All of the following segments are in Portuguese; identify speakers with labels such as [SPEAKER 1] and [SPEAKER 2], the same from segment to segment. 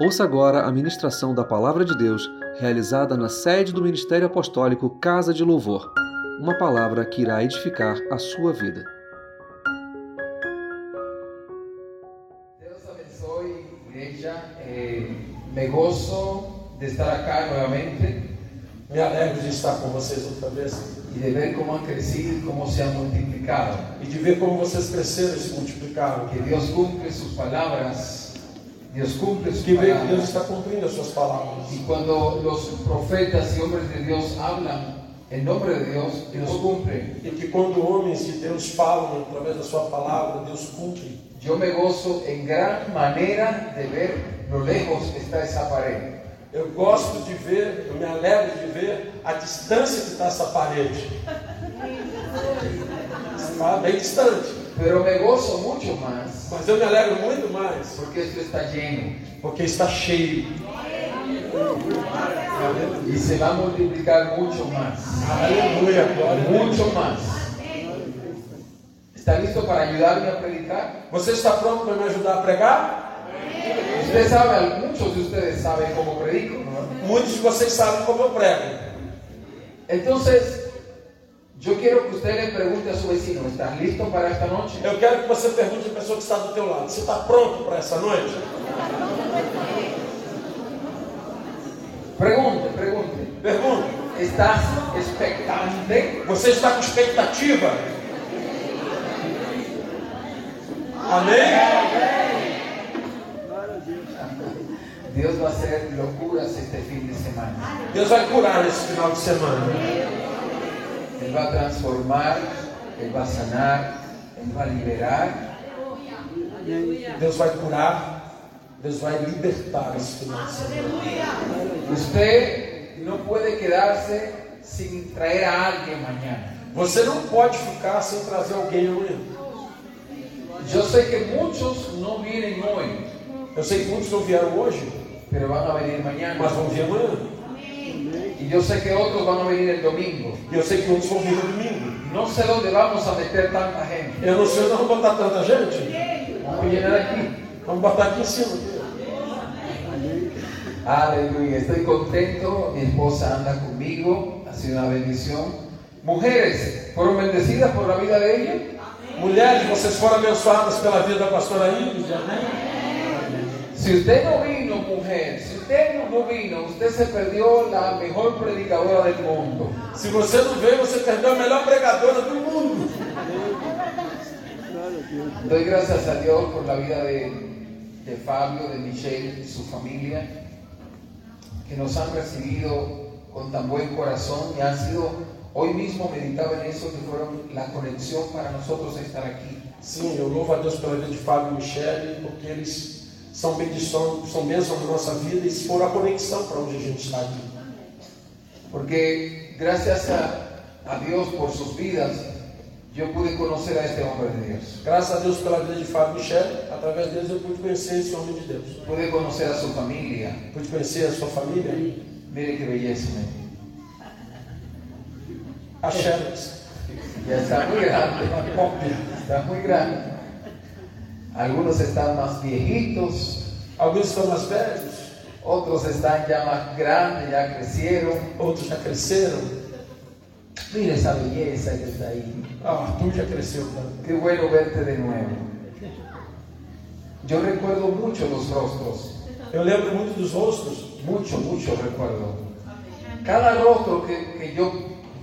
[SPEAKER 1] Ouça agora a ministração da Palavra de Deus, realizada na sede do Ministério Apostólico Casa de Louvor. Uma palavra que irá edificar a sua vida.
[SPEAKER 2] Dios abençoe, igreja. Eh, me gozo de estar acá nuevamente
[SPEAKER 3] Me alegro de estar com vocês outra vez
[SPEAKER 2] y de ver cómo han crecido y cómo se han multiplicado.
[SPEAKER 3] e de ver como vocês cresceram e se multiplicaram.
[SPEAKER 2] Que Dios cumple sus palabras. Dios cumple sus
[SPEAKER 3] Que vê que Deus
[SPEAKER 2] palabras.
[SPEAKER 3] está cumprindo as suas palavras.
[SPEAKER 2] Y cuando los profetas y hombres de Dios hablan en nombre de Dios, Dios cumple.
[SPEAKER 3] E que quando homens de Deus falam através da sua palavra, Deus cumpre.
[SPEAKER 2] Yo me gozo en gran manera de ver lo lejos que está esa pared.
[SPEAKER 3] Eu gosto de ver, eu me alegro de ver a distância que está essa parede. Está bem distante.
[SPEAKER 2] Pero me gozo mucho más
[SPEAKER 3] Mas eu me alegro muito mais,
[SPEAKER 2] porque esto está lleno.
[SPEAKER 3] porque está cheio.
[SPEAKER 2] y se va a multiplicar mucho más,
[SPEAKER 3] Aleluia, glória a Deus.
[SPEAKER 2] mucho más. ¿Está listo para ayudarme a predicar?
[SPEAKER 3] Você está pronto para me ajudar a pregar?
[SPEAKER 2] Usted sabe, muchos de ustedes saben cómo predico, ¿no?
[SPEAKER 3] Muitos de vocês sabem como eu prego.
[SPEAKER 2] Entonces, yo quiero que usted le pregunte a su vecino, ¿estás listo para esta noche?
[SPEAKER 3] Eu quero que você pergunte à pessoa que está do teu lado, você está pronto para essa noite?
[SPEAKER 2] Pregunte, pregunte.
[SPEAKER 3] Pergunta.
[SPEAKER 2] ¿Estás expectante?
[SPEAKER 3] Você está com expectativa? Amém?
[SPEAKER 2] Dios va a hacer locuras este fin de semana.
[SPEAKER 3] Deus vai curar nesse final de semana.
[SPEAKER 2] Él va a transformar, Él va a sanar, Él va a liberar.
[SPEAKER 3] Deus vai curar. Deus vai libertar esse final de semana.
[SPEAKER 2] Usted no puede quedarse sin traer a alguien mañana.
[SPEAKER 3] Você não pode ficar sem trazer alguém amanhã.
[SPEAKER 2] Yo sé que muchos no vienen hoy,
[SPEAKER 3] Eu sei que muitos não vieram hoje,
[SPEAKER 2] pero van a venir mañana.
[SPEAKER 3] mas vão vir amanhã.
[SPEAKER 2] Y yo sé que otros van a venir el domingo.
[SPEAKER 3] E eu sei que muitos vão vir no domingo.
[SPEAKER 2] No sé dónde vamos a meter tanta gente.
[SPEAKER 3] Eu não sei onde vamos botar tanta gente.
[SPEAKER 2] Vamos a llenar aquí.
[SPEAKER 3] Vamos botar aqui em cima.
[SPEAKER 2] Aleluya, estoy contento. Mi esposa anda conmigo. Ha sido una bendición. Mujeres, ¿fueron bendecidas por la vida de ella?
[SPEAKER 3] Mulheres, vocês foram abençoadas pela vida da pastora Ingrid, amém?
[SPEAKER 2] Si usted no vino, mujer, si usted no vino, usted se perdió la mejor predicadora del mundo.
[SPEAKER 3] Se você não veio, você perdeu a melhor pregadora do mundo.
[SPEAKER 2] Doy gracias a Dios por la vida de, de Fabio, de Michelle y su familia, que nos han recibido con tan buen corazón y han sido, hoy mismo meditaba en eso, que fueron la conexión para nosotros estar aquí.
[SPEAKER 3] Sim, eu louvo a Deus pela vida de Fábio e Michele, porque eles são bendição, são bênção na nossa vida e se foram a conexão para onde a gente está aqui.
[SPEAKER 2] Porque gracias a, a Dios por sus vidas, yo pude conocer a este hombre de Dios,
[SPEAKER 3] Graças a Deus pela vida de Fábio e Michele, através deles eu pude conhecer esse homem de Deus.
[SPEAKER 2] pude conocer a su familia.
[SPEAKER 3] Pude conhecer a sua família,
[SPEAKER 2] Mire qué belleza, ¿eh? men.
[SPEAKER 3] a Xerox.
[SPEAKER 2] ya está muy grande.
[SPEAKER 3] Cópia.
[SPEAKER 2] Está muy grande. Algunos están más viejitos,
[SPEAKER 3] Alguns estão mais velhos,
[SPEAKER 2] otros están ya más grandes, ya crecieron.
[SPEAKER 3] outros já cresceram.
[SPEAKER 2] Mira esa belleza que está ahí.
[SPEAKER 3] Ah, o Arthur já cresceu né? também.
[SPEAKER 2] Qué bueno verte de nuevo. Yo recuerdo mucho los rostros,
[SPEAKER 3] Eu lembro muito dos rostos.
[SPEAKER 2] mucho, mucho recuerdo. Cada rostro que, que yo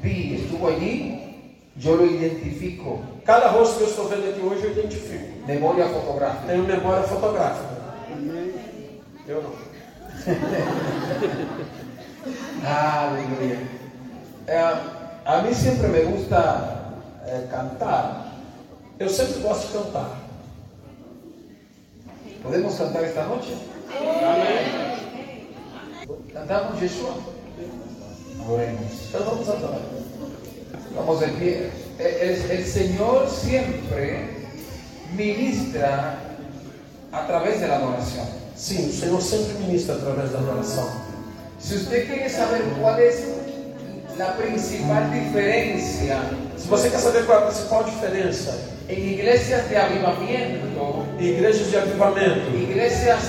[SPEAKER 2] vi estuvo allí, yo lo identifico,
[SPEAKER 3] Cada rosto que eu estou vendo aqui hoje eu identifico.
[SPEAKER 2] memoria fotográfica.
[SPEAKER 3] Tenho memória fotográfica. Eu não.
[SPEAKER 2] Aleluya. Eh, a mí siempre me gusta eh, cantar.
[SPEAKER 3] Eu sempre gosto de cantar.
[SPEAKER 2] ¿Podemos cantar esta noche? ¿Cantamos Yeshua? Oremos.
[SPEAKER 3] Então vamos cantar.
[SPEAKER 2] Vamos en pie. El, el- el Señor siempre ministra a través de la adoración.
[SPEAKER 3] Sim, o Senhor sempre ministra através da oração.
[SPEAKER 2] Si usted quiere saber cuál es la principal diferencia
[SPEAKER 3] Se você quer saber qual é a principal diferença
[SPEAKER 2] en iglesias de avivamiento,
[SPEAKER 3] em igrejas de avivamento,
[SPEAKER 2] iglesias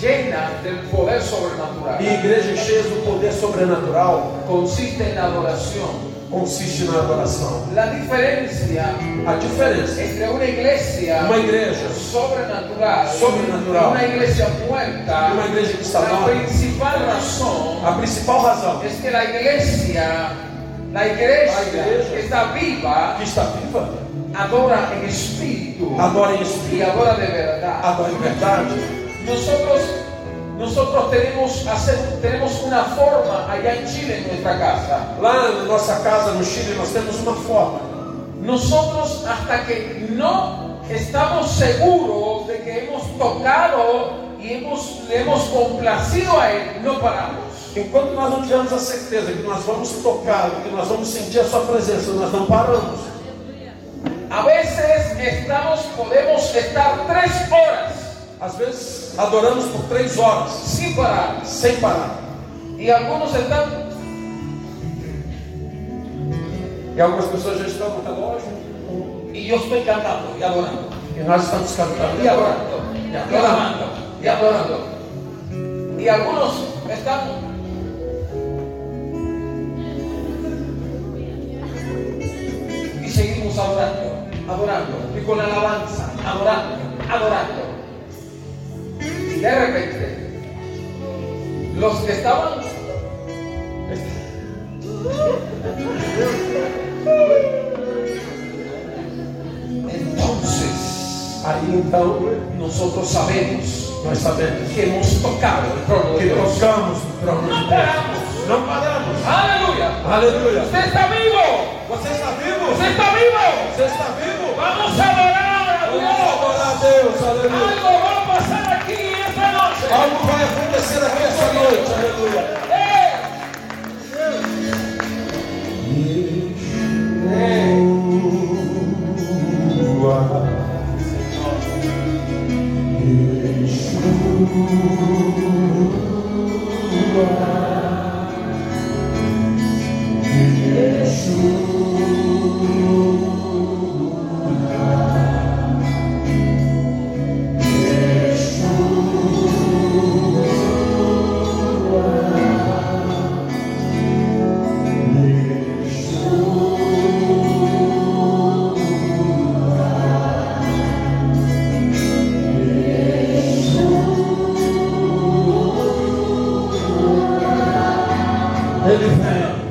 [SPEAKER 2] llena del poder
[SPEAKER 3] E
[SPEAKER 2] sobrenatural.
[SPEAKER 3] igrejas cheias do poder sobrenatural
[SPEAKER 2] Consiste en la adoración.
[SPEAKER 3] consiste na adoração.
[SPEAKER 2] La diferencia
[SPEAKER 3] A diferença
[SPEAKER 2] entre una iglesia
[SPEAKER 3] uma igreja
[SPEAKER 2] sobrenatural,
[SPEAKER 3] Sobrenatural.
[SPEAKER 2] y una iglesia muerta,
[SPEAKER 3] Una iglesia que está
[SPEAKER 2] la
[SPEAKER 3] muerta.
[SPEAKER 2] principal razón
[SPEAKER 3] A principal razão
[SPEAKER 2] es que la iglesia, la iglesia,
[SPEAKER 3] La iglesia.
[SPEAKER 2] que está viva,
[SPEAKER 3] que está viva
[SPEAKER 2] adora en espíritu
[SPEAKER 3] adora em espírito,
[SPEAKER 2] y adora de verdad.
[SPEAKER 3] adora em verdade.
[SPEAKER 2] Nosotros, nosotros tenemos, hacer- tenemos una forma allá en Chile, en nuestra casa.
[SPEAKER 3] Lá na nossa casa no Chile nós temos uma forma.
[SPEAKER 2] Nosotros hasta que no estamos seguros de que hemos tocado y hemos, le hemos complacido a Él, no paramos.
[SPEAKER 3] Enquanto nós não tivermos a certeza que nós vamos tocar, que nós vamos sentir a sua presença, nós não paramos.
[SPEAKER 2] A veces estamos, podemos estar tres horas
[SPEAKER 3] Às vezes adoramos por três horas,
[SPEAKER 2] sin parar.
[SPEAKER 3] sem parar.
[SPEAKER 2] Y algunos están,
[SPEAKER 3] E algumas pessoas já estão no relógio
[SPEAKER 2] y yo estoy cantando y adorando.
[SPEAKER 3] e nós estamos cantando.
[SPEAKER 2] y adorando, y adorando, y adorando. Y algunos están. Y seguimos adorando, adorando, y con alabanza, adorando, adorando. Y de repente, los que estaban. Entonces,
[SPEAKER 3] Aí então
[SPEAKER 2] nosotros sabemos
[SPEAKER 3] nós sabemos
[SPEAKER 2] que hemos tocado el trono de
[SPEAKER 3] que
[SPEAKER 2] Dios.
[SPEAKER 3] tocamos no trono de
[SPEAKER 2] No
[SPEAKER 3] Deus.
[SPEAKER 2] paramos.
[SPEAKER 3] Não paramos.
[SPEAKER 2] Aleluya.
[SPEAKER 3] Aleluia.
[SPEAKER 2] Usted está vivo.
[SPEAKER 3] Você está vivo?
[SPEAKER 2] Usted está vivo.
[SPEAKER 3] Você está vivo?
[SPEAKER 2] Vamos a adorar a
[SPEAKER 3] Vamos adorar a
[SPEAKER 2] Dios.
[SPEAKER 3] Deus. Aleluia.
[SPEAKER 2] Algo va a pasar aquí esta noche.
[SPEAKER 3] Algo vai acontecer aqui essa noite. Aleluia.
[SPEAKER 2] ¡Eh!
[SPEAKER 3] Ele vem.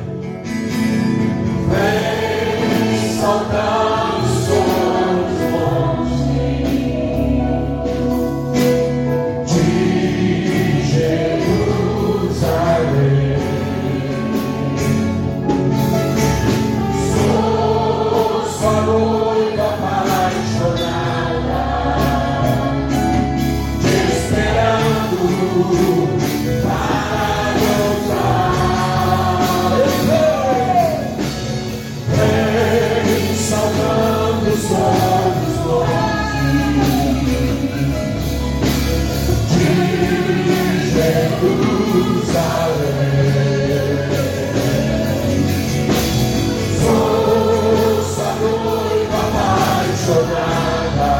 [SPEAKER 3] Vem saudar os sonhos bons de Jerusalém. Sou sua noiva apaixonada, te esperando para voltar. Vem salvando os olhos longe de Jerusalém. Sou sua noiva apaixonada,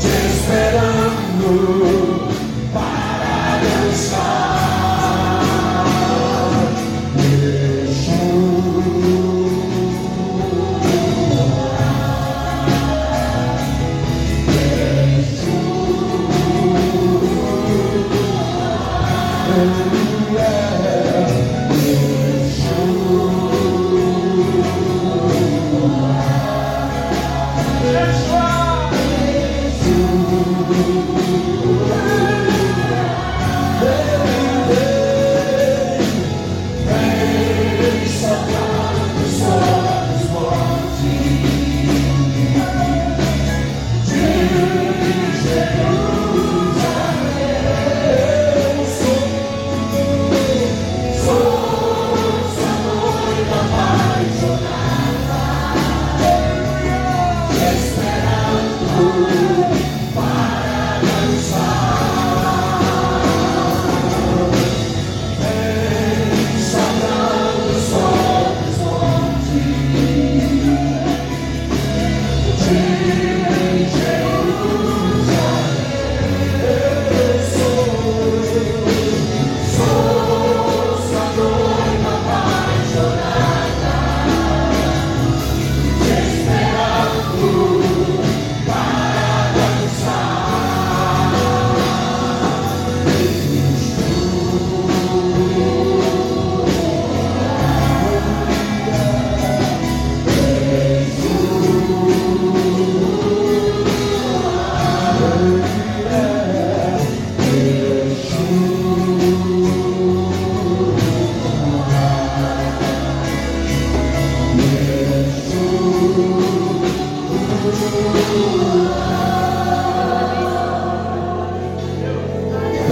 [SPEAKER 3] te esperando para dançar. Para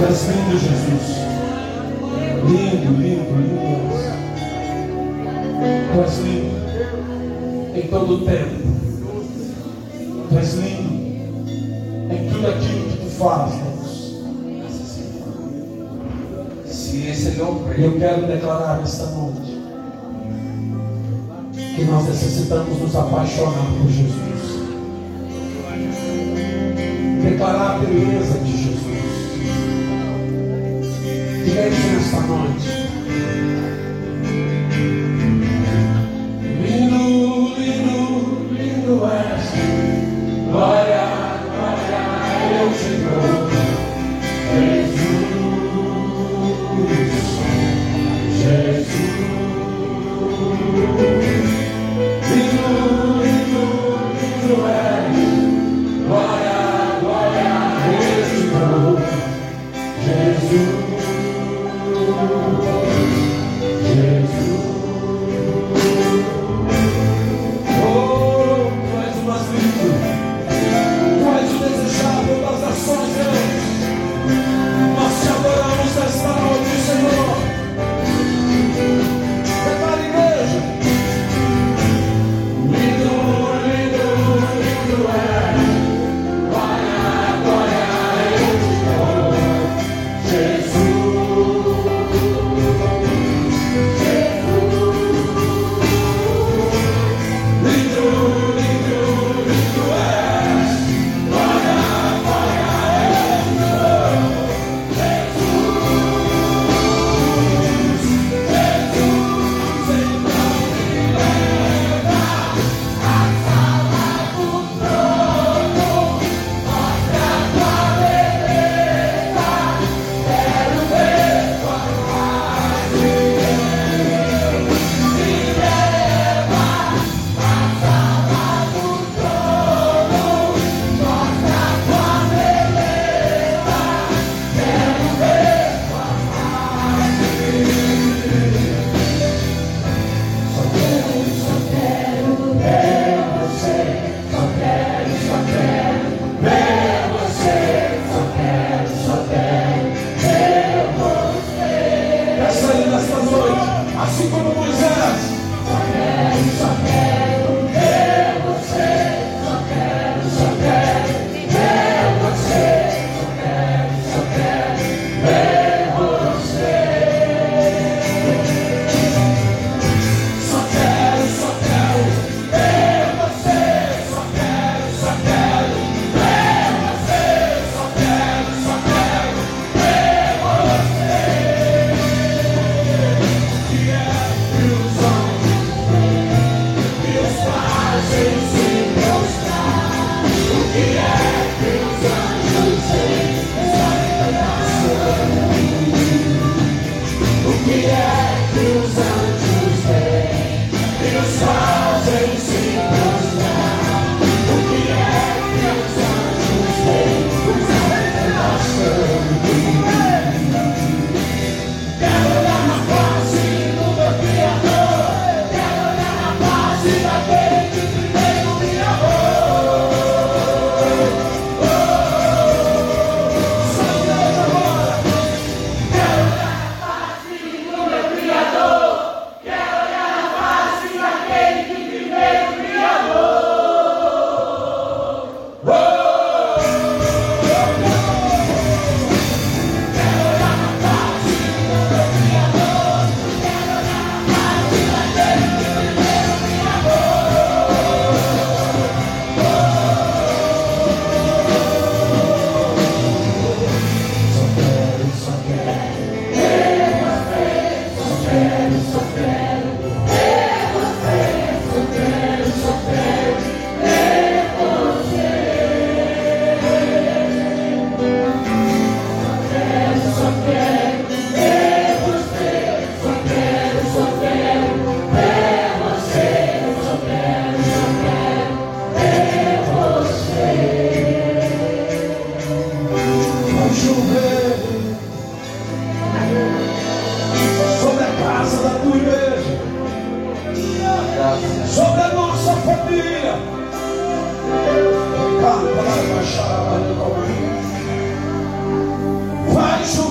[SPEAKER 3] és lindo, Jesus. Lindo, lindo, lindo. Tu és lindo em todo o tempo. Tu és lindo em tudo aquilo que tu fazes, Deus.
[SPEAKER 2] Si es el
[SPEAKER 3] E eu
[SPEAKER 2] hombre
[SPEAKER 3] quero declarar nesta noite que nós necessitamos nos apaixonar por Jesus. Declarar a beleza de Jesus. Diga isso nesta noite. Lindo, lindo, lindo és tu. Glória, glória, eu te dou. Jesus. Jesus, lindo, lindo, lindo és. Glória, glória, eu te dou. Jesus, Oh, É assim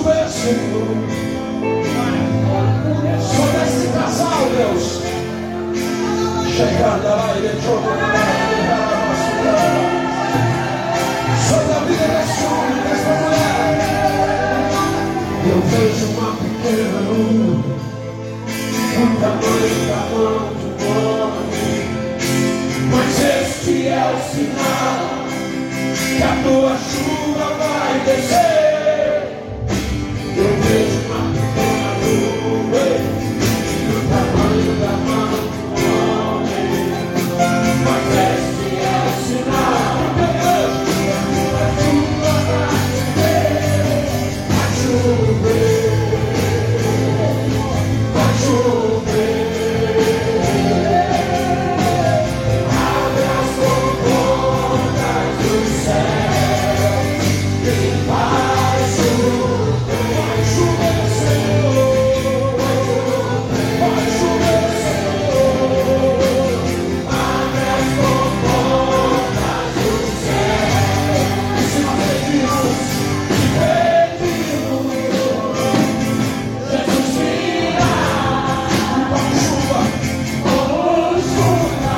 [SPEAKER 3] Senhor. Sobre esse casal, Deus. Chegando lá, ele é entrou com a Sobre a vida desse homem, dessa mulher. Eu vejo uma pequena lua. O tamanho da mão de um homem. Mas este é o sinal que a tua chuva vai descer. Eu vejo uma pequena lua do tamanho da mão do homem, mas este é o sinal. A chuva vai chover, vai chover, vai chover. Abre as comportas do céu e vai chover. Vai chover, Senhor, vai chover, Senhor, abre as comportas do céu. E se pedimos, se pedimos, Jesus virá com chuva, com chuva.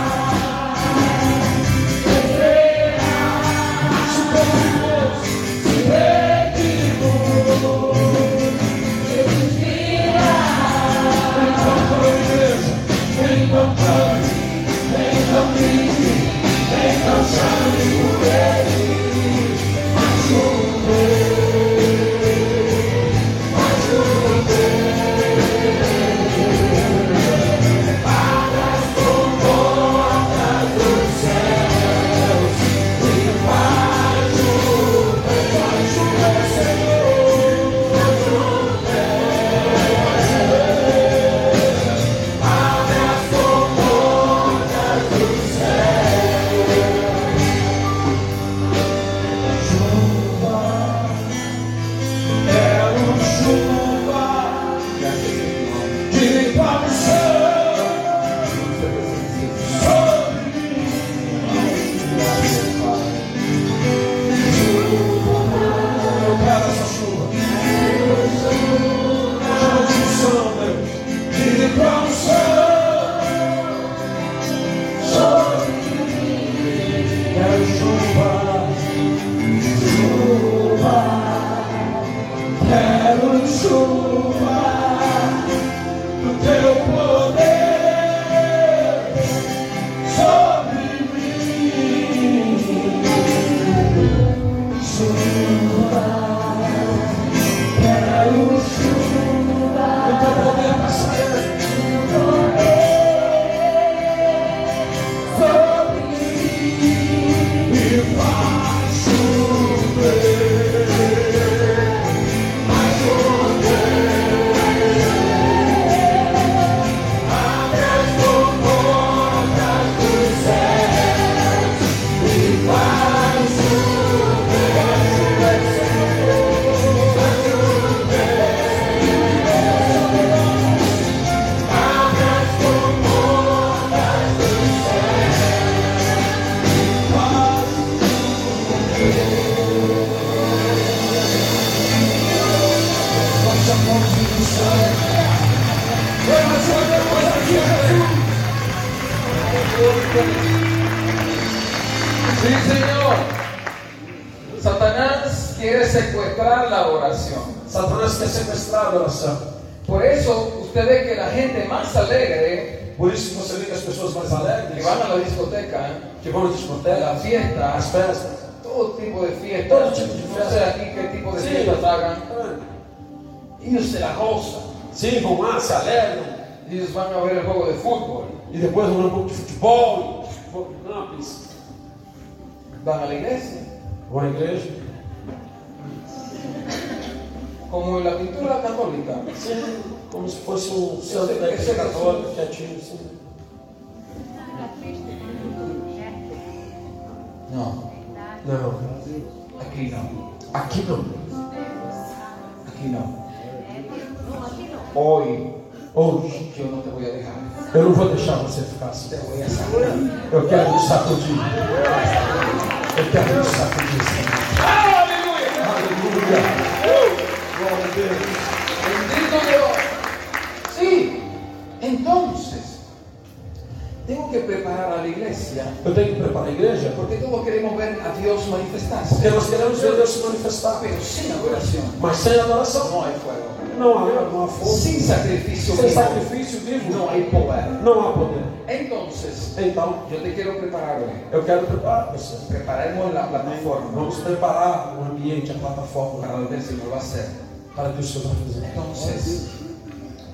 [SPEAKER 3] Descerá, se pedimos, se pedimos. Chuva, quero chuva de limpar o chão sobre mim. Eu quero essa chuva. Chuva de unção, Deus, de limpar o chão sobre mim. Quero chuva. Chuva, quero chuva do teu poder sobre mim. Chuva, quero chuva do teu poder pra sair sobre mim e vai chover. Baixa a mão de missão. Leva sua depois aqui, Jesus.
[SPEAKER 2] Sí, Señor. Satanás quiere secuestrar la oración.
[SPEAKER 3] Satanás quer sequestrar a oração.
[SPEAKER 2] Por eso usted ve que la gente más alegre
[SPEAKER 3] Por isso que você vê que as pessoas mais
[SPEAKER 2] que
[SPEAKER 3] alegres,
[SPEAKER 2] van a la discoteca,
[SPEAKER 3] que vão à
[SPEAKER 2] a las
[SPEAKER 3] discoteca, às
[SPEAKER 2] fiestas,
[SPEAKER 3] festas,
[SPEAKER 2] todo tipo de fiestas,
[SPEAKER 3] Todo tipo de fiesta.
[SPEAKER 2] no sé aquí qué tipo de fiestas
[SPEAKER 3] tá
[SPEAKER 2] hagan,
[SPEAKER 3] sim,
[SPEAKER 2] ellos se la gozan.
[SPEAKER 3] sim, vão lá, se alegram,
[SPEAKER 2] Ellos van a ver el juego de fútbol,
[SPEAKER 3] e depois vão no grupo de futebol, de futebol de Nápoles,
[SPEAKER 2] van a la iglesia.
[SPEAKER 3] vão à igreja,
[SPEAKER 2] Como en la pintura católica,
[SPEAKER 3] sim, como se fosse um santo da igreja católica, quietinho, assim.
[SPEAKER 2] No,
[SPEAKER 3] Não,
[SPEAKER 2] aquí no,
[SPEAKER 3] aqui não,
[SPEAKER 2] aquí no. Hoy
[SPEAKER 3] hoje,
[SPEAKER 2] yo no te voy a dejar,
[SPEAKER 3] eu não vou deixar você ficar assim.
[SPEAKER 2] te voy a sacar.
[SPEAKER 3] Eu quero te sacudir. Eu quero te sacudir, Senhor. Aleluia! Glória a Deus. se manifestar.
[SPEAKER 2] Pero sin adoración
[SPEAKER 3] Mas sem adoração,
[SPEAKER 2] no hay fuego.
[SPEAKER 3] não há, não há fogo.
[SPEAKER 2] Sin sacrificio
[SPEAKER 3] Sem
[SPEAKER 2] vivo,
[SPEAKER 3] sacrifício vivo,
[SPEAKER 2] no hay poder.
[SPEAKER 3] não há poder.
[SPEAKER 2] Entonces,
[SPEAKER 3] Então,
[SPEAKER 2] yo te quiero preparar hoy.
[SPEAKER 3] eu quero preparar você.
[SPEAKER 2] Preparemos la plataforma
[SPEAKER 3] Vamos preparar o ambiente, a plataforma,
[SPEAKER 2] para lo que el Señor va a hacer.
[SPEAKER 3] para que o Senhor vai fazer.
[SPEAKER 2] Então, Entonces,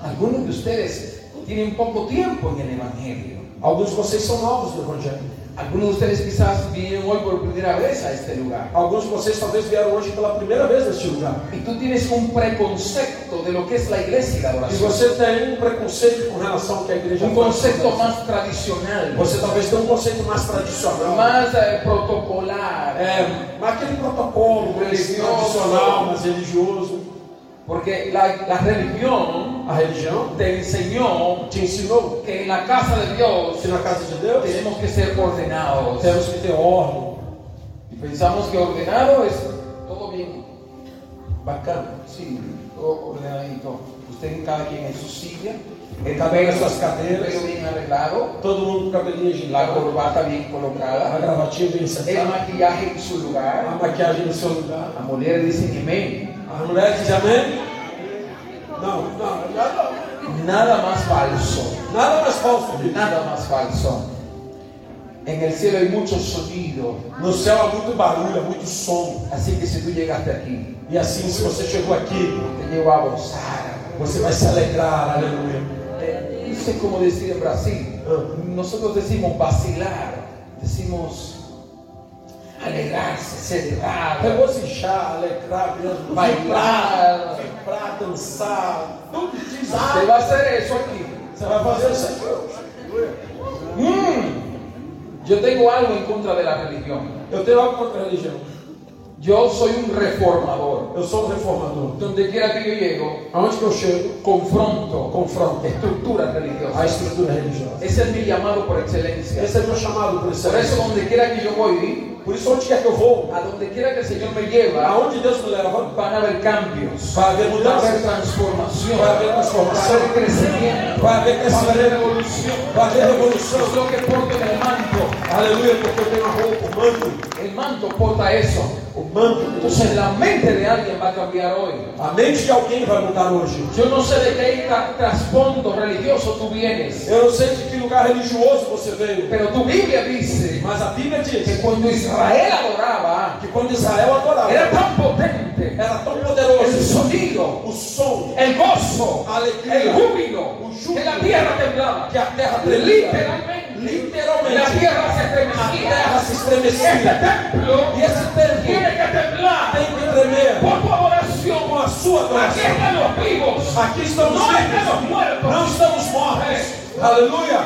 [SPEAKER 2] algunos de ustedes tienen poco tiempo en el Evangelio.
[SPEAKER 3] Alguns de vocês são novos no Evangelho.
[SPEAKER 2] Algunos de ustedes quizás vienen hoy por primera vez a este lugar.
[SPEAKER 3] Alguns de vocês talvez vieram hoje pela primeira vez neste lugar.
[SPEAKER 2] Y tú tienes un preconcepto de lo que es la iglesia y la
[SPEAKER 3] E
[SPEAKER 2] adoración.
[SPEAKER 3] você tem um preconceito com relação ao que a igreja
[SPEAKER 2] Un concepto más tradicional,
[SPEAKER 3] Você talvez tenha um conceito mais tradicional.
[SPEAKER 2] más eh, protocolar.
[SPEAKER 3] É, mas aquele protocolo mais
[SPEAKER 2] Religioso.
[SPEAKER 3] tradicional, mais religioso.
[SPEAKER 2] Porque la, la religión
[SPEAKER 3] A religião
[SPEAKER 2] te enseñó
[SPEAKER 3] te ensinou
[SPEAKER 2] que en la casa de Dios
[SPEAKER 3] que na casa de Deus
[SPEAKER 2] tenemos que ser ordenados.
[SPEAKER 3] temos que ter ordem.
[SPEAKER 2] Y pensamos que ordenado es todo bien, bacán, sí, todo ordenadito. Usted cada quien en su silla, el
[SPEAKER 3] Cada
[SPEAKER 2] cabello,
[SPEAKER 3] quien en sus caderas.
[SPEAKER 2] el pelo bien arreglado,
[SPEAKER 3] Todo mundo com cabelinho
[SPEAKER 2] la
[SPEAKER 3] agilado,
[SPEAKER 2] corbata bien colocada,
[SPEAKER 3] a gravatinha bem
[SPEAKER 2] el
[SPEAKER 3] sentada,
[SPEAKER 2] maquillaje en su
[SPEAKER 3] a
[SPEAKER 2] lugar.
[SPEAKER 3] maquiagem no seu lugar.
[SPEAKER 2] Las mujeres dicen amén.
[SPEAKER 3] As mulheres dizem amém? Não, não, nada,
[SPEAKER 2] Nada más falso,
[SPEAKER 3] nada mais falso que isso.
[SPEAKER 2] nada más falso. En el cielo hay mucho sonido,
[SPEAKER 3] No céu há muito barulho, há muito som.
[SPEAKER 2] así que si tú llegaste aquí,
[SPEAKER 3] E assim, se você chegou aqui,
[SPEAKER 2] te llevo a gozar.
[SPEAKER 3] você vai se alegrar, aleluia.
[SPEAKER 2] Eh, No sé cómo decir en Brasil. Nosotros decimos vacilar, decimos alegrarse,
[SPEAKER 3] É
[SPEAKER 2] celebrar,
[SPEAKER 3] bocejar, alegrar mesmo,
[SPEAKER 2] Vai
[SPEAKER 3] vibrar,
[SPEAKER 2] lá.
[SPEAKER 3] vibrar, dançar. Tudo diz, ah,
[SPEAKER 2] Se va a hacer eso aquí.
[SPEAKER 3] você vai fazer isso aqui hoje.
[SPEAKER 2] Mm. Yo tengo algo en contra de la religión.
[SPEAKER 3] Eu tenho algo contra a religião.
[SPEAKER 2] Yo soy un reformador.
[SPEAKER 3] Eu sou um reformador.
[SPEAKER 2] Donde quiera que yo llego,
[SPEAKER 3] Aonde que eu chego,
[SPEAKER 2] confronto
[SPEAKER 3] confronto
[SPEAKER 2] estructuras
[SPEAKER 3] é a
[SPEAKER 2] religiosas.
[SPEAKER 3] estrutura religiosa.
[SPEAKER 2] Ese es mi llamado por excelencia.
[SPEAKER 3] Esse é meu chamado por
[SPEAKER 2] Por eso
[SPEAKER 3] excelência.
[SPEAKER 2] donde quiera que yo voy,
[SPEAKER 3] Por isso, onde quer que eu vou,
[SPEAKER 2] a donde quiera que el Señor me lleva,
[SPEAKER 3] aonde Deus me leva,
[SPEAKER 2] van a haber cambios.
[SPEAKER 3] vai haver
[SPEAKER 2] Va a haber
[SPEAKER 3] mudança,
[SPEAKER 2] transformación,
[SPEAKER 3] Va a haber transformación.
[SPEAKER 2] va a haber crecimiento,
[SPEAKER 3] Va a haber
[SPEAKER 2] va
[SPEAKER 3] crecimiento.
[SPEAKER 2] a haber revolución.
[SPEAKER 3] vai haver
[SPEAKER 2] Es
[SPEAKER 3] revolução.
[SPEAKER 2] lo que porta en el manto.
[SPEAKER 3] Aleluia, porque eu tenho a roupa, o manto.
[SPEAKER 2] El manto porta eso.
[SPEAKER 3] O manto do
[SPEAKER 2] Entonces la mente de alguien va a cambiar hoy.
[SPEAKER 3] A mente de alguém vai mudar hoje.
[SPEAKER 2] Yo no sé de qué tra- trasfondo religioso tú vienes,
[SPEAKER 3] Eu não sei de que lugar religioso você veio,
[SPEAKER 2] pero tu Biblia dice
[SPEAKER 3] mas a Bíblia diz
[SPEAKER 2] que cuando Israel adoraba,
[SPEAKER 3] que quando Israel adorava,
[SPEAKER 2] era tan potente
[SPEAKER 3] era tão
[SPEAKER 2] el
[SPEAKER 3] poderoso
[SPEAKER 2] sonido,
[SPEAKER 3] o som
[SPEAKER 2] el gozo,
[SPEAKER 3] Alegría.
[SPEAKER 2] el júbilo,
[SPEAKER 3] Un júbilo.
[SPEAKER 2] que la tierra temblaba.
[SPEAKER 3] que a terra tremia.
[SPEAKER 2] Literalmente. La
[SPEAKER 3] Literalmente,
[SPEAKER 2] tierra se estremecía.
[SPEAKER 3] La tierra se estremecía.
[SPEAKER 2] Este templo
[SPEAKER 3] E esse templo
[SPEAKER 2] tiene que temblar
[SPEAKER 3] tem que tremer
[SPEAKER 2] por tu
[SPEAKER 3] com
[SPEAKER 2] adoración.
[SPEAKER 3] a sua
[SPEAKER 2] Aquí
[SPEAKER 3] adoração.
[SPEAKER 2] están los vivos.
[SPEAKER 3] Aqui estamos
[SPEAKER 2] no estamos
[SPEAKER 3] vivos,
[SPEAKER 2] muertos.
[SPEAKER 3] não estamos mortos. Aleluia.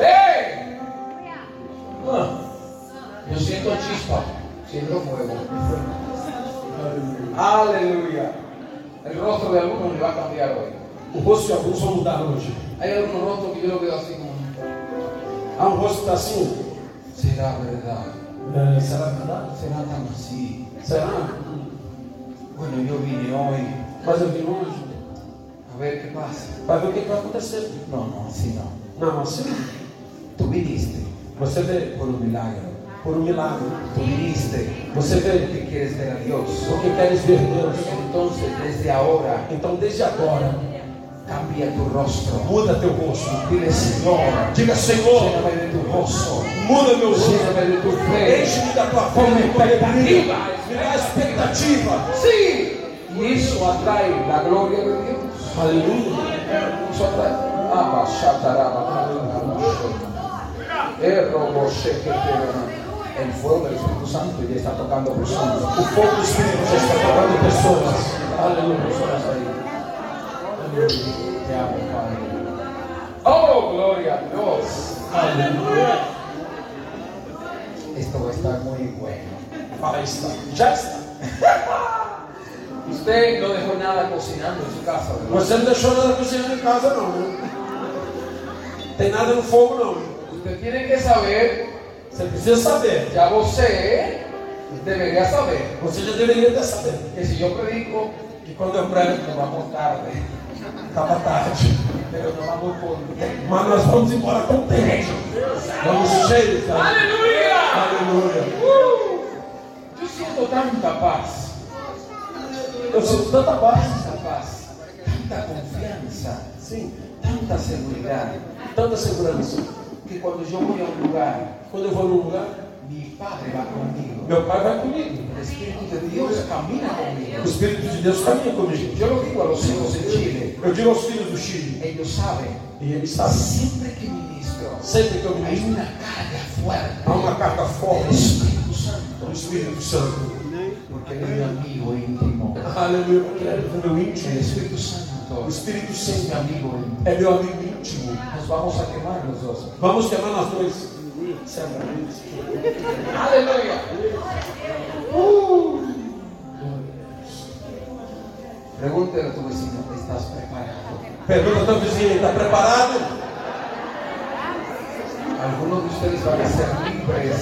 [SPEAKER 2] ¡Eh!
[SPEAKER 3] Ah,
[SPEAKER 2] Yo siento chispa, siento fuego. Aleluya. El rostro de algunos le va a cambiar hoy.
[SPEAKER 3] O rosto de alguns vão mudar hoje.
[SPEAKER 2] Hay algunos rostros que yo lo veo así como,
[SPEAKER 3] Há um rosto que está assim.
[SPEAKER 2] será verdad,
[SPEAKER 3] é, será verdade?
[SPEAKER 2] será tan así.
[SPEAKER 3] Será?
[SPEAKER 2] Bueno, yo vine hoy
[SPEAKER 3] Mas eu vim hoje.
[SPEAKER 2] a ver qué pasa.
[SPEAKER 3] Vai ver o que que vai acontecer.
[SPEAKER 2] No, no, así no.
[SPEAKER 3] Não, assim
[SPEAKER 2] Tú viniste
[SPEAKER 3] você veio
[SPEAKER 2] por un milagro.
[SPEAKER 3] por um milagre.
[SPEAKER 2] Tú viniste
[SPEAKER 3] Você veio
[SPEAKER 2] porque quieres ver a Dios.
[SPEAKER 3] porque queres ver Deus.
[SPEAKER 2] Entonces, desde ahora,
[SPEAKER 3] Então, desde agora,
[SPEAKER 2] cambia tu rostro.
[SPEAKER 3] muda teu rosto.
[SPEAKER 2] Dile, Señor,
[SPEAKER 3] Diga, Senhor,
[SPEAKER 2] lléname de tu gozo,
[SPEAKER 3] muda meu rosto.
[SPEAKER 2] lléname de tu fe.
[SPEAKER 3] Enche-me da tua
[SPEAKER 2] Con
[SPEAKER 3] fome,
[SPEAKER 2] expectativa.
[SPEAKER 3] me dá expectativa.
[SPEAKER 2] Sí. Y eso atrae la gloria de Dios.
[SPEAKER 3] Aleluia.
[SPEAKER 2] Eso atrae. Abba, shataraba, katarabashe. Erro, boshe, Eh, que te- El fuego del Espíritu Santo ya está tocando personas.
[SPEAKER 3] O fogo do Espírito já está tocando pessoas.
[SPEAKER 2] Aleluya, personas ahí. Te amo, Padre. Oh, gloria a Dios.
[SPEAKER 3] Aleluia.
[SPEAKER 2] Esto va a estar muy bueno.
[SPEAKER 3] Vai estar. Já está.
[SPEAKER 2] Usted no dejó nada cocinando en su casa, ¿verdad?
[SPEAKER 3] Você não deixou nada cozinhando em casa, não. né? Tem nada no fogo, não.
[SPEAKER 2] Usted tiene que saber,
[SPEAKER 3] Você precisa saber.
[SPEAKER 2] ya usted debería saber,
[SPEAKER 3] Você já deveria ter sabido.
[SPEAKER 2] que si yo predico,
[SPEAKER 3] E quando eu prego,
[SPEAKER 2] nos vamos tarde,
[SPEAKER 3] estava tarde.
[SPEAKER 2] pero nos vamos por tiempo.
[SPEAKER 3] Mas nós vamos embora contentes. Vamos cheios. cara.
[SPEAKER 2] ¡Aleluya!
[SPEAKER 3] tá? Aleluia.
[SPEAKER 2] ¡Uh! Yo yo siento tanta paz,
[SPEAKER 3] Eu sinto tanta paz,
[SPEAKER 2] tanta paz, tanta confianza,
[SPEAKER 3] sim,
[SPEAKER 2] tanta seguridad,
[SPEAKER 3] tanta segurança.
[SPEAKER 2] que cuando yo voy a un lugar,
[SPEAKER 3] Quando eu vou num lugar,
[SPEAKER 2] mi Padre va conmigo.
[SPEAKER 3] meu pai vai comigo.
[SPEAKER 2] El Espíritu de Dios camina conmigo.
[SPEAKER 3] O Espírito de Deus caminha comigo.
[SPEAKER 2] Yo lo digo a los hijos de Chile,
[SPEAKER 3] Eu digo aos filhos do Chile,
[SPEAKER 2] ellos saben,
[SPEAKER 3] e ele está
[SPEAKER 2] siempre que ministro,
[SPEAKER 3] sempre que eu
[SPEAKER 2] hay
[SPEAKER 3] ministro,
[SPEAKER 2] una carga fuerte
[SPEAKER 3] há uma carga
[SPEAKER 2] del
[SPEAKER 3] forte
[SPEAKER 2] Espíritu Santo,
[SPEAKER 3] do Espírito Santo.
[SPEAKER 2] porque él es mi amigo íntimo.
[SPEAKER 3] Aleluia, porque ele é meu
[SPEAKER 2] El
[SPEAKER 3] íntimo.
[SPEAKER 2] Espíritu Santo
[SPEAKER 3] O Espírito
[SPEAKER 2] es mi
[SPEAKER 3] Santo
[SPEAKER 2] amigo íntimo.
[SPEAKER 3] é meu amigo íntimo.
[SPEAKER 2] Nos vamos a quemar los dos.
[SPEAKER 3] Vamos queimar nós dois. Sempre.
[SPEAKER 2] Aleluya. Pregúntale a tu vecino, ¿estás preparado?
[SPEAKER 3] Pergunta ao teu vizinho, está preparado?
[SPEAKER 2] Algunos de ustedes van a ser libres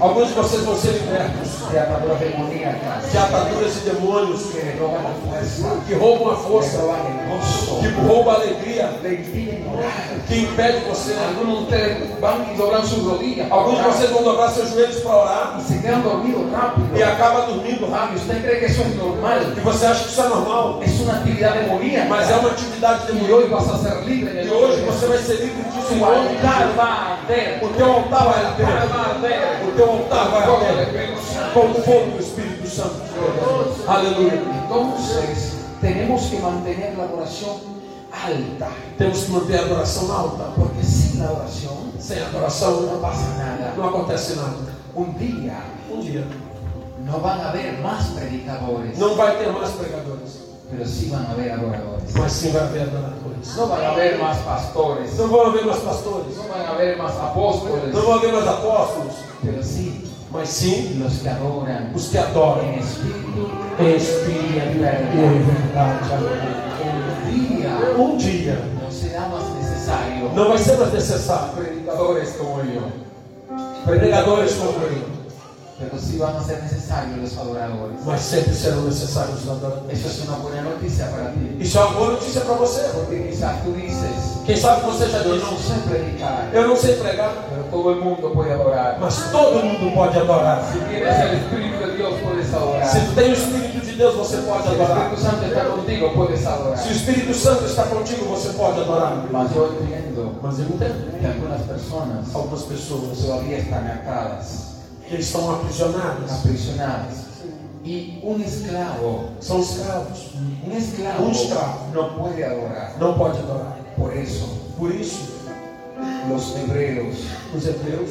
[SPEAKER 3] Alguns de vocês vão ser libertos
[SPEAKER 2] de ataduras demoníacas
[SPEAKER 3] de ataduras e demônios
[SPEAKER 2] que le roban la fuerza,
[SPEAKER 3] que roubam a
[SPEAKER 2] que
[SPEAKER 3] força,
[SPEAKER 2] le roban el gozo,
[SPEAKER 3] que roubam a alegria,
[SPEAKER 2] le impiden orar.
[SPEAKER 3] que impede você.
[SPEAKER 2] Algunos de ustedes van y doblan sus rodillas para
[SPEAKER 3] Alguns de
[SPEAKER 2] orar
[SPEAKER 3] vocês vão dobrar seus joelhos para orar
[SPEAKER 2] y se quedan dormidos rápido.
[SPEAKER 3] e acaba dormindo
[SPEAKER 2] Ah, ¿y
[SPEAKER 3] rápido.
[SPEAKER 2] ¿Usted cree que eso es
[SPEAKER 3] E
[SPEAKER 2] normal?
[SPEAKER 3] você acha que isso é normal,
[SPEAKER 2] Es una actividad demoníaca.
[SPEAKER 3] mas é uma atividade
[SPEAKER 2] Y
[SPEAKER 3] demoníaca.
[SPEAKER 2] hoy vas a ser libre. en el
[SPEAKER 3] E
[SPEAKER 2] nombre de
[SPEAKER 3] hoje você vai ser livre disso em um
[SPEAKER 2] Tu
[SPEAKER 3] nome de
[SPEAKER 2] altar
[SPEAKER 3] Deus.
[SPEAKER 2] va a arder.
[SPEAKER 3] O teu altar vai
[SPEAKER 2] altar va a
[SPEAKER 3] arder.
[SPEAKER 2] arder.
[SPEAKER 3] O teu altar vai
[SPEAKER 2] Como
[SPEAKER 3] arder
[SPEAKER 2] debemos.
[SPEAKER 3] com o fogo do Espírito Santo. Aleluia.
[SPEAKER 2] Entonces, tenemos que mantener la oración alta.
[SPEAKER 3] Temos que manter a adoração alta.
[SPEAKER 2] Porque sin la oración
[SPEAKER 3] Sem adoração
[SPEAKER 2] no pasa nada.
[SPEAKER 3] não acontece nada.
[SPEAKER 2] Un día
[SPEAKER 3] Um dia
[SPEAKER 2] no van a haber más predicadores,
[SPEAKER 3] não vai ter mais pregadores,
[SPEAKER 2] pero sí van a haber adoradores.
[SPEAKER 3] mas sim vai haver adoradores.
[SPEAKER 2] No van a haber más pastores,
[SPEAKER 3] Não vão haver mais pastores,
[SPEAKER 2] no van a haber más apóstoles,
[SPEAKER 3] não vão haver mais apóstolos,
[SPEAKER 2] pero sí
[SPEAKER 3] mas sim
[SPEAKER 2] los que adoran
[SPEAKER 3] os que adoram.
[SPEAKER 2] en espíritu y
[SPEAKER 3] Espírito
[SPEAKER 2] en
[SPEAKER 3] e
[SPEAKER 2] verdad.
[SPEAKER 3] verdade. aleluia.
[SPEAKER 2] Un día
[SPEAKER 3] Um dia
[SPEAKER 2] no será más necesario
[SPEAKER 3] não vai ser mais necessário
[SPEAKER 2] predicadores como yo.
[SPEAKER 3] pregadores como eu,
[SPEAKER 2] Pero sí van a ser necesarios los adoradores.
[SPEAKER 3] mas sempre serão necessários os adoradores.
[SPEAKER 2] Eso es una buena noticia para ti.
[SPEAKER 3] Isso é uma boa notícia para você.
[SPEAKER 2] Porque quizás tú dices,
[SPEAKER 3] Quem sabe você já
[SPEAKER 2] yo
[SPEAKER 3] disse,
[SPEAKER 2] no sé predicar,
[SPEAKER 3] eu não sei pregar,
[SPEAKER 2] pero todo el mundo puede adorar.
[SPEAKER 3] mas todo mundo pode adorar.
[SPEAKER 2] Si tienes el Espíritu de Dios, puedes adorar.
[SPEAKER 3] Se
[SPEAKER 2] Si
[SPEAKER 3] tu tem o Espírito de Deus, você pode
[SPEAKER 2] el
[SPEAKER 3] adorar.
[SPEAKER 2] Espíritu Santo está contigo, puedes adorar.
[SPEAKER 3] Se o Espírito Santo está contigo, você pode adorar.
[SPEAKER 2] Mas yo entiendo
[SPEAKER 3] Mas eu entendo
[SPEAKER 2] que algunas personas
[SPEAKER 3] algumas pessoas
[SPEAKER 2] todavía están atadas,
[SPEAKER 3] que estão aprisionadas,
[SPEAKER 2] aprisionadas. Y un esclavo,
[SPEAKER 3] são escravos,
[SPEAKER 2] un esclavo
[SPEAKER 3] Un esclavo.
[SPEAKER 2] no puede adorar.
[SPEAKER 3] não pode adorar.
[SPEAKER 2] Por eso,
[SPEAKER 3] Por isso,
[SPEAKER 2] los hebreos
[SPEAKER 3] os hebreus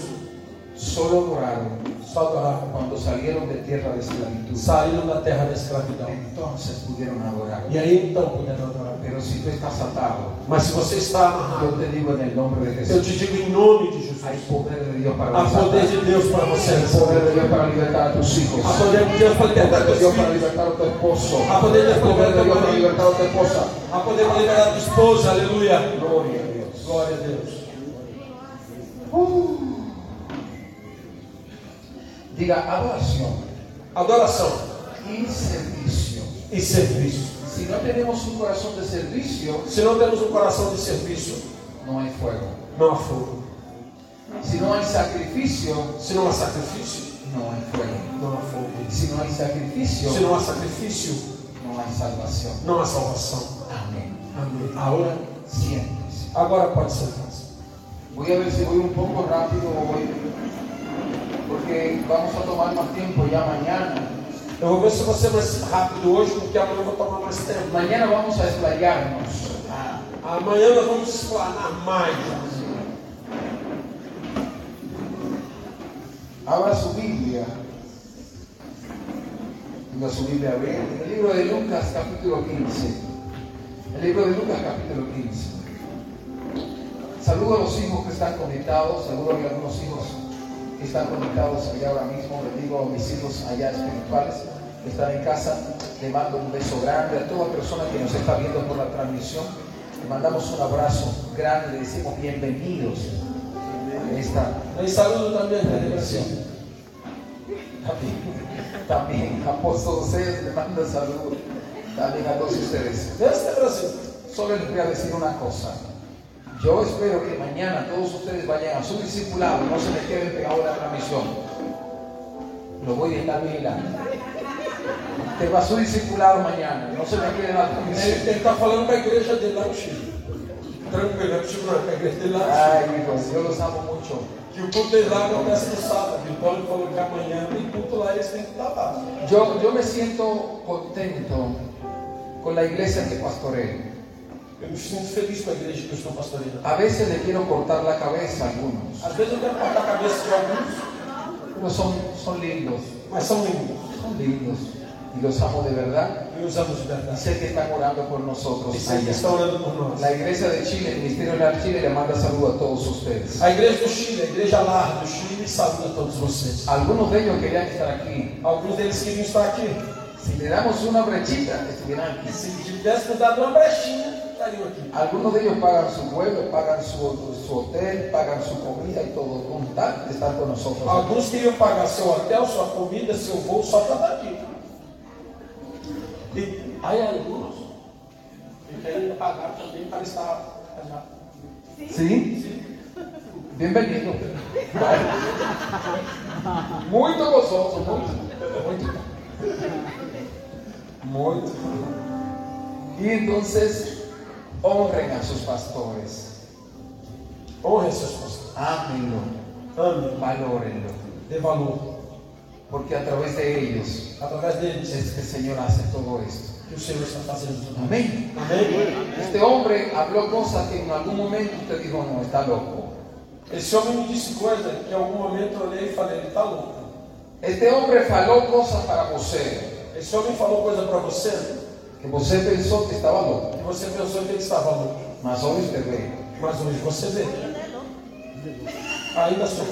[SPEAKER 2] solo adoraron
[SPEAKER 3] só adoravam
[SPEAKER 2] cuando salieron de tierra de esclavitud.
[SPEAKER 3] saíram da terra da escravidão.
[SPEAKER 2] Entonces pudieron adorar.
[SPEAKER 3] E aí então puderam adorar.
[SPEAKER 2] Pero si tú estás atado,
[SPEAKER 3] Mas se você está
[SPEAKER 2] yo
[SPEAKER 3] amarrado,
[SPEAKER 2] te digo en el nombre de
[SPEAKER 3] eu
[SPEAKER 2] Jesús,
[SPEAKER 3] te digo em nome de Jesus,
[SPEAKER 2] hay poder de Dios para
[SPEAKER 3] há poder
[SPEAKER 2] libertar.
[SPEAKER 3] de Deus para você.
[SPEAKER 2] Hay poder de Dios para libertar a tus hijos.
[SPEAKER 3] Há poder de Deus para
[SPEAKER 2] Poder
[SPEAKER 3] libertar
[SPEAKER 2] de
[SPEAKER 3] teus
[SPEAKER 2] Dios para
[SPEAKER 3] filhos.
[SPEAKER 2] libertar a tu esposo.
[SPEAKER 3] Há poder de Dios para
[SPEAKER 2] Poder de Dios
[SPEAKER 3] libertar a tu
[SPEAKER 2] para
[SPEAKER 3] marido.
[SPEAKER 2] libertar a tu esposa.
[SPEAKER 3] Há poder para liberar tua esposa. Aleluia.
[SPEAKER 2] Gloria a Dios.
[SPEAKER 3] Glória a Deus.
[SPEAKER 2] Diga adoración
[SPEAKER 3] Adoração
[SPEAKER 2] y servicio.
[SPEAKER 3] e serviço.
[SPEAKER 2] Si no tenemos un corazón de servicio,
[SPEAKER 3] Se não temos um coração de serviço,
[SPEAKER 2] no hay fuego.
[SPEAKER 3] não há fogo.
[SPEAKER 2] Si no hay sacrificio,
[SPEAKER 3] Se não há sacrifício,
[SPEAKER 2] no hay fuego.
[SPEAKER 3] não há fogo.
[SPEAKER 2] Si no hay sacrificio,
[SPEAKER 3] Se não há sacrifício,
[SPEAKER 2] no hay salvación.
[SPEAKER 3] não há salvação.
[SPEAKER 2] Amén.
[SPEAKER 3] Amém. Agora,
[SPEAKER 2] Siéntese.
[SPEAKER 3] agora pode sentar-se.
[SPEAKER 2] Voy a ver si voy un poco rápido hoy, porque vamos a tomar más tiempo ya mañana.
[SPEAKER 3] Eu vou ver se você vai ser rápido hoje, porque amanhã eu vou tomar mais tempo.
[SPEAKER 2] Mañana vamos a explayarnos. Ah,
[SPEAKER 3] Amanhã nós vamos explanar mais.
[SPEAKER 2] Abra su Biblia. Tenga su Biblia abierta. El libro de Lucas, capítulo 15. El libro de Lucas, capítulo 15. Saludo a los hijos que están conectados. Seguro que algunos hijos que están conectados allá ahora mismo. Les digo a mis hijos allá espirituales que están en casa. Les mando un beso grande a toda persona que nos está viendo por la transmisión. Les mandamos un abrazo grande. Le decimos bienvenidos a esta
[SPEAKER 3] E saludo também tá, a delegação.
[SPEAKER 2] También, también apóstol César le manda salud también a todos ustedes.
[SPEAKER 3] Deus é Brasil.
[SPEAKER 2] Solo les voy a decir una cosa. Yo espero que mañana todos ustedes vayan a su discipulado, no se les queden pegados en la transmisión. lo voy a estar vigilando. Te va a su discipulado mañana, no se me quede la comisión.
[SPEAKER 3] Ele está falando para a igreja de lá, Chico. Tranquilo, é Chico, para a igreja de lá.
[SPEAKER 2] Ay, amigos, yo los amo mucho.
[SPEAKER 3] Que o culto de lá começa no sábado. E Paulo falou que amanhã tem culto lá e eles têm que estar lá.
[SPEAKER 2] Yo, yo me siento contento con la iglesia que pastoreo.
[SPEAKER 3] Eu me sinto feliz com a igreja que eu estou pastoreando.
[SPEAKER 2] A veces le quiero cortar la cabeza a algunos.
[SPEAKER 3] Às vezes eu quero cortar a cabeça de alguns,
[SPEAKER 2] Pero son, son lindos,
[SPEAKER 3] mas são lindos.
[SPEAKER 2] son lindos. Y los amo de verdad.
[SPEAKER 3] E usamos de verdade.
[SPEAKER 2] Sé que están orando por nosotros.
[SPEAKER 3] E sempre está orando por nós.
[SPEAKER 2] La iglesia de Chile, el Ministerio de Chile, le manda saludos a todos ustedes.
[SPEAKER 3] A igreja do Chile, a igreja larga do Chile, saluda a todos vocês.
[SPEAKER 2] Algunos de ellos querían estar aquí.
[SPEAKER 3] Alguns deles queriam estar aqui.
[SPEAKER 2] Si le damos una brechita, estuvieran aquí.
[SPEAKER 3] Se tivéssemos dado uma brechinha, estariam aqui.
[SPEAKER 2] Algunos de ellos pagan su vuelo, pagan su, su hotel, pagan su comida y todo, con tal de estar con nosotros.
[SPEAKER 3] Alguns queriam pagar seu hotel, sua comida, seu voo só para estar aqui. E aí alguns que querem pagar também para estar lá.
[SPEAKER 2] ¿Sí? Bienvenido. Muy gozoso, muy, muy. Muy. Y entonces, honren a sus pastores.
[SPEAKER 3] Honre seus pastores.
[SPEAKER 2] Ámenlo,
[SPEAKER 3] Ame,
[SPEAKER 2] valórenlo.
[SPEAKER 3] dê valor.
[SPEAKER 2] Porque a través de ellos
[SPEAKER 3] Através deles
[SPEAKER 2] es que el Señor hace todo esto.
[SPEAKER 3] que o Senhor está fazendo tudo.
[SPEAKER 2] Amén.
[SPEAKER 3] Amém?
[SPEAKER 2] Este hombre habló cosas que en algún momento usted dijo, no, está loco.
[SPEAKER 3] Esse homem me disse coisa que em algum momento eu olhei e falei, ele está louco.
[SPEAKER 2] Este hombre faló cosas para você
[SPEAKER 3] Esse homem falou coisa para você
[SPEAKER 2] que você pensó que estaba loco,
[SPEAKER 3] que você pensou que ele estava louco.
[SPEAKER 2] mas hoy usted ve.
[SPEAKER 3] Mas hoje você vê. Ainda sou.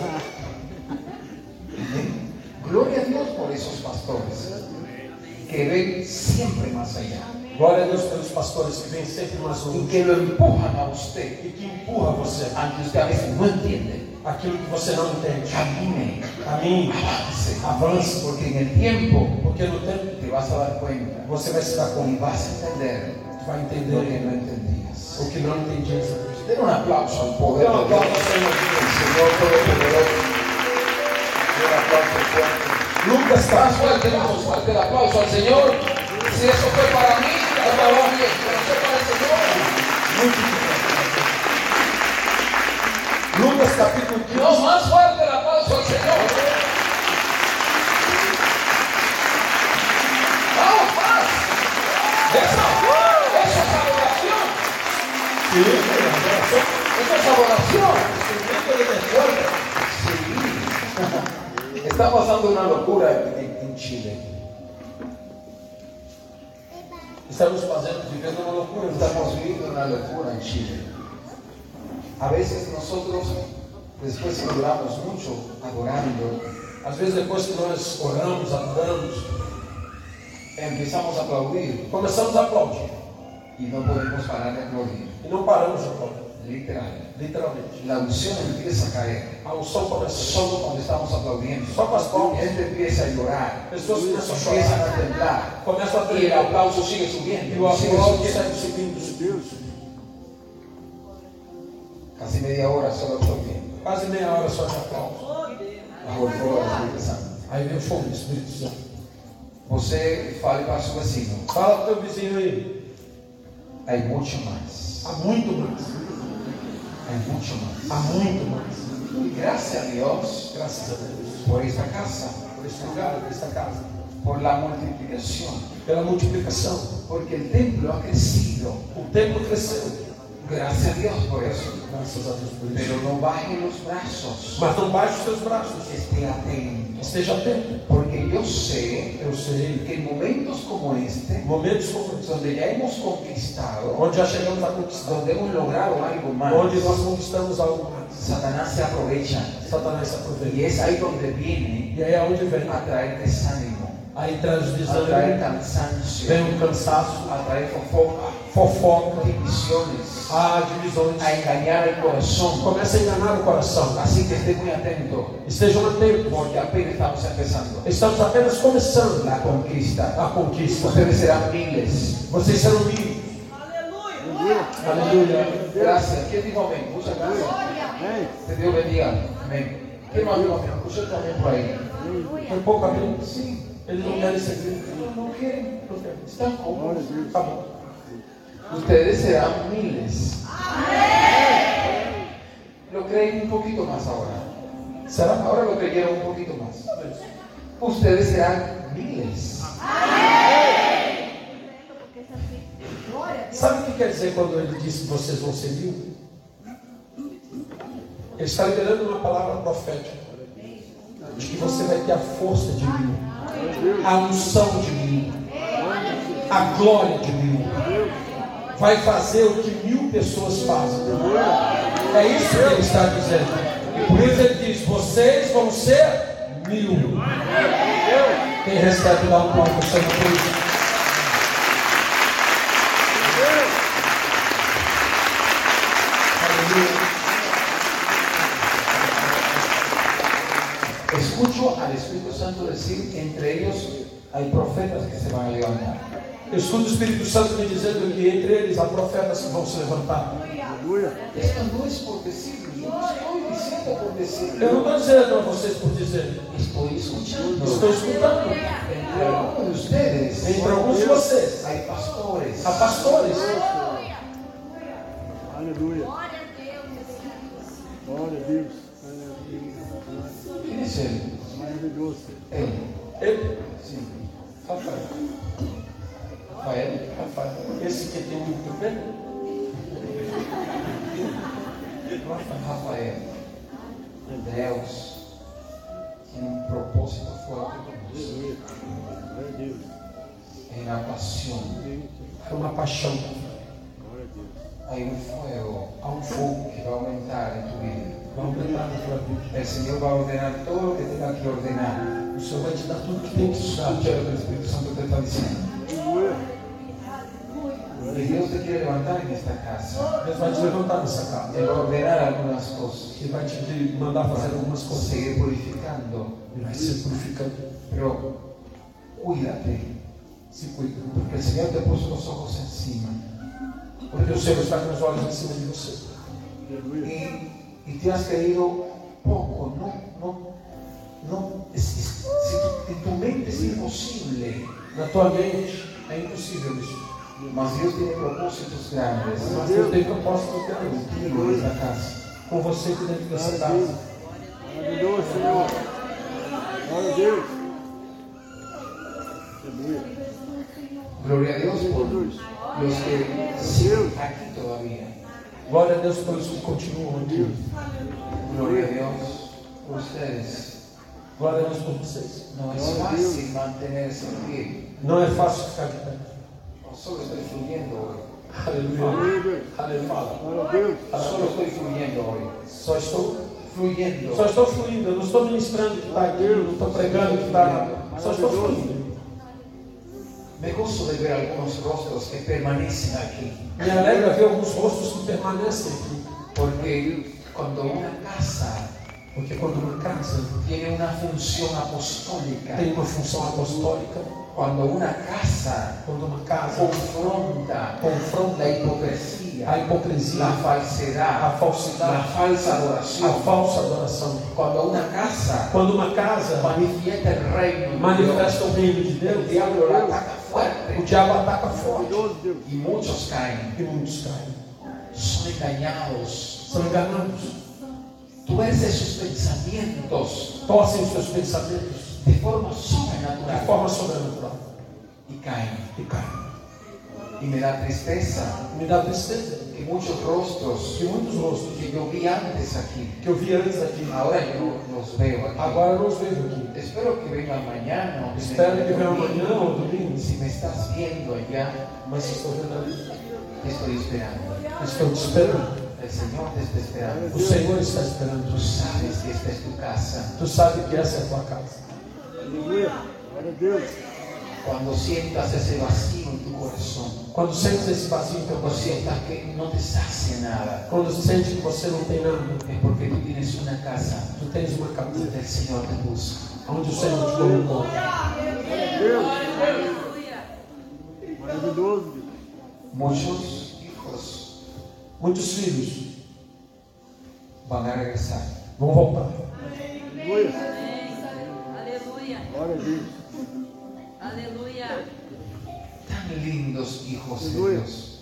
[SPEAKER 2] Gloria a Dios por esos pastores que ven siempre más allá
[SPEAKER 3] Glória a Deus pelos pastores que vêm sempre mais um
[SPEAKER 2] y
[SPEAKER 3] longe
[SPEAKER 2] que lo empujan a usted
[SPEAKER 3] e que empurra você
[SPEAKER 2] aunque usted a veces no entiende.
[SPEAKER 3] aquilo que você não entende.
[SPEAKER 2] Camine,
[SPEAKER 3] Caminhe,
[SPEAKER 2] avance, avance,
[SPEAKER 3] avance,
[SPEAKER 2] porque en el tiempo
[SPEAKER 3] porque no tempo
[SPEAKER 2] te vas a dar cuenta
[SPEAKER 3] você vai se dar
[SPEAKER 2] y
[SPEAKER 3] conta,
[SPEAKER 2] vas a entender
[SPEAKER 3] vai
[SPEAKER 2] lo que no
[SPEAKER 3] entender
[SPEAKER 2] entendías.
[SPEAKER 3] o que não entendia.
[SPEAKER 2] Den un aplauso al poder
[SPEAKER 3] Eu
[SPEAKER 2] de
[SPEAKER 3] aplaudo
[SPEAKER 2] Dios.
[SPEAKER 3] ao Senhor.
[SPEAKER 2] El Señor Todopoderoso. Un aplauso fuerte.
[SPEAKER 3] Lucas
[SPEAKER 2] Más
[SPEAKER 3] traz
[SPEAKER 2] fuerte, vamos, fuerte el aplauso al Señor. Si eso fue para mí, aplaudo bien, pero eso para el Señor.
[SPEAKER 3] Lucas capítulo 15.
[SPEAKER 2] No, más fuerte el aplauso al Señor. Vamos, más. Eso, eso es adoración. Eso es adoración. Sí. Está pasando una locura en, en Chile.
[SPEAKER 3] Estamos fazendo, vivendo uma loucura. né?
[SPEAKER 2] Estamos viviendo una locura en Chile. A veces nosotros, después que duramos mucho adorando,
[SPEAKER 3] Às vezes, depois que nós oramos, adoramos,
[SPEAKER 2] empezamos a aplaudir
[SPEAKER 3] começamos a aplaudir
[SPEAKER 2] y no podemos parar de aplaudir.
[SPEAKER 3] e não paramos de aplaudir,
[SPEAKER 2] Literal.
[SPEAKER 3] literalmente.
[SPEAKER 2] La unción empieza a caer.
[SPEAKER 3] A unção começa a
[SPEAKER 2] Solo cuando estamos aplaudiendo.
[SPEAKER 3] Só com as
[SPEAKER 2] La
[SPEAKER 3] palmas.
[SPEAKER 2] gente empieza a llorar.
[SPEAKER 3] Pessoas começam a
[SPEAKER 2] Empiezan
[SPEAKER 3] chorar.
[SPEAKER 2] a temblar.
[SPEAKER 3] Começam a
[SPEAKER 2] Y el
[SPEAKER 3] treinar.
[SPEAKER 2] aplauso sigue
[SPEAKER 3] E
[SPEAKER 2] subiendo.
[SPEAKER 3] o
[SPEAKER 2] sigue
[SPEAKER 3] aplauso
[SPEAKER 2] subiendo.
[SPEAKER 3] segue subindo.
[SPEAKER 2] Casi media hora solo aplaudiendo.
[SPEAKER 3] Quase meia hora só de aplauso.
[SPEAKER 2] Bajo el fuego del Espíritu Santo.
[SPEAKER 3] Aí vem o fogo do Espírito Santo.
[SPEAKER 2] Você fale para su vecino.
[SPEAKER 3] Fala pro teu vizinho aí.
[SPEAKER 2] Hay mucho más.
[SPEAKER 3] Há muito mais.
[SPEAKER 2] Hay mucho más.
[SPEAKER 3] Há muito mais.
[SPEAKER 2] Gracias a Dios
[SPEAKER 3] Graças a Deus.
[SPEAKER 2] por esta casa,
[SPEAKER 3] Por este lugar, por esta casa.
[SPEAKER 2] por la multiplicación,
[SPEAKER 3] Pela multiplicação.
[SPEAKER 2] porque el templo ha crecido.
[SPEAKER 3] O templo cresceu.
[SPEAKER 2] Gracias a Dios por eso.
[SPEAKER 3] Graças a Deus por isso.
[SPEAKER 2] Pero no baje los brazos.
[SPEAKER 3] Mas não baixe os teus braços.
[SPEAKER 2] Esté atento.
[SPEAKER 3] Esteja atento.
[SPEAKER 2] Porque yo sé
[SPEAKER 3] Eu sei.
[SPEAKER 2] que en momentos como este,
[SPEAKER 3] Momentos como esse,
[SPEAKER 2] donde ya hemos conquistado,
[SPEAKER 3] onde já chegamos à conquista.
[SPEAKER 2] donde hemos logrado algo más,
[SPEAKER 3] Onde nós conquistamos algo mais.
[SPEAKER 2] Satanás se aprovecha.
[SPEAKER 3] Satanás se aproveita.
[SPEAKER 2] Y es ahí donde viene
[SPEAKER 3] E aí aonde vem?
[SPEAKER 2] a traer desánimo,
[SPEAKER 3] Aí traz o
[SPEAKER 2] a traer
[SPEAKER 3] desânimo,
[SPEAKER 2] cansancio,
[SPEAKER 3] vem o cansaço,
[SPEAKER 2] a traer fofoca,
[SPEAKER 3] fofoca,
[SPEAKER 2] divisiones.
[SPEAKER 3] a divisões.
[SPEAKER 2] a engañar el corazón.
[SPEAKER 3] Começa a enganar o coração.
[SPEAKER 2] Así que esté muy atento,
[SPEAKER 3] Estejam atentos.
[SPEAKER 2] porque apenas estamos empezando
[SPEAKER 3] Estamos apenas começando
[SPEAKER 2] la conquista.
[SPEAKER 3] a conquista.
[SPEAKER 2] Ustedes serán miles.
[SPEAKER 3] Vocês serão livres. Aleluia.
[SPEAKER 2] Gracias. ¿Quién dijo amén? Muchas gracias. Que Dios bendiga. Amén. Quem não abriu a Bíblia? Puxa tua mão para ele.
[SPEAKER 3] Foi pouco a mim?
[SPEAKER 2] Sim.
[SPEAKER 3] Eles não querem servir.
[SPEAKER 2] Não, não querem.
[SPEAKER 3] Não querem.
[SPEAKER 2] Estão cómodos.
[SPEAKER 3] Tá bom.
[SPEAKER 2] Ustedes serán miles. Lo creen un poquito más ahora.
[SPEAKER 3] Será?
[SPEAKER 2] Ahora lo creyeron un poquito más. Ustedes serán miles.
[SPEAKER 3] Sabe o que quer dizer quando ele disse vocês vão ser mil? Ele está liberando uma palavra profética. De que você vai ter a força de mil, a unção de mil, a glória de mil. Vai fazer o que mil pessoas fazem. É isso que ele está dizendo. E por isso ele diz: vocês vão ser mil. Quem recebe dá um palco, Senhor Cristo. Aleluia.
[SPEAKER 2] Escucho al Espíritu Santo decir, entre ellos hay profetas que se van a levantar.
[SPEAKER 3] Eu escuto o Espírito Santo me dizendo que entre eles há profetas que vão se levantar.
[SPEAKER 2] Esto no es por decirlo, yo no estoy diciendo por
[SPEAKER 3] Eu não
[SPEAKER 2] decirlo.
[SPEAKER 3] estou dizendo a vocês por dizer,
[SPEAKER 2] Estoy escuchando.
[SPEAKER 3] estou escutando.
[SPEAKER 2] Entre algunos de ustedes
[SPEAKER 3] Entre alguns de vocês,
[SPEAKER 2] hay pastores.
[SPEAKER 3] há pastores,
[SPEAKER 4] Aleluia. Glória a Deus.
[SPEAKER 2] ¿Quién es él?
[SPEAKER 4] Maravilhoso.
[SPEAKER 2] Él.
[SPEAKER 3] ele,
[SPEAKER 2] Sí.
[SPEAKER 3] Rafael,
[SPEAKER 2] Rafael.
[SPEAKER 3] Rafael, esse que tem muito bem,
[SPEAKER 2] Rafael. Dios tiene un propósito fuerte con nosotros.
[SPEAKER 4] Glória a Deus.
[SPEAKER 2] En la pasión
[SPEAKER 3] é uma paixão.
[SPEAKER 4] Glória a Deus.
[SPEAKER 2] hay un fuego, a un fuego que va a aumentar en tu vida.
[SPEAKER 3] Vamos tentar na tua vida.
[SPEAKER 2] El Señor va a ordenar todo lo que tenga que ordenar.
[SPEAKER 3] O Senhor vai te dar tudo que tem que te dar.
[SPEAKER 2] Escucha lo que el Espíritu Santo te está diciendo. Y Dios te quiere levantar en esta casa.
[SPEAKER 3] Deus vai te levantar nessa casa.
[SPEAKER 2] Él va a ordenar algunas cosas.
[SPEAKER 3] Ele vai te mandar fazer algumas coisas.
[SPEAKER 2] Seguir purificando.
[SPEAKER 3] Ele vai se purificando.
[SPEAKER 2] Pero cuídate.
[SPEAKER 3] Se cuida.
[SPEAKER 2] Porque el Señor te puso los ojos encima.
[SPEAKER 3] Porque o Senhor está com os olhos em cima de você.
[SPEAKER 4] Aleluia.
[SPEAKER 2] Y, y te has creído poco. No, no, no. Es- es- si tu- en tu mente es imposible.
[SPEAKER 3] Na tua mente é impossível isso.
[SPEAKER 2] Mas Dios tiene propósitos grandes
[SPEAKER 3] Mas Deus tem propósito grande
[SPEAKER 2] contigo en esta casa.
[SPEAKER 3] com você aqui dentro dessa
[SPEAKER 4] Glória a Deus.
[SPEAKER 3] casa.
[SPEAKER 4] Maravilhoso, Senhor. Glória a Deus. Aleluia.
[SPEAKER 2] Gloria a Dios por los que siguen aquí todavía.
[SPEAKER 3] Glória a Deus por isso que continuam aqui.
[SPEAKER 2] Gloria a Dios por ustedes.
[SPEAKER 3] Glória a Deus por vocês. é assim.
[SPEAKER 2] No es fácil mantenerse en pie.
[SPEAKER 3] Não é fácil ficar aqui dentro.
[SPEAKER 2] Solo estoy fluyendo hoy.
[SPEAKER 3] Aleluia. Aleluia.
[SPEAKER 4] Glória a Deus.
[SPEAKER 2] Solo estoy fluyendo hoy.
[SPEAKER 3] Só estou
[SPEAKER 2] Fluyendo.
[SPEAKER 3] Só estou fluindo, eu não estou ministrando o que está aqui, eu não estou pregando o que está. Só estou fluindo.
[SPEAKER 2] Me gozo de ver algunos rostros que permanecen aquí.
[SPEAKER 3] Me alegra ver alguns rostos que permanecem aqui.
[SPEAKER 2] Porque cuando una casa
[SPEAKER 3] Porque quando uma casa
[SPEAKER 2] tiene una función apostólica,
[SPEAKER 3] tem uma função apostólica,
[SPEAKER 2] cuando una casa
[SPEAKER 3] quando uma casa
[SPEAKER 2] confronta, confronta la hipocresía,
[SPEAKER 3] a hipocrisia,
[SPEAKER 2] la falsedad,
[SPEAKER 3] a
[SPEAKER 2] la
[SPEAKER 3] falsidade,
[SPEAKER 2] falsa
[SPEAKER 3] a
[SPEAKER 2] adoración.
[SPEAKER 3] falsa adoração.
[SPEAKER 2] Cuando una casa
[SPEAKER 3] Quando uma casa
[SPEAKER 2] manifiesta el reino, de Dios,
[SPEAKER 3] manifesta o reino de
[SPEAKER 2] el
[SPEAKER 3] Deus,
[SPEAKER 2] diablo la ataca
[SPEAKER 3] o
[SPEAKER 2] fuerte
[SPEAKER 3] diabo ataca forte
[SPEAKER 4] Maravilhoso, Deus.
[SPEAKER 2] y muchos caen,
[SPEAKER 3] e muitos caem.
[SPEAKER 2] son engañados.
[SPEAKER 3] São enganados,
[SPEAKER 2] Tuerce sus pensamientos
[SPEAKER 3] torcem os seus pensamentos
[SPEAKER 2] de forma
[SPEAKER 3] de
[SPEAKER 2] sobrenatural
[SPEAKER 3] forma sobrenatural
[SPEAKER 2] y caen.
[SPEAKER 3] e caem.
[SPEAKER 2] Y me da tristeza
[SPEAKER 3] Me dá tristeza
[SPEAKER 2] que muchos rostros
[SPEAKER 3] que muitos rostos
[SPEAKER 2] que yo vi antes aquí,
[SPEAKER 3] que eu vi antes aqui.
[SPEAKER 2] ahora yo los veo aquí.
[SPEAKER 3] Agora eu não os vejo aqui.
[SPEAKER 2] Espero que vengan mañana. o que
[SPEAKER 3] Espero que
[SPEAKER 2] vengan
[SPEAKER 3] venha
[SPEAKER 2] domingo.
[SPEAKER 3] amanhã ou domingo,
[SPEAKER 2] Si me estás viendo allá,
[SPEAKER 3] mas estou vendo ali.
[SPEAKER 2] te estoy esperando.
[SPEAKER 3] Estou te esperando.
[SPEAKER 2] El Señor te está esperando.
[SPEAKER 3] O Senhor está esperando.
[SPEAKER 2] Tú sabes que esta es tu casa.
[SPEAKER 3] Tu sabe que essa é a tua casa.
[SPEAKER 4] Aleluia. Glória a Deus.
[SPEAKER 2] Cuando sientas ese vacío en tu corazón,
[SPEAKER 3] Quando sentes esse vazio em teu
[SPEAKER 2] cuando
[SPEAKER 3] coração,
[SPEAKER 2] sientas que no te sacia nada,
[SPEAKER 3] quando sente que você não tem nada,
[SPEAKER 2] es porque tú tienes una casa
[SPEAKER 3] tu tens uma casa
[SPEAKER 2] donde el Señor te busca.
[SPEAKER 3] onde o Senhor te um colocou.
[SPEAKER 4] Maravilhoso, Deus.
[SPEAKER 2] Muchos hijos
[SPEAKER 3] Muitos filhos
[SPEAKER 2] van a regresar.
[SPEAKER 3] vão voltar.
[SPEAKER 4] Aleluia.
[SPEAKER 5] Aleluia.
[SPEAKER 4] Glória a Deus.
[SPEAKER 5] Aleluia.
[SPEAKER 2] Tan lindos hijos de
[SPEAKER 4] Aleluya.
[SPEAKER 2] Dios.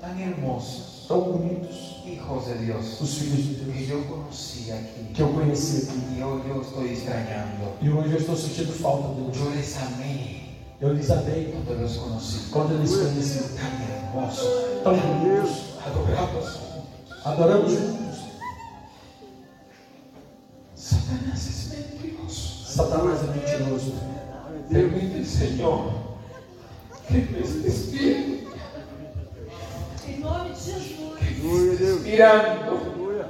[SPEAKER 2] Tan hermosos
[SPEAKER 3] Tão bonitos.
[SPEAKER 2] hijos de Dios.
[SPEAKER 3] Os filhos de
[SPEAKER 2] Que
[SPEAKER 3] Deus.
[SPEAKER 2] yo conocí
[SPEAKER 3] Que
[SPEAKER 2] aquí.
[SPEAKER 3] eu conheci aqui.
[SPEAKER 2] Y hoy yo estoy extrañando.
[SPEAKER 3] E hoje eu estou sentindo falta deles.
[SPEAKER 2] Yo les amé
[SPEAKER 3] Eu lhes amei
[SPEAKER 2] cuando los conocí.
[SPEAKER 3] quando eles conheci.
[SPEAKER 2] Tan hermosos.
[SPEAKER 3] Tão bonitos.
[SPEAKER 2] Adorados.
[SPEAKER 3] Adoramos juntos.
[SPEAKER 2] Satanás es mentiroso.
[SPEAKER 3] Satanás é mentiroso.
[SPEAKER 2] Permite el Señor que les despide
[SPEAKER 5] Em nome de Jesus.
[SPEAKER 4] Glória a Deus.
[SPEAKER 2] mirando.
[SPEAKER 4] Aleluia.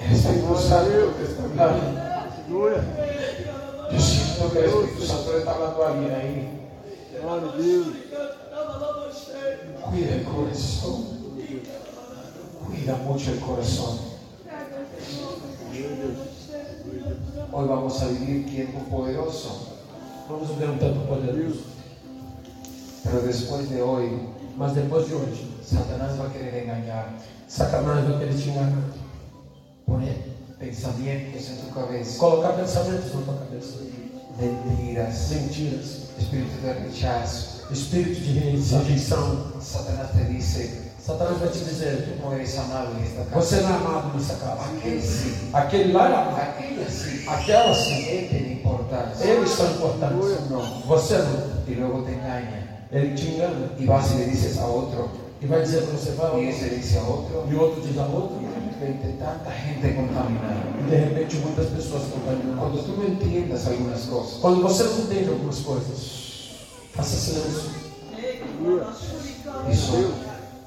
[SPEAKER 2] El Espíritu Santo te está hablando.
[SPEAKER 4] Aleluia.
[SPEAKER 2] Yo siento que el Espíritu Santo le está hablando a alguien ahí.
[SPEAKER 4] Glória a Deus.
[SPEAKER 2] Cuida el corazón. Cuida mucho el corazón. Hoy vamos a vivir tiempo poderoso,
[SPEAKER 3] Vamos ver um tanto poderoso.
[SPEAKER 2] pero después de hoy,
[SPEAKER 3] Mas depois de hoje,
[SPEAKER 2] Satanás va a querer engañar,
[SPEAKER 3] Satanás vai querer te enganar.
[SPEAKER 2] poner pensamientos en tu cabeza,
[SPEAKER 3] Colocar pensamentos na tua cabeça.
[SPEAKER 2] mentiras,
[SPEAKER 3] Mentiras.
[SPEAKER 2] espíritu de rechazo.
[SPEAKER 3] Espírito de rejeição.
[SPEAKER 2] Satanás te dice,
[SPEAKER 3] Satanás vai te dizer:
[SPEAKER 2] no eres amado en esta casa.
[SPEAKER 3] Você não é amado nessa casa.
[SPEAKER 2] Aquel sí,
[SPEAKER 3] Aquele lá era amado.
[SPEAKER 2] aquella sí,
[SPEAKER 3] Aquela sim.
[SPEAKER 2] él tiene importancia.
[SPEAKER 3] Eles são importantes.
[SPEAKER 2] No.
[SPEAKER 3] Você não.
[SPEAKER 2] Y luego te engaña.
[SPEAKER 3] Ele te engana.
[SPEAKER 2] Y vas y le dices a otro,
[SPEAKER 3] E vai dizer para você: Vai
[SPEAKER 2] y ese le dice a otro,
[SPEAKER 3] E o outro diz a outro.
[SPEAKER 2] frente a tanta gente contaminada.
[SPEAKER 3] E de repente muitas pessoas estão contaminadas.
[SPEAKER 2] Cuando tú no entiendas algunas cosas,
[SPEAKER 3] Quando você não entende algumas coisas, faça silêncio.
[SPEAKER 2] y solo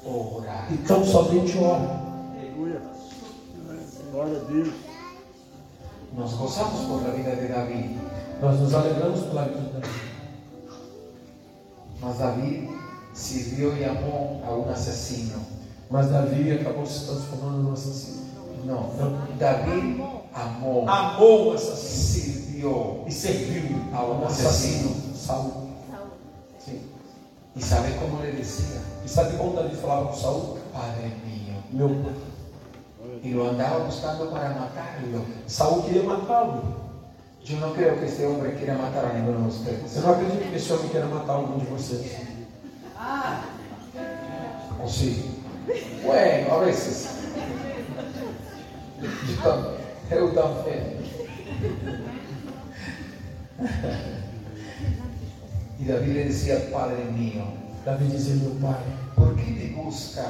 [SPEAKER 2] orar.
[SPEAKER 3] Então somente ora.
[SPEAKER 4] Aleluia. Glória a Deus.
[SPEAKER 2] Nos gozamos por la vida de David,
[SPEAKER 3] Nós nos alegramos pela vida.
[SPEAKER 2] mas David sirvió e amó a un asesino.
[SPEAKER 3] Mas Davi acabou se transformando num assassino.
[SPEAKER 2] No, David amó,
[SPEAKER 3] Amou o assassino
[SPEAKER 2] sirvió
[SPEAKER 3] e serviu
[SPEAKER 2] a
[SPEAKER 3] ao
[SPEAKER 2] un asesino.
[SPEAKER 3] assassino Saul. Sim.
[SPEAKER 2] ¿Y sabe cómo le decía?
[SPEAKER 3] E sabe como Davi falava com Saul?
[SPEAKER 2] Padre mío.
[SPEAKER 3] Meu pai.
[SPEAKER 2] Y lo andaba buscando para matarlo.
[SPEAKER 3] Saul queria matá-lo.
[SPEAKER 2] Yo no creo que este hombre quiera matar a ninguno de ustedes.
[SPEAKER 3] Eu não acredito que esse homem queira matar algum de vocês.
[SPEAKER 2] ¿O Oh, sí? Bueno, a veces. Yo tam- eu también. Y David le decía, Padre mío,
[SPEAKER 3] Davi dizia: Meu pai,
[SPEAKER 2] ¿por qué me busca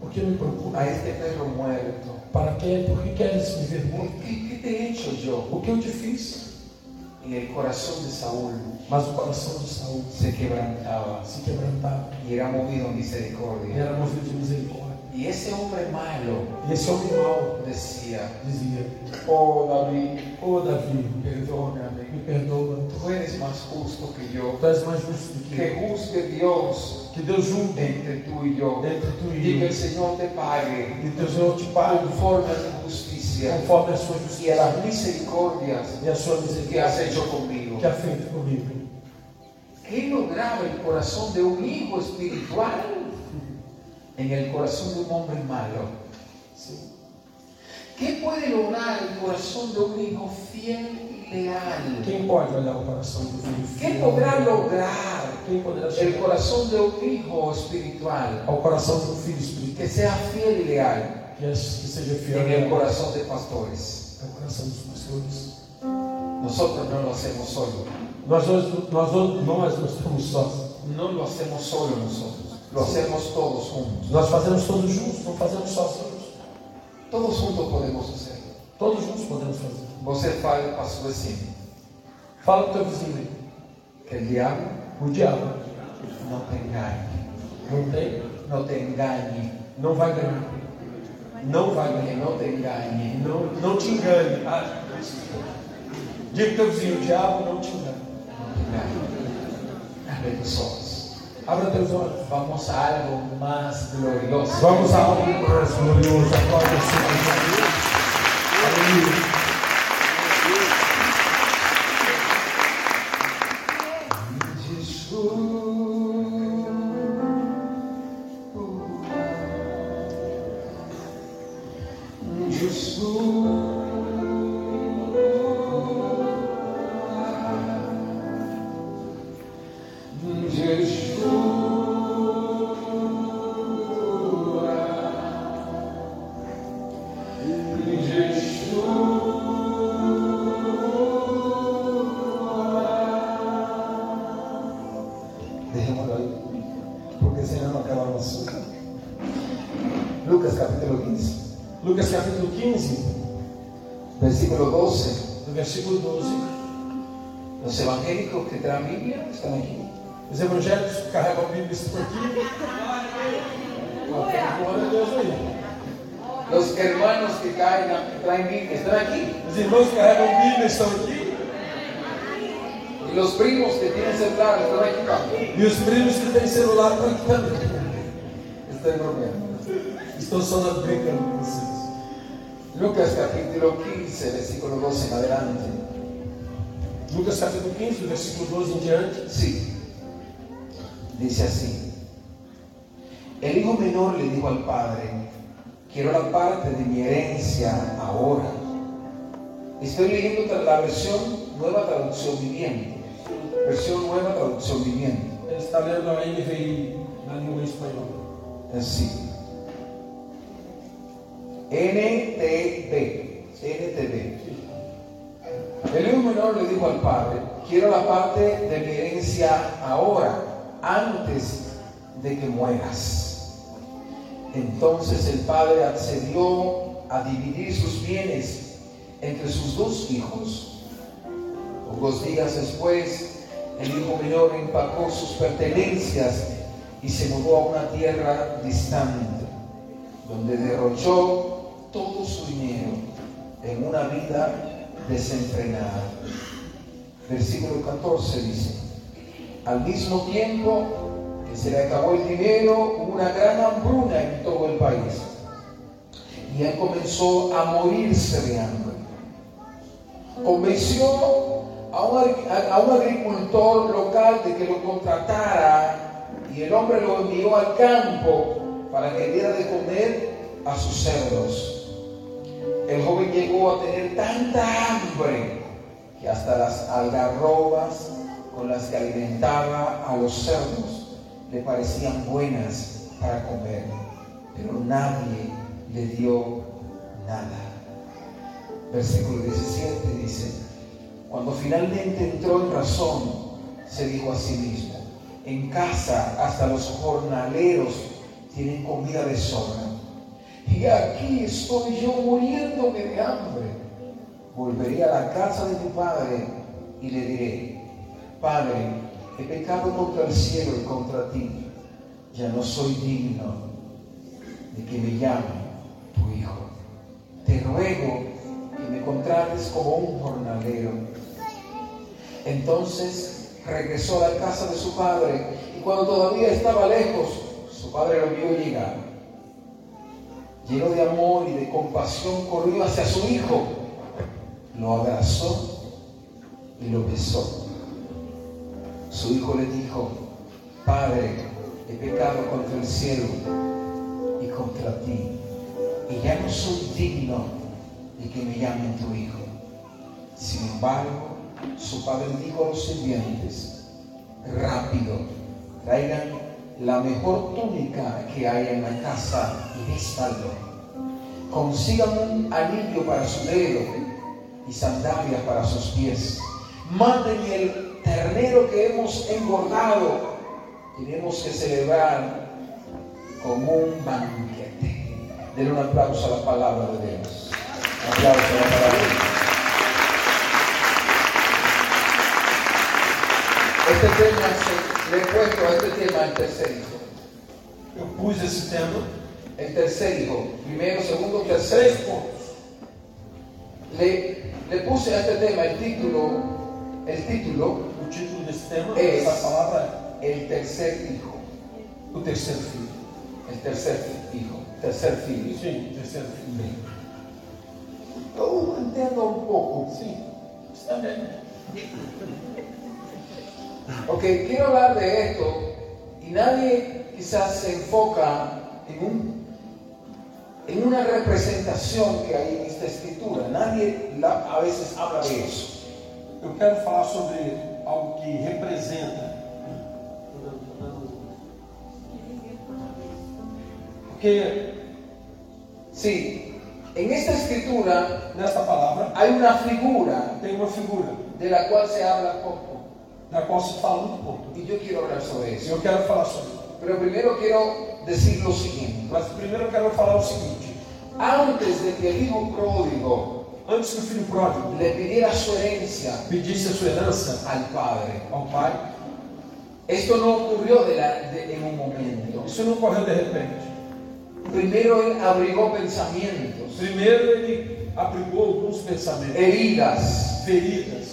[SPEAKER 3] por que me procura?
[SPEAKER 2] a este perro muerto?
[SPEAKER 3] Para quê? Por que queres me ver
[SPEAKER 2] ¿Por
[SPEAKER 3] morto?
[SPEAKER 2] qué, qué te he hecho yo?
[SPEAKER 3] O que eu te fiz?
[SPEAKER 2] Y el corazón de Saúl
[SPEAKER 3] Mas o coração de Saul
[SPEAKER 2] se quebrantaba
[SPEAKER 3] se quebrantava.
[SPEAKER 2] y era movido en
[SPEAKER 3] Ele
[SPEAKER 2] misericordia.
[SPEAKER 3] era movido de misericórdia.
[SPEAKER 2] Y ese hombre malo
[SPEAKER 3] E esse homem mau
[SPEAKER 2] decía,
[SPEAKER 3] dizia:
[SPEAKER 2] oh David,
[SPEAKER 3] Ô Davi,
[SPEAKER 2] perdóname,
[SPEAKER 3] me perdoa.
[SPEAKER 2] Tú eres más justo que yo.
[SPEAKER 3] Tu és mais justo do que
[SPEAKER 2] Que
[SPEAKER 3] eu.
[SPEAKER 2] juzgue Dios
[SPEAKER 3] Que Deus julgue
[SPEAKER 2] entre tú y yo.
[SPEAKER 3] entre tu
[SPEAKER 2] Y
[SPEAKER 3] e
[SPEAKER 2] que el
[SPEAKER 3] eu.
[SPEAKER 2] Señor te pague
[SPEAKER 3] E teu Senhor te pague
[SPEAKER 2] conforme a tu justicia
[SPEAKER 3] conforme a sua
[SPEAKER 2] y a las
[SPEAKER 3] justiça
[SPEAKER 2] misericordias
[SPEAKER 3] e a sua
[SPEAKER 2] que has
[SPEAKER 3] misericórdia
[SPEAKER 2] hecho conmigo.
[SPEAKER 3] que há feito comigo.
[SPEAKER 2] ¿Qué lograba el corazón de un hijo espiritual en el corazón de un hombre malo? ¿Qué puede lograr el corazón de un hijo fiel y leal?
[SPEAKER 3] Quem pode olhar o coração do filho?
[SPEAKER 2] ¿Qué
[SPEAKER 3] fiel?
[SPEAKER 2] podrá lograr
[SPEAKER 3] Quem poderá
[SPEAKER 2] el
[SPEAKER 3] chegar
[SPEAKER 2] corazón de un hijo espiritual?
[SPEAKER 3] ao coração do filho
[SPEAKER 2] que
[SPEAKER 3] espiritual?
[SPEAKER 2] sea fiel y leal
[SPEAKER 3] Que as- que seja fiel
[SPEAKER 2] en el corazón de pastores.
[SPEAKER 3] ao coração dos pastores.
[SPEAKER 2] Nosotros no lo hacemos solo,
[SPEAKER 3] Nós hoje, nós hoje, nós não estamos sós.
[SPEAKER 2] no lo hacemos solo nosotros, lo hacemos todos juntos.
[SPEAKER 3] Nós fazemos todos juntos, não fazemos sozinhos.
[SPEAKER 2] Todos juntos podemos hacerlo.
[SPEAKER 3] Todos juntos podemos fazer.
[SPEAKER 2] Você fala para su vecino
[SPEAKER 3] Fala pro teu vizinho aí.
[SPEAKER 2] que el diablo
[SPEAKER 3] O diabo
[SPEAKER 2] no te engañe,
[SPEAKER 3] não tem,
[SPEAKER 2] no te engañe,
[SPEAKER 3] não vai ganhar. Não vai
[SPEAKER 2] que
[SPEAKER 3] ganhar.
[SPEAKER 2] no te engañe.
[SPEAKER 3] Não, não te engane. Ah, Diga pro teu vizinho, o diabo não te engana.
[SPEAKER 2] no te engañe. Abre tus ojos.
[SPEAKER 3] Abra teus olhos.
[SPEAKER 2] Vamos a algo más glorioso.
[SPEAKER 3] Vamos a algo mais glorioso. Aplauda o Senhor. Aleluia.
[SPEAKER 2] Jesus.
[SPEAKER 3] Derrama daí. Porque senão não acaba nosso. Lucas capítulo 15,
[SPEAKER 6] Lucas capítulo 15,
[SPEAKER 2] versículo 12.
[SPEAKER 6] do versículo 12.
[SPEAKER 2] Los evangélicos que traen Biblia están aquí.
[SPEAKER 6] Os evangélicos que carregam a Bíblia estão aqui. Glória a Deus aí.
[SPEAKER 2] Los hermanos que traen, traen Biblia están aquí.
[SPEAKER 6] Os irmãos que carregam Bíblia estão aqui.
[SPEAKER 2] Y los primos que tienen celular están aquí.
[SPEAKER 6] E os primos que têm celular estão aqui também.
[SPEAKER 2] Estoy bromeando.
[SPEAKER 6] Estou só brincando com vocês.
[SPEAKER 2] Lucas capítulo 15, versículo 12 en adelante.
[SPEAKER 6] Lucas capítulo 15, do versículo 12 em diante.
[SPEAKER 2] Sí. Dice así. El hijo menor le dijo al padre, quiero la parte de mi herencia ahora. Estoy leyendo tra- la versión nueva traducción viviente. Versión nueva traducción viviente.
[SPEAKER 6] Ele está lendo a NVI na língua espanhola.
[SPEAKER 2] Así. NTB. NTB. El hijo menor le dijo al padre, quiero la parte de mi herencia ahora, antes de que mueras. Entonces el padre accedió a dividir sus bienes entre sus dos hijos. Pocos días después, el hijo menor empacó sus pertenencias y se mudó a una tierra distante, donde derrochó todo su dinero en una vida desenfrenada. Versículo 14 dice, al mismo tiempo que se le acabó el dinero, hubo una gran hambruna en todo el país. Y él comenzó a morirse de hambre convenció a un, agri- a- a un agricultor local de que lo contratara y el hombre lo envió al campo para que diera de comer a sus cerdos. El joven llegó a tener tanta hambre que hasta las algarrobas con las que alimentaba a los cerdos le parecían buenas para comer, pero nadie le dio nada. Versículo 17 dice, cuando finalmente entró en razón, se dijo a sí mismo, en casa hasta los jornaleros tienen comida de sobra. Y aquí estoy yo muriéndome de hambre. Volveré a la casa de mi padre y le diré, Padre, he pecado contra el cielo y contra ti. Ya no soy digno de que me llame tu hijo. Te ruego que me contrates como un jornalero. Entonces regresó a la casa de su padre y cuando todavía estaba lejos, su padre lo vio llegar. Lleno de amor y de compasión, corrió hacia su hijo, lo abrazó y lo besó. Su hijo le dijo, Padre, he pecado contra el cielo y contra ti y ya no soy digno de que me llamen tu hijo. Sin embargo, su padre dijo a los sirvientes, rápido, traigan la mejor túnica que haya en la casa y vístanlo. Consigan un anillo para su dedo y sandalias para sus pies. Manden el ternero que hemos engordado. Tenemos que celebrar con un banquete. Denle un aplauso a la palabra de Dios. Un aplauso a la palabra de Dios. Este tema se- le he puesto a este tema el tercer hijo.
[SPEAKER 6] Eu pus esse tema,
[SPEAKER 2] El tercer hijo, primero, segundo, tercer.
[SPEAKER 6] três pontos.
[SPEAKER 2] Le, le puse a este tema el título, el título,
[SPEAKER 6] O título desse tema,
[SPEAKER 2] É.
[SPEAKER 6] dessa palavra
[SPEAKER 2] el tercer hijo.
[SPEAKER 6] é O Terceiro Filho.
[SPEAKER 2] El tercer hijo, tercer hijo.
[SPEAKER 6] Sim, o Terceiro Filho.
[SPEAKER 2] Yo entiendo un poco.
[SPEAKER 6] Sim, está bem.
[SPEAKER 2] Ok, quiero hablar de esto y nadie quizás se enfoca en, un- en una representación que hay en esta escritura. Nadie la- a veces habla de eso.
[SPEAKER 6] Eu quero falar sobre algo que representa. Porque
[SPEAKER 2] Sí, en esta escritura
[SPEAKER 6] nessa palavra
[SPEAKER 2] hay una figura
[SPEAKER 6] tem uma figura
[SPEAKER 2] de la cual se habla poco.
[SPEAKER 3] na qual se fala um pouco.
[SPEAKER 2] Y yo quiero hablar sobre eso.
[SPEAKER 3] Eu quero falar sobre isso.
[SPEAKER 2] Pero primero quiero decir lo siguiente.
[SPEAKER 3] Mas primeiro eu quero falar o seguinte.
[SPEAKER 2] Antes de que el hijo pródigo
[SPEAKER 3] Antes que o filho pródigo
[SPEAKER 2] le pidiera su herencia
[SPEAKER 3] pedisse a sua herança
[SPEAKER 2] al padre,
[SPEAKER 3] ao pai,
[SPEAKER 2] esto no ocurrió de la- de- en un momento.
[SPEAKER 3] isso não ocorreu de repente.
[SPEAKER 2] Primero él abrigó pensamientos,
[SPEAKER 3] Primeiro ele aplicou alguns pensamentos,
[SPEAKER 2] heridas.
[SPEAKER 3] feridas,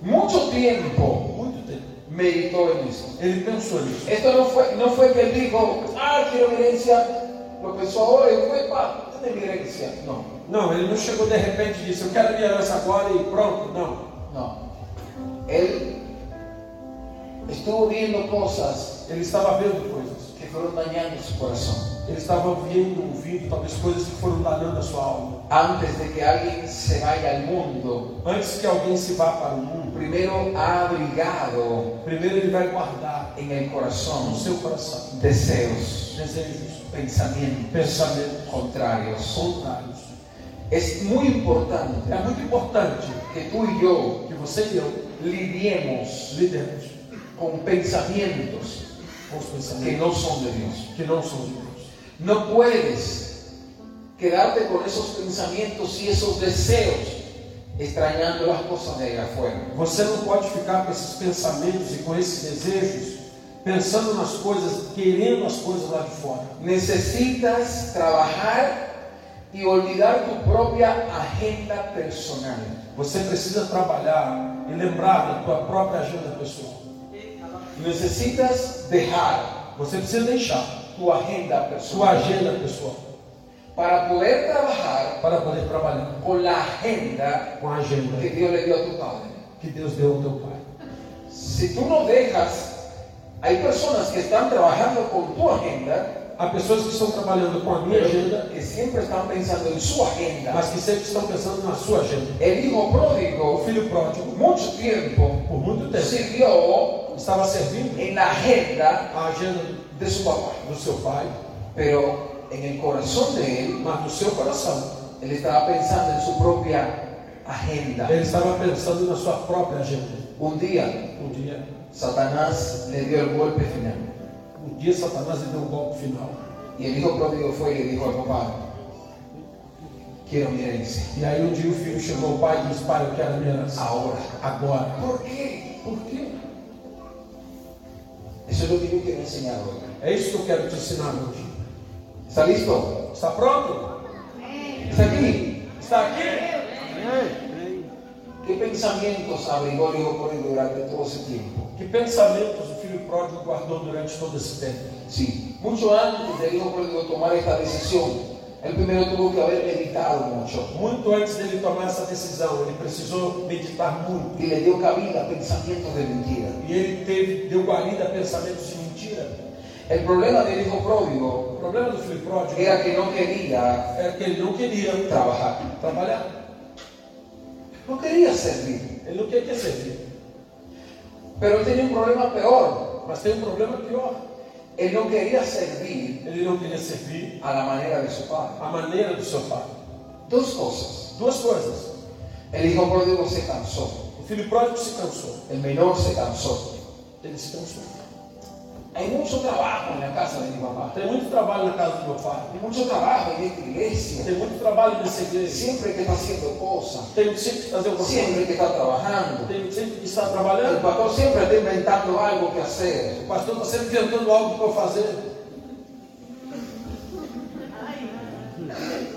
[SPEAKER 2] Mucho tiempo
[SPEAKER 3] muito tempo.
[SPEAKER 2] meditó en eso.
[SPEAKER 3] Ele pensou nisso.
[SPEAKER 2] Esto no fue, no fue que él dijo, ah, quiero mi herencia. Lo pensó ahora y fue, pa, dame mi herencia. No,
[SPEAKER 3] Não, ele não chegou de repente e disse, eu quero minha herança agora e pronto. Não.
[SPEAKER 2] no. Él estuvo viendo cosas
[SPEAKER 3] Ele estava vendo coisas.
[SPEAKER 2] que fueron dañando su corazón
[SPEAKER 3] Ele estava vendo, ouvindo, talvez coisas que foram danando a sua alma.
[SPEAKER 2] antes de que alguien se vaya al mundo.
[SPEAKER 3] Antes que alguém se vá para o mundo,
[SPEAKER 2] Primero ha abrigado
[SPEAKER 3] primeiro ele vai guardar
[SPEAKER 2] en el
[SPEAKER 3] no
[SPEAKER 2] corazón
[SPEAKER 3] seu coração
[SPEAKER 2] deseos,
[SPEAKER 3] desejos,
[SPEAKER 2] pensamientos
[SPEAKER 3] pensamentos
[SPEAKER 2] contrarios.
[SPEAKER 3] contrários.
[SPEAKER 2] Es muy
[SPEAKER 3] É
[SPEAKER 2] importante
[SPEAKER 3] muito importante
[SPEAKER 2] que tú y yo
[SPEAKER 3] que você e eu
[SPEAKER 2] lidiemos
[SPEAKER 3] lidemos
[SPEAKER 2] con pensamientos
[SPEAKER 3] com os
[SPEAKER 2] que
[SPEAKER 3] pensamentos
[SPEAKER 2] no son de Dios.
[SPEAKER 3] que não são de Deus.
[SPEAKER 2] No puedes quedarte con esos pensamientos y esos deseos extrañando las cosas de allá afuera.
[SPEAKER 3] Você não pode ficar com esses pensamentos e com esses desejos, pensando nas coisas, querendo as coisas lá de fora.
[SPEAKER 2] Necesitas trabajar y olvidar tu propia agenda personal.
[SPEAKER 3] Você precisa trabalhar e lembrar da tua própria agenda pessoal.
[SPEAKER 2] Necesitas dejar
[SPEAKER 3] Você precisa deixar
[SPEAKER 2] tu agenda
[SPEAKER 3] sua
[SPEAKER 2] personal
[SPEAKER 3] agenda pessoal
[SPEAKER 2] para poder trabajar
[SPEAKER 3] para poder trabalhar
[SPEAKER 2] con la agenda
[SPEAKER 3] com a
[SPEAKER 2] que
[SPEAKER 3] agenda
[SPEAKER 2] Dios le dio a tu padre.
[SPEAKER 3] que Deus deu ao teu pai.
[SPEAKER 2] Si tú no dejas, hay personas que están trabajando con tu agenda,
[SPEAKER 3] Há pessoas que estão trabalhando com a minha agenda,
[SPEAKER 2] que siempre están pensando en su agenda.
[SPEAKER 3] mas que sempre estão pensando na sua agenda.
[SPEAKER 2] El hijo
[SPEAKER 3] O
[SPEAKER 2] pródigo
[SPEAKER 3] filho pródigo,
[SPEAKER 2] mucho tiempo
[SPEAKER 3] por muito tempo,
[SPEAKER 2] sirvió
[SPEAKER 3] estava servindo
[SPEAKER 2] en la agenda
[SPEAKER 3] a agenda
[SPEAKER 2] de su papá.
[SPEAKER 3] do seu pai,
[SPEAKER 2] Pero en el corazón de él,
[SPEAKER 3] mas no seu coração.
[SPEAKER 2] él estaba pensando en su propia agenda.
[SPEAKER 3] Ele estava pensando na sua própria agenda.
[SPEAKER 2] Un día,
[SPEAKER 3] Um dia,
[SPEAKER 2] Satanás le dio el golpe final.
[SPEAKER 3] um dia Satanás lhe deu um golpe final.
[SPEAKER 2] Y el hijo pródigo fue y le dijo al papá, quiero mi herencia.
[SPEAKER 3] E aí um dia o filho chegou ao pai e disse, pai, eu quero a minha herança.
[SPEAKER 2] Ahora.
[SPEAKER 3] Agora.
[SPEAKER 2] ¿Por qué?
[SPEAKER 3] Por quê?
[SPEAKER 2] Eso es lo que yo quiero enseñar hoy.
[SPEAKER 3] É isso que eu quero te ensinar hoje.
[SPEAKER 2] ¿Está listo?
[SPEAKER 3] Está pronto?
[SPEAKER 2] ¿Está aquí?
[SPEAKER 3] Está aqui?
[SPEAKER 2] ¿Qué pensamientos abrigó el hijo pródigo durante todo ese tiempo?
[SPEAKER 3] Que pensamentos o filho pródigo guardou durante todo esse tempo?
[SPEAKER 2] Sí, mucho antes del hijo pródigo tomar esta decisión, él primero tuvo que haber meditado mucho.
[SPEAKER 3] Muito antes dele tomar essa decisão, ele precisou meditar muito.
[SPEAKER 2] y le dio cabida a pensamientos de mentira.
[SPEAKER 3] E ele teve, deu guarida a pensamentos de mentira.
[SPEAKER 2] El problema del hijo
[SPEAKER 3] O
[SPEAKER 2] pródigo
[SPEAKER 3] problema do filho pródigo
[SPEAKER 2] era que no quería
[SPEAKER 3] era que ele não queria
[SPEAKER 2] trabajar,
[SPEAKER 3] trabalhar.
[SPEAKER 2] no quería servir,
[SPEAKER 3] Ele não queria servir.
[SPEAKER 2] pero él tenía un problema peor.
[SPEAKER 3] Mas tem um problema pior.
[SPEAKER 2] Él no quería servir
[SPEAKER 3] Ele não queria servir
[SPEAKER 2] a la manera de su padre.
[SPEAKER 3] à maneira do seu pai.
[SPEAKER 2] Dos cosas.
[SPEAKER 3] Duas coisas.
[SPEAKER 2] El hijo pródigo se cansó,
[SPEAKER 3] O filho pródigo se cansou.
[SPEAKER 2] el menor se cansó.
[SPEAKER 3] Ele se cansou.
[SPEAKER 2] Hay mucho trabajo en la casa de mi papá,
[SPEAKER 3] Tem muito trabalho na casa do meu pai.
[SPEAKER 2] hay mucho trabajo en esta iglesia.
[SPEAKER 3] Tem muito trabalho nessa igreja.
[SPEAKER 2] Siempre que está haciendo cosas,
[SPEAKER 3] Tem sempre que fazer alguma
[SPEAKER 2] siempre
[SPEAKER 3] coisa.
[SPEAKER 2] que está trabajando.
[SPEAKER 3] Tem sempre que estar
[SPEAKER 2] El
[SPEAKER 3] trabalhando.
[SPEAKER 2] pastor siempre está inventando algo que hacer.
[SPEAKER 3] O pastor está sempre inventando algo para eu fazer.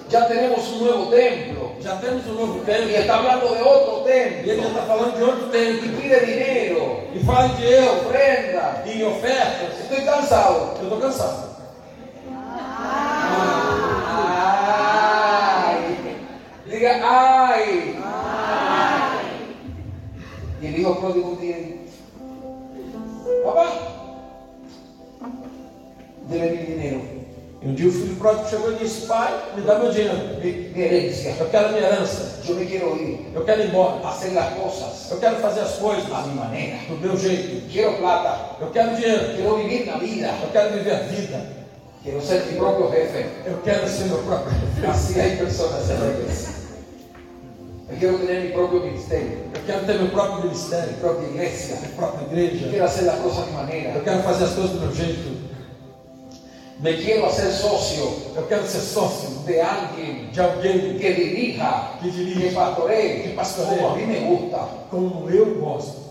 [SPEAKER 2] Ya tenemos un nuevo templo.
[SPEAKER 3] Já temos um novo
[SPEAKER 2] Y
[SPEAKER 3] tempo.
[SPEAKER 2] está hablando de otro
[SPEAKER 3] E ele já
[SPEAKER 2] templo.
[SPEAKER 3] está falando de outro
[SPEAKER 2] Y
[SPEAKER 3] tempo.
[SPEAKER 2] pide dinero.
[SPEAKER 3] E fala de
[SPEAKER 2] Y
[SPEAKER 3] eu.
[SPEAKER 2] ofrenda.
[SPEAKER 3] E ofertas.
[SPEAKER 2] Estoy cansado.
[SPEAKER 3] Eu estou cansado.
[SPEAKER 2] Ay. Diga, ay. Y el hijo pródigo un día, Papá, dele mi dinero.
[SPEAKER 3] E um dia o filho pródigo chegou e disse: Pai, me dá meu dinheiro.
[SPEAKER 2] Mi, mi herencia.
[SPEAKER 3] Eu quero minha herança.
[SPEAKER 2] Yo me quiero ir
[SPEAKER 3] Eu quero ir embora.
[SPEAKER 2] a hacer las cosas
[SPEAKER 3] Eu quero fazer as coisas
[SPEAKER 2] a mi manera.
[SPEAKER 3] do meu jeito.
[SPEAKER 2] Quiero plata.
[SPEAKER 3] Eu quero dinheiro.
[SPEAKER 2] Quiero vivir la vida.
[SPEAKER 3] Eu quero viver a vida.
[SPEAKER 2] Quiero ser mi propio jefe.
[SPEAKER 3] Eu quero ser meu próprio.
[SPEAKER 2] Así hay personas en la iglesia. Yo quiero tener mi propio ministerio,
[SPEAKER 3] Eu quero ter meu próprio ministério,
[SPEAKER 2] mi propia iglesia.
[SPEAKER 3] minha própria
[SPEAKER 2] Yo
[SPEAKER 3] igreja.
[SPEAKER 2] quiero hacer las cosas a mi
[SPEAKER 3] Eu
[SPEAKER 2] manera.
[SPEAKER 3] quero fazer as coisas do meu jeito.
[SPEAKER 2] Me quiero hacer socio
[SPEAKER 3] Eu quero ser sócio
[SPEAKER 2] de alguien
[SPEAKER 3] de alguém
[SPEAKER 2] que dirija,
[SPEAKER 3] Que dirija,
[SPEAKER 2] que pastoree,
[SPEAKER 3] que pastoree.
[SPEAKER 2] como a mí me gusta.
[SPEAKER 3] como eu gosto.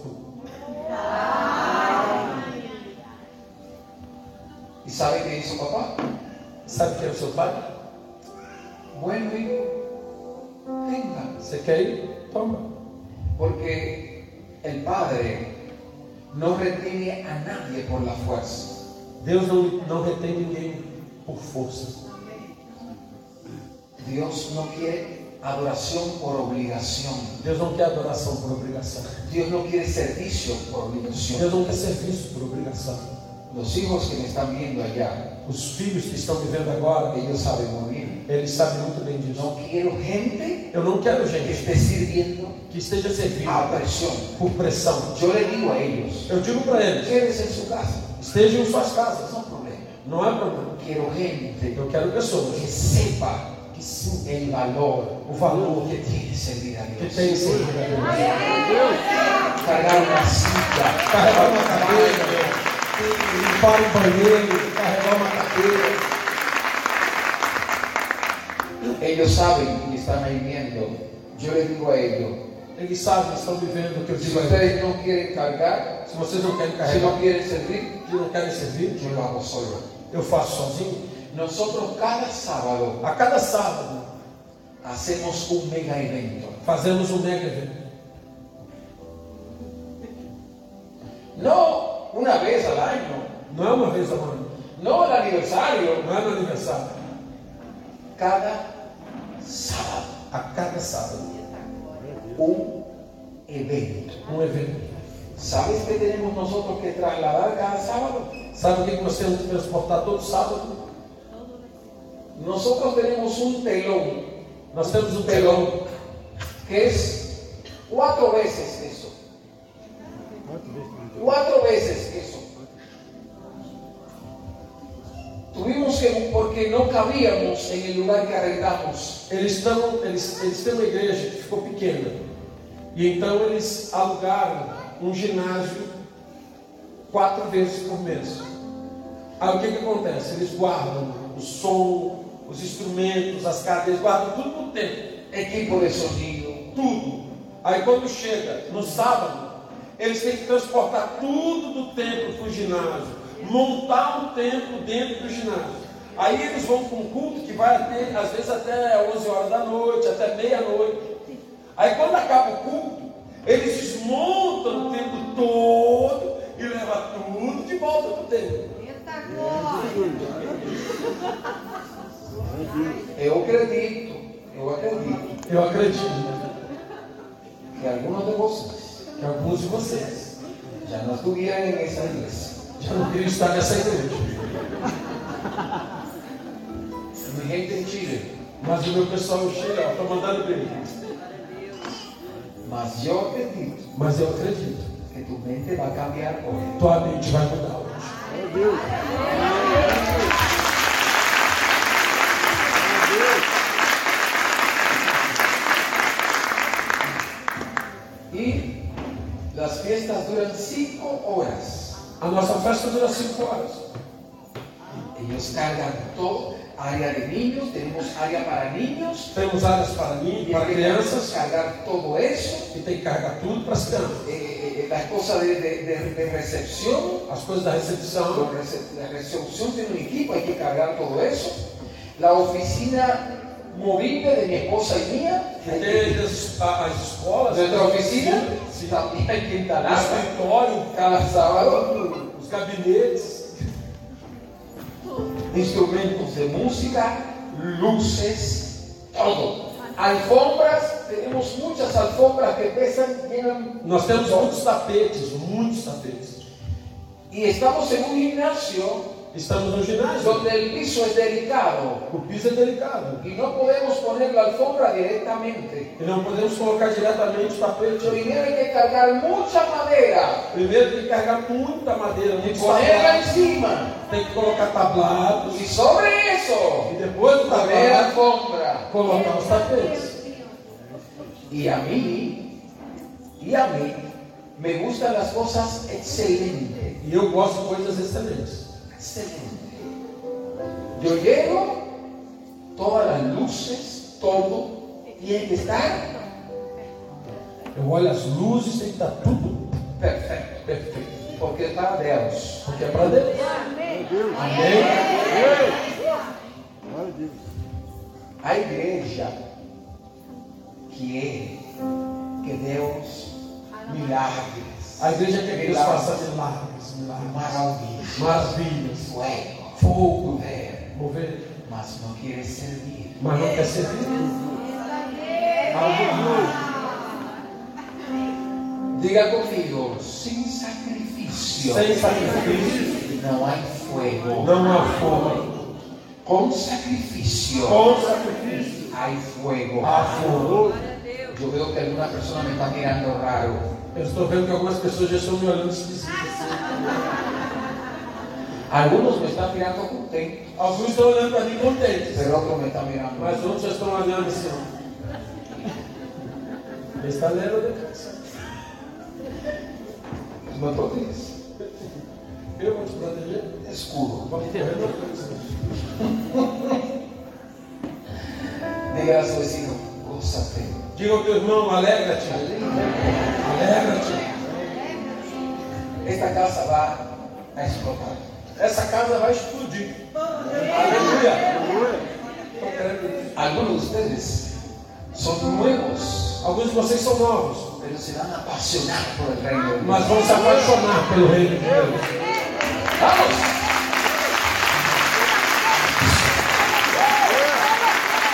[SPEAKER 2] ¿Y sabe qué hizo papá?
[SPEAKER 3] Sabe quem é o seu pai?
[SPEAKER 2] Bueno, hijo, venga.
[SPEAKER 3] Você quer ir? Toma.
[SPEAKER 2] Porque el padre no retiene a nadie por la fuerza.
[SPEAKER 3] Deus não, não retém ninguém por força.
[SPEAKER 2] Dios no quiere adoración por obligación.
[SPEAKER 3] Deus não quer adoração por obrigação.
[SPEAKER 2] Dios no quiere servicio por obligación.
[SPEAKER 3] Deus não quer serviço por obrigação.
[SPEAKER 2] Los hijos que me están viendo allá,
[SPEAKER 3] Os filhos que estão vivendo agora,
[SPEAKER 2] ellos saben muy bien.
[SPEAKER 3] eles sabem muito bem disso.
[SPEAKER 2] No quiero gente
[SPEAKER 3] Eu não quero
[SPEAKER 2] que
[SPEAKER 3] gente
[SPEAKER 2] esté sirviendo
[SPEAKER 3] que esteja servindo
[SPEAKER 2] a presión.
[SPEAKER 3] por pressão.
[SPEAKER 2] Yo le digo a ellos,
[SPEAKER 3] Eu digo para eles,
[SPEAKER 2] quédense en su casa,
[SPEAKER 3] estejam em suas casas.
[SPEAKER 2] no problema.
[SPEAKER 3] Não é problema.
[SPEAKER 2] Quiero gente
[SPEAKER 3] Eu quero
[SPEAKER 2] que
[SPEAKER 3] pessoas
[SPEAKER 2] sepa el valor
[SPEAKER 3] o valor
[SPEAKER 2] que tiene servir a
[SPEAKER 3] que
[SPEAKER 2] Dios.
[SPEAKER 3] têm em servir a Deus.
[SPEAKER 2] cargar una silla,
[SPEAKER 3] Carregar uma cadeira, limpar o banheiro, carregar uma cadeira.
[SPEAKER 2] Ellos saben y están ahí viendo. Yo les digo a ellos,
[SPEAKER 3] Eles sabem, estão vivendo o que eu
[SPEAKER 2] si
[SPEAKER 3] digo a eles.
[SPEAKER 2] ustedes no quieren cargar,
[SPEAKER 3] Se vocês não querem
[SPEAKER 2] si
[SPEAKER 3] carregar,
[SPEAKER 2] no quieren servir,
[SPEAKER 3] que não querem servir,
[SPEAKER 2] yo lo hago solo.
[SPEAKER 3] eu faço sozinho.
[SPEAKER 2] Nosotros cada sábado
[SPEAKER 3] A cada sábado,
[SPEAKER 2] hacemos un mega evento.
[SPEAKER 3] fazemos um mega evento.
[SPEAKER 2] No una vez al año,
[SPEAKER 3] Não é uma vez ao ano,
[SPEAKER 2] no el aniversario,
[SPEAKER 3] não é no aniversário.
[SPEAKER 2] cada sábado
[SPEAKER 3] A cada sábado,
[SPEAKER 2] un evento.
[SPEAKER 3] um evento.
[SPEAKER 2] ¿Sabes qué tenemos nosotros que trasladar cada sábado?
[SPEAKER 3] Sabe o que nós temos que transportar todo sábado?
[SPEAKER 2] Nosotros tenemos un telón
[SPEAKER 3] Nós temos um telão
[SPEAKER 2] telón, que es cuatro veces eso. Cuatro veces eso. Tuvimos que, porque no cabíamos en el lugar que arrendamos.
[SPEAKER 3] Eles, estão, eles, eles têm uma igreja que ficou pequena. E então eles alugaram um ginásio quatro vezes por mês. Aí o que, que acontece? Eles guardam o som, os instrumentos, as cadeiras, guardam tudo por tempo.
[SPEAKER 2] Equipo de sonido,
[SPEAKER 3] Tudo. Aí quando chega no sábado, eles têm que transportar tudo do templo para o ginásio, montar o templo dentro do ginásio. Aí eles vão para um culto que vai até, às vezes até 11 horas da noite, até meia-noite. Aí quando acaba o culto, eles desmontam o templo todo e levam tudo de volta para o templo.
[SPEAKER 5] Eita glória!
[SPEAKER 2] yo acredito, yo acredito
[SPEAKER 3] Eu acredito
[SPEAKER 2] que algunos de vosotros
[SPEAKER 3] que alguns de vocês
[SPEAKER 2] ya no estuvieran en esa iglesia.
[SPEAKER 3] já não queriam estar nessa igreja.
[SPEAKER 2] Mi gente en Chile,
[SPEAKER 3] Mas o meu pessoal chega, estou mandando beijo.
[SPEAKER 2] mas yo acredito
[SPEAKER 3] Mas eu acredito.
[SPEAKER 2] que tu mente va a cambiar hoy.
[SPEAKER 3] Tua mente vai mudar hoje.
[SPEAKER 2] Y las fiestas duran cinco horas.
[SPEAKER 3] A nossa festa dura cinco horas.
[SPEAKER 2] Ellos cargan todo, área de niños, tenemos área para niños,
[SPEAKER 3] Temos áreas para mim, para
[SPEAKER 2] crianzas,
[SPEAKER 3] crianças,
[SPEAKER 2] cargar todo eso,
[SPEAKER 3] que tem que carregar tudo para as crianças.
[SPEAKER 2] eh, eh, las cosas de, de- de- de recepción,
[SPEAKER 3] As coisas da
[SPEAKER 2] la
[SPEAKER 3] recepção,
[SPEAKER 2] rece- la recepción tiene un equipo, hay que cargar todo eso, la oficina movible de mi esposa y mía,
[SPEAKER 3] que
[SPEAKER 2] hay que-
[SPEAKER 3] tem as, a- as escolas,
[SPEAKER 2] nuestra oficina
[SPEAKER 3] sim, sim.
[SPEAKER 2] también hay que
[SPEAKER 3] o
[SPEAKER 2] instalarla
[SPEAKER 3] escritório,
[SPEAKER 2] cada sábado,
[SPEAKER 3] os gabinetes,
[SPEAKER 2] instrumentos de música, luces, todo. Alfombras, tenemos muchas alfombras que pesan, llenan
[SPEAKER 3] nós temos muitos tapetes, muitos tapetes.
[SPEAKER 2] Y estamos en un gimnasio
[SPEAKER 3] Estamos no ginásio,
[SPEAKER 2] donde el piso es delicado
[SPEAKER 3] o piso é delicado.
[SPEAKER 2] y no podemos poner la alfombra directamente.
[SPEAKER 3] E não podemos colocar diretamente o tapete.
[SPEAKER 2] Primero hay que cargar mucha madera,
[SPEAKER 3] Primeiro tem que carregar muita madeira, muito
[SPEAKER 2] ponerla
[SPEAKER 3] tablado,
[SPEAKER 2] encima
[SPEAKER 3] tem que colocar tablados.
[SPEAKER 2] y sobre eso
[SPEAKER 3] E depois do
[SPEAKER 2] poner
[SPEAKER 3] tabernáculo,
[SPEAKER 2] alfombra.
[SPEAKER 3] colocar os tapetes.
[SPEAKER 2] Y a mí, y a mí, me gustan las cosas excelentes.
[SPEAKER 3] E eu gosto de coisas excelentes.
[SPEAKER 2] Excelente. Yo llego, todas las luces, todo, tiene que estar
[SPEAKER 3] Eu olho as luzes, tem que estar tudo
[SPEAKER 2] perfecto.
[SPEAKER 3] perfeito.
[SPEAKER 2] Porque está Dios.
[SPEAKER 3] Porque é para Deus. Amém?
[SPEAKER 4] Glória a Deus.
[SPEAKER 2] A igreja quiere que Deus milagres,
[SPEAKER 3] A igreja quer que Deus faça milagres, milagres.
[SPEAKER 2] maravillas,
[SPEAKER 3] Maravilhas.
[SPEAKER 2] fuego,
[SPEAKER 3] Fogo.
[SPEAKER 2] poder,
[SPEAKER 3] Mover.
[SPEAKER 2] mas no quiere servir.
[SPEAKER 3] Mas não quer ser vivo.
[SPEAKER 2] Diga conmigo, sin sacrificio
[SPEAKER 3] Sem sacrifício.
[SPEAKER 2] no hay fuego.
[SPEAKER 3] Não há fome.
[SPEAKER 2] Con sacrificio
[SPEAKER 3] Com sacrifício.
[SPEAKER 2] hay fuego.
[SPEAKER 3] Há fogo.
[SPEAKER 5] Glória a Deus.
[SPEAKER 2] Yo veo que alguna persona me está mirando raro.
[SPEAKER 3] Eu estou vendo que algumas pessoas já estão me olhando esquisitas.
[SPEAKER 2] Algunos me están mirando contentos,
[SPEAKER 3] Alguns estão olhando para mim contentes.
[SPEAKER 2] pero otros me están mirando.
[SPEAKER 3] Mas outros já estão olhando assim. ó. Está lendo de casa.
[SPEAKER 2] No toques.
[SPEAKER 3] Eu vou te proteger.
[SPEAKER 2] Escudo.
[SPEAKER 3] Vamos correr na frente.
[SPEAKER 2] Diga a su vecino, gózate.
[SPEAKER 3] Diga ao teu irmão, alegra-te. Alegra-te.
[SPEAKER 2] Esta casa va a explotar.
[SPEAKER 3] Essa casa vai explodir. Aleluia. Tô querendo isso.
[SPEAKER 2] Algunos de ustedes son nuevos,
[SPEAKER 3] Alguns de vocês são novos,
[SPEAKER 2] pero se van a apasionar por el reino de Dios.
[SPEAKER 3] mas vão se apaixonar pelo reino de Deus.
[SPEAKER 2] ¡Vamos!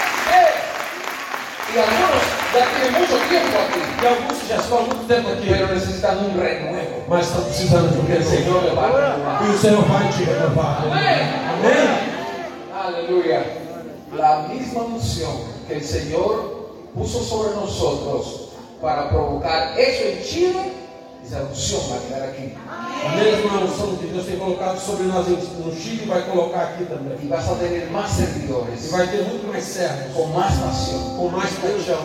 [SPEAKER 2] Eh, Y algunos ya tienen mucho tiempo aquí,
[SPEAKER 3] E alguns já estão há muito tempo
[SPEAKER 2] pero
[SPEAKER 3] aqui,
[SPEAKER 2] necesitan un renuevo.
[SPEAKER 3] mas estão precisando de um
[SPEAKER 2] Porque el
[SPEAKER 3] reino.
[SPEAKER 2] Señor le va a renovar.
[SPEAKER 3] E o Senhor vai te renovar. Amém?
[SPEAKER 2] Aleluya. La misma unción que el Señor puso sobre nosotros para provocar eso en Chile, esa unción va a quedar aquí.
[SPEAKER 3] A mesma unção que Deus tem colocado sobre nós no Chile um vai colocar aqui também.
[SPEAKER 2] Y vas a tener más
[SPEAKER 3] E
[SPEAKER 2] servidores,
[SPEAKER 3] vai ter muito mais servos,
[SPEAKER 2] con más pasión.
[SPEAKER 3] com mais paixão.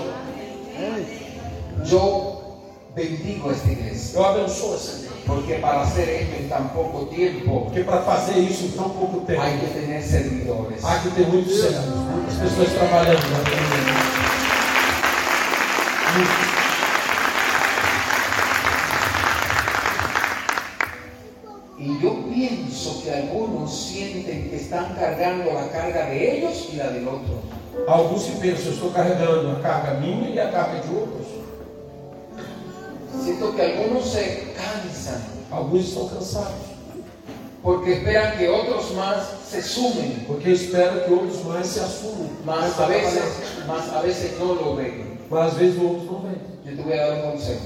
[SPEAKER 2] Yo bendigo a esta iglesia,
[SPEAKER 3] Eu abençoo essa igreja.
[SPEAKER 2] porque para hacer esto en tan poco tiempo
[SPEAKER 3] Porque para fazer isso em tão pouco tempo,
[SPEAKER 2] hay que tener servidores.
[SPEAKER 3] há que ter muitos servos, muitas pessoas trabalhando. Né?
[SPEAKER 2] Y yo pienso que algunos sienten que están cargando la carga de ellos y la del otro.
[SPEAKER 3] Alguns se pensam, eu estou carregando a carga minha e a carga de outros.
[SPEAKER 2] Siento que algunos se cansan
[SPEAKER 3] Alguns estão cansados,
[SPEAKER 2] porque esperan que otros más se sumen,
[SPEAKER 3] porque esperam que outros mais se assumam.
[SPEAKER 2] más a veces, más a veces no lo ven.
[SPEAKER 3] mas às vezes outros não vêm.
[SPEAKER 2] Yo te voy a dar un consejo,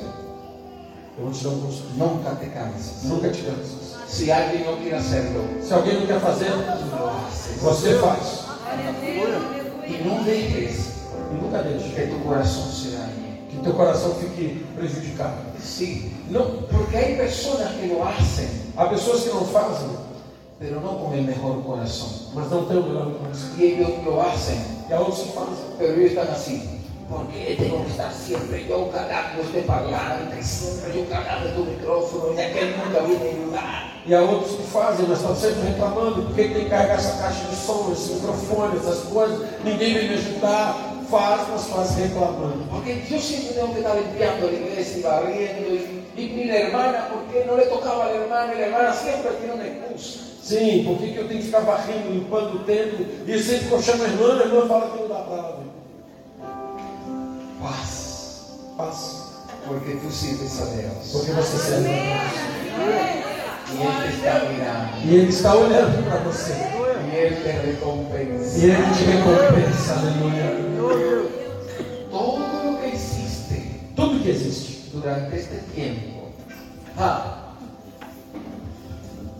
[SPEAKER 3] Eu vou te dar um conselho.
[SPEAKER 2] nunca te canses.
[SPEAKER 3] Nunca te cansas.
[SPEAKER 2] Si alguien no quiere hacerlo,
[SPEAKER 3] Se alguém não quer fazer,
[SPEAKER 2] lo haces.
[SPEAKER 3] você faz.
[SPEAKER 5] Glória a Deus. Aleluia.
[SPEAKER 2] Y no dejes
[SPEAKER 3] E nunca deixe
[SPEAKER 2] que tu corazón se dañe.
[SPEAKER 3] que teu coração fique prejudicado.
[SPEAKER 2] Sí,
[SPEAKER 3] Não.
[SPEAKER 2] porque hay personas que lo hacen,
[SPEAKER 3] Há pessoas que não fazem,
[SPEAKER 2] pero no con el mejor corazón.
[SPEAKER 3] mas não têm o melhor coração.
[SPEAKER 2] Y ellos lo hacen,
[SPEAKER 3] E há outros que fazem.
[SPEAKER 2] pero ellos están así. Porque tengo que estar siempre yo cagando este parlante, siempre yo cagando tu micrófono, y aquel nunca viene a ayudar.
[SPEAKER 3] E há outros que fazem, mas estão sempre reclamando. Por que tem que carregar essa caixa de som, esse microfone, essas coisas? Ninguém vem me ajudar. Faz, mas faz reclamando.
[SPEAKER 2] Porque yo siempre tengo que estar limpiando la iglesia y barriendo. Y, y la hermana, ¿por qué no le tocaba a la hermana? Y la hermana siempre tiene una excusa.
[SPEAKER 3] Sim, por que, que eu tenho que ficar varrendo, limpando o tempo? E sempre que eu chamo a irmã, a irmã fala que não dá para
[SPEAKER 2] Paz.
[SPEAKER 3] Paz.
[SPEAKER 2] Porque tú sirves a Dios.
[SPEAKER 3] Porque você serve.
[SPEAKER 2] Y Él te está mirando.
[SPEAKER 3] E Ele está olhando para você.
[SPEAKER 2] Y Él te recompensa.
[SPEAKER 3] E Ele te recompensa, aleluia.
[SPEAKER 2] Todo lo que hiciste
[SPEAKER 3] Tudo que existe.
[SPEAKER 2] durante este tiempo. Ah.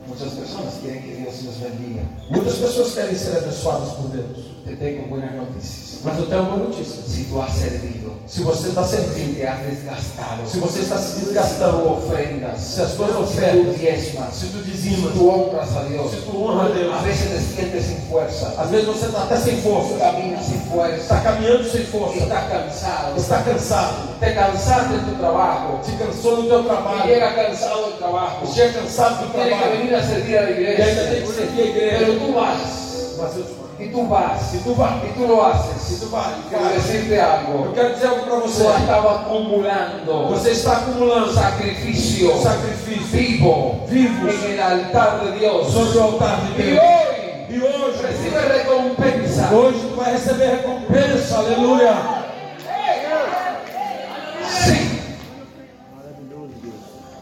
[SPEAKER 2] Muchas personas quieren que Dios los bendiga.
[SPEAKER 3] Muitas pessoas querem ser abençoadas por Deus.
[SPEAKER 2] Te tengo buenas noticias.
[SPEAKER 3] Mas eu tenho uma boa notícia.
[SPEAKER 2] Si tú has servido,
[SPEAKER 3] Se você está
[SPEAKER 2] si
[SPEAKER 3] servindo,
[SPEAKER 2] te has desgastado,
[SPEAKER 3] se
[SPEAKER 2] si
[SPEAKER 3] você está se
[SPEAKER 2] tú
[SPEAKER 3] desgastando, se
[SPEAKER 2] ofrendas,
[SPEAKER 3] as tuas
[SPEAKER 2] si tú
[SPEAKER 3] ofertas,
[SPEAKER 2] diezmas,
[SPEAKER 3] se tu
[SPEAKER 2] si
[SPEAKER 3] dizimas,
[SPEAKER 2] tú honras a Dios,
[SPEAKER 3] se tu honra a Deus,
[SPEAKER 2] a veces te sientes sin fuerza,
[SPEAKER 3] às vezes você está até sem força,
[SPEAKER 2] caminas sin
[SPEAKER 3] está
[SPEAKER 2] fuerza,
[SPEAKER 3] caminhando sem força,
[SPEAKER 2] estás cansado,
[SPEAKER 3] está cansado,
[SPEAKER 2] te cansaste de tu trabajo,
[SPEAKER 3] se cansou do teu
[SPEAKER 2] y
[SPEAKER 3] trabalho,
[SPEAKER 2] llega cansado del trabajo,
[SPEAKER 3] chega cansado do
[SPEAKER 2] tienes que
[SPEAKER 3] trabalho,
[SPEAKER 2] venir a servir a la
[SPEAKER 3] e ainda tem
[SPEAKER 2] iglesia,
[SPEAKER 3] que servir a
[SPEAKER 2] pero tú
[SPEAKER 3] igreja.
[SPEAKER 2] vas,
[SPEAKER 3] Mas eu te falo,
[SPEAKER 2] y tú vas,
[SPEAKER 3] se tu vai,
[SPEAKER 2] y tú lo haces.
[SPEAKER 3] se tu vai,
[SPEAKER 2] Quiero
[SPEAKER 3] faz.
[SPEAKER 2] decirte algo,
[SPEAKER 3] Eu quero dizer algo para você.
[SPEAKER 2] tú estabas Pues acumulando
[SPEAKER 3] Você está acumulando
[SPEAKER 2] sacrificio
[SPEAKER 3] sacrifício
[SPEAKER 2] vivo
[SPEAKER 3] vivos
[SPEAKER 2] en el altar de Dios.
[SPEAKER 3] sobre o altar de
[SPEAKER 2] Y
[SPEAKER 3] Deus.
[SPEAKER 2] hoy
[SPEAKER 3] E hoje,
[SPEAKER 2] recibe recompensa.
[SPEAKER 3] hoje tu vai receber recompensa, aleluia.
[SPEAKER 2] Sí.
[SPEAKER 4] Maravilhoso Deus.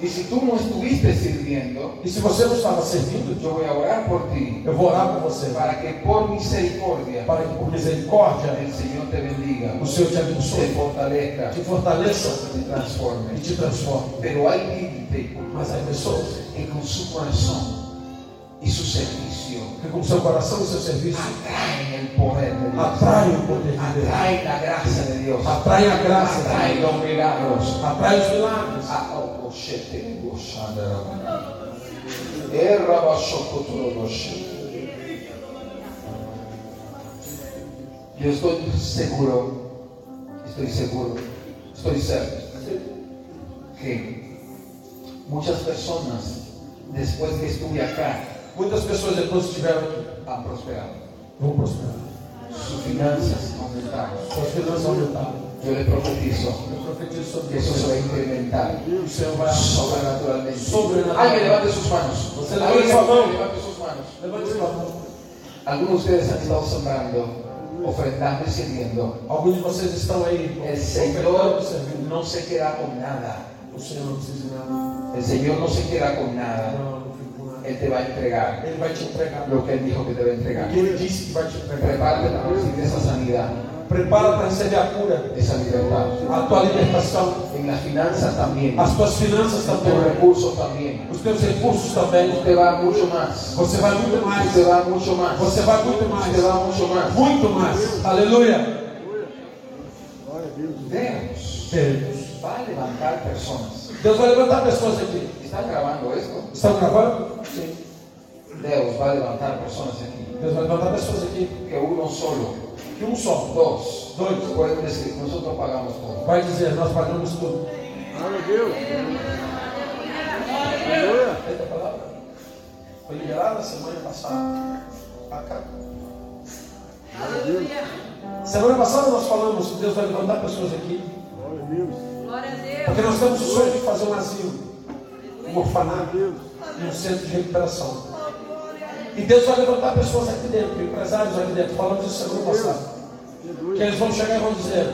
[SPEAKER 2] Y si tú no estuviste sirviendo,
[SPEAKER 3] E se você não estava servindo,
[SPEAKER 2] yo voy a orar por ti
[SPEAKER 3] eu vou orar por você,
[SPEAKER 2] para que por misericordia
[SPEAKER 3] para que por misericórdia
[SPEAKER 2] el Señor te bendiga,
[SPEAKER 3] o Senhor te
[SPEAKER 2] te
[SPEAKER 3] abençoe,
[SPEAKER 2] fortalezca,
[SPEAKER 3] te fortaleça
[SPEAKER 2] te
[SPEAKER 3] e
[SPEAKER 2] transforme.
[SPEAKER 3] te transforme.
[SPEAKER 2] Pero hay límite
[SPEAKER 3] Mas há pessoas
[SPEAKER 2] que con su corazón y su servicio
[SPEAKER 3] que com seu coração e seu serviço
[SPEAKER 2] atraen el poder de Dios.
[SPEAKER 3] atraem o poder de Deus,
[SPEAKER 2] Atrae la gracia de Dios.
[SPEAKER 3] atraem a graça,
[SPEAKER 2] Atrae los milagros.
[SPEAKER 3] atraem os milagres.
[SPEAKER 2] Ah, oh, oh, shit, eh, oh, shandara. Eh, rabashokotoro, oh, shit. Yo estoy seguro, estoy seguro, estoy certo que muchas personas después que estuve acá
[SPEAKER 3] Muitas pessoas depois que estiveram aqui
[SPEAKER 2] han prosperado.
[SPEAKER 3] vão prosperar.
[SPEAKER 2] Sus finanzas aumentaron.
[SPEAKER 3] Suas finanças aumentaram.
[SPEAKER 2] Yo le profetizo
[SPEAKER 3] Eu profetizo sobre
[SPEAKER 2] que eso se
[SPEAKER 3] isso.
[SPEAKER 2] va a incrementar.
[SPEAKER 3] O Senhor vai
[SPEAKER 2] sobrenaturalmente.
[SPEAKER 3] Sobrenatural.
[SPEAKER 2] Alguien levante sus manos.
[SPEAKER 3] Você
[SPEAKER 2] Alguien
[SPEAKER 3] levante sua mão.
[SPEAKER 2] Levante sus manos.
[SPEAKER 3] Levante sua mão.
[SPEAKER 2] Algunos de ustedes han estado sembrando, ofrendando y sirviendo.
[SPEAKER 3] Alguns de vocês estão aí
[SPEAKER 2] El
[SPEAKER 3] ofertando,
[SPEAKER 2] Señor
[SPEAKER 3] servindo.
[SPEAKER 2] no se queda con nada.
[SPEAKER 3] O Senhor não precisa de nada.
[SPEAKER 2] El Señor no se queda con nada.
[SPEAKER 3] Não, não fico com nada.
[SPEAKER 2] Él te va a entregar
[SPEAKER 3] Ele vai te entregar
[SPEAKER 2] lo que Él dijo que te va a entregar.
[SPEAKER 3] o que ele disse que vai te entregar.
[SPEAKER 2] Prepárate para recibir esa sanidad,
[SPEAKER 3] Prepara para receber a cura,
[SPEAKER 2] esa libertad.
[SPEAKER 3] a tua libertação,
[SPEAKER 2] En las finanzas también,
[SPEAKER 3] as tuas finanças
[SPEAKER 2] tus
[SPEAKER 3] também,
[SPEAKER 2] recursos también.
[SPEAKER 3] os teus recursos também.
[SPEAKER 2] Usted va mucho más.
[SPEAKER 3] Você vai muito mais.
[SPEAKER 2] Usted va mucho más.
[SPEAKER 3] Você vai muito mais.
[SPEAKER 2] Usted va mucho más.
[SPEAKER 3] Muito mais. Aleluia.
[SPEAKER 4] Glória a Deus.
[SPEAKER 2] Deus
[SPEAKER 3] Deus.
[SPEAKER 2] va a levantar personas.
[SPEAKER 3] Deus vai levantar pessoas aqui.
[SPEAKER 2] ¿Están grabando esto?
[SPEAKER 3] Estão gravando? Sim.
[SPEAKER 2] Deus va a levantar personas aquí.
[SPEAKER 3] Deus vai levantar pessoas aqui.
[SPEAKER 2] Que uno solo,
[SPEAKER 3] Que um só.
[SPEAKER 2] dos,
[SPEAKER 3] Dois.
[SPEAKER 2] pueden decir, nosotros pagamos todo.
[SPEAKER 3] Vai dizer, nós pagamos tudo.
[SPEAKER 4] Glória a Deus. Aleluia.
[SPEAKER 3] Esta palavra foi liberada semana passada. Pra cá.
[SPEAKER 5] Aleluia.
[SPEAKER 3] Semana passada nós falamos que Deus vai levantar pessoas aqui.
[SPEAKER 4] Glória a Deus.
[SPEAKER 5] Glória a
[SPEAKER 3] Porque
[SPEAKER 5] Deus.
[SPEAKER 3] nós temos o sonho de fazer um asilo, um orfanato e um centro de recuperação. E Deus vai levantar pessoas aqui dentro, empresários aqui dentro. Falamos isso semana passada.
[SPEAKER 4] Jesus.
[SPEAKER 3] Que eles vão chegar e vão dizer: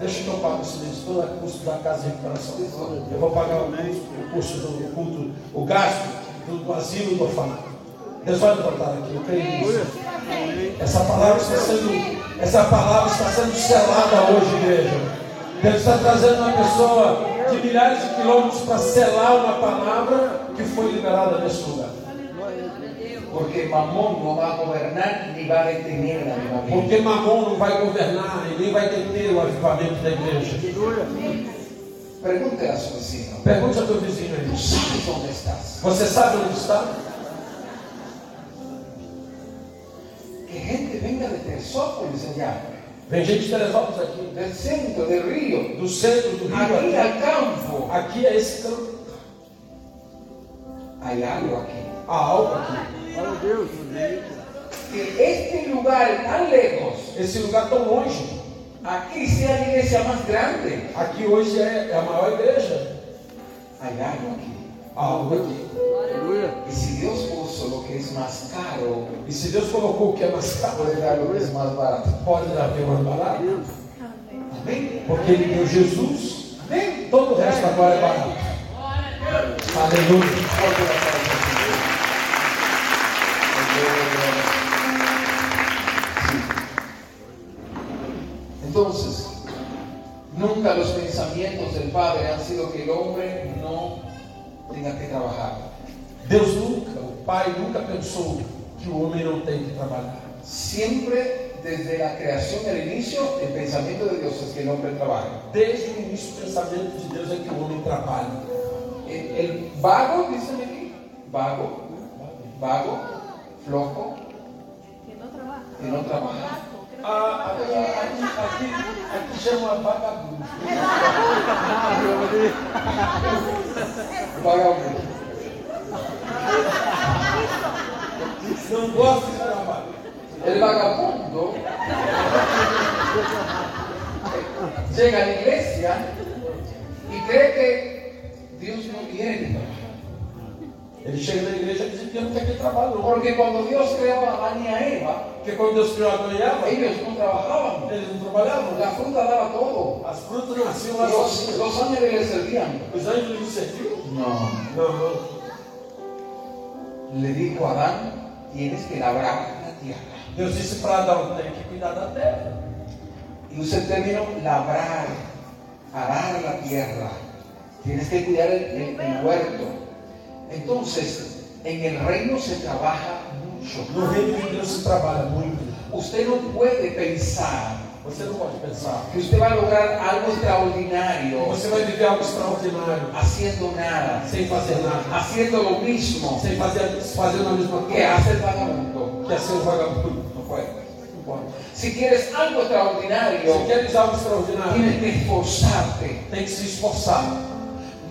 [SPEAKER 3] Deixa que eu pago esse mês todo o custo da casa de recuperação. Eu vou pagar o custo, o custo do o culto, o gasto do, do asilo e do orfanato. Deus vai levantar aqui, eu creio nisso. Essa palavra está sendo, essa palavra está sendo selada hoje, igreja. Deus está trazendo uma pessoa de milhares de quilômetros para selar uma palavra que foi liberada nesse lugar.
[SPEAKER 2] Porque Mamón no va a gobernar ni va a detener la avivamiento.
[SPEAKER 3] Porque Mamon não vai governar e nem vai deter o avivamento da igreja.
[SPEAKER 2] Pregúntele a su vecino.
[SPEAKER 3] Pergunte ao teu vizinho aí.
[SPEAKER 2] ¿Tú sabes dónde estás?
[SPEAKER 3] Você sabe onde está?
[SPEAKER 2] Que gente venga de Teresópolis allá,
[SPEAKER 3] Vem gente de Teresópolis aqui,
[SPEAKER 2] del centro, del río,
[SPEAKER 3] do centro do
[SPEAKER 2] aquí
[SPEAKER 3] Rio.
[SPEAKER 2] al campo.
[SPEAKER 3] Aqui é esse campo.
[SPEAKER 2] Hay algo aquí.
[SPEAKER 3] Há algo aqui.
[SPEAKER 4] Glória a Deus. Aleluia.
[SPEAKER 2] Que este lugar tan lejos,
[SPEAKER 3] Esse lugar tão longe.
[SPEAKER 2] aquí sea la iglesia más grande.
[SPEAKER 3] Aqui hoje é é a maior igreja.
[SPEAKER 2] Hay algo aquí.
[SPEAKER 3] Há algo aqui.
[SPEAKER 4] Aleluia.
[SPEAKER 2] Y si Dios puso lo que es más caro,
[SPEAKER 3] E se Deus colocou o que é mais caro,
[SPEAKER 2] puede dar lo que es más barato.
[SPEAKER 3] pode dar bem mais barato.
[SPEAKER 4] Deus.
[SPEAKER 2] Amén.
[SPEAKER 3] Porque ele deu Jesus, nem todo o resto agora é barato. Aleluia.
[SPEAKER 2] Fuerte el aplauso al Señor. Gloria, gloria. Sí. Entonces, nunca los pensamientos del Padre han sido que el hombre no tenga que trabajar.
[SPEAKER 3] Deus nunca, o Pai nunca pensou que o homem não tem que trabalhar.
[SPEAKER 2] Siempre desde la creación, el inicio, el pensamiento de Dios es que el hombre trabaja.
[SPEAKER 3] Desde o início, o pensamento de Deus é que o homem trabalha.
[SPEAKER 2] El, el vago, dice aquí, vago, vago, flojo,
[SPEAKER 5] Que não trabalha.
[SPEAKER 2] que no trabaja.
[SPEAKER 3] Ah, agora, aqui, aqui, aqui chama vagabundo.
[SPEAKER 2] Vagabundo.
[SPEAKER 3] Não gosta de trabalho.
[SPEAKER 2] El vagabundo llega a la iglesia y cree que Dios no quiere que trabaje.
[SPEAKER 3] Ele chega na igreja dizendo que ele trabalhou.
[SPEAKER 2] Porque cuando Dios creó a Adán y a Eva,
[SPEAKER 3] Porque quando Deus criou Adão e Eva,
[SPEAKER 2] ellos no trabajaban.
[SPEAKER 3] eles não trabalhavam.
[SPEAKER 2] La fruta daba todo.
[SPEAKER 3] As frutas nasciam lá
[SPEAKER 2] Los,
[SPEAKER 3] sozinhas.
[SPEAKER 2] los ángeles le servían.
[SPEAKER 3] Os anjos lhe serviam?
[SPEAKER 2] No.
[SPEAKER 3] Não, não.
[SPEAKER 2] Le dijo a Adán, tienes que labrar la tierra.
[SPEAKER 3] Deus disse para Adão, tem que cuidar da terra.
[SPEAKER 2] Y usa el término labrar, arar la tierra. Tienes que cuidar el, el- el huerto. Entonces, en el reino se trabaja mucho.
[SPEAKER 3] No reino de Deus se trabalha muito.
[SPEAKER 2] Usted no puede pensar
[SPEAKER 3] Você não pode pensar.
[SPEAKER 2] que usted va a lograr algo extraordinario
[SPEAKER 3] Você vai viver algo extraordinário,
[SPEAKER 2] haciendo nada,
[SPEAKER 3] sem fazer nada.
[SPEAKER 2] haciendo lo mismo
[SPEAKER 3] Sem fazer, fazendo a mesma
[SPEAKER 2] que
[SPEAKER 3] coisa
[SPEAKER 2] hace el vagabundo.
[SPEAKER 3] que é ser um vagabundo.
[SPEAKER 2] No puede. no puede. Si quieres algo extraordinario,
[SPEAKER 3] Se queres algo extraordinario,
[SPEAKER 2] tienes que esforzarte.
[SPEAKER 3] tem que se esforçar.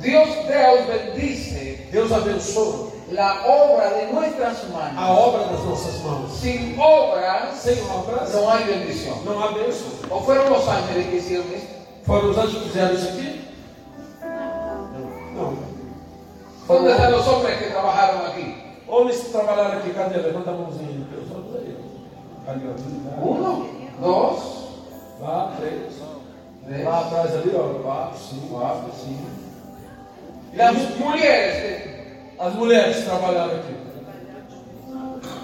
[SPEAKER 2] Dios te os bendice
[SPEAKER 3] Deus abençoa
[SPEAKER 2] la obra de nuestras manos.
[SPEAKER 3] a obra das nossas mãos.
[SPEAKER 2] Sin obras
[SPEAKER 3] Sem obras,
[SPEAKER 2] no hay bendición.
[SPEAKER 3] não há bênção.
[SPEAKER 2] ¿O fueron los ángeles que hicieron esto?
[SPEAKER 3] Foram os anjos que fizeram isso aqui? Não.
[SPEAKER 2] ¿Dónde están los hombres que trabajaram aquí?
[SPEAKER 3] Homens que trabalharam aqui, cadê? Levanta a mãozinha. Os outros aí. Ali, ó.
[SPEAKER 2] Uno, dos,
[SPEAKER 3] Lá, três.
[SPEAKER 2] tres.
[SPEAKER 3] Lá atrás ali, ó. Quatro, cinco, quatro, cinco.
[SPEAKER 2] Las mujeres. eh,
[SPEAKER 3] As mulheres que trabalharam aqui.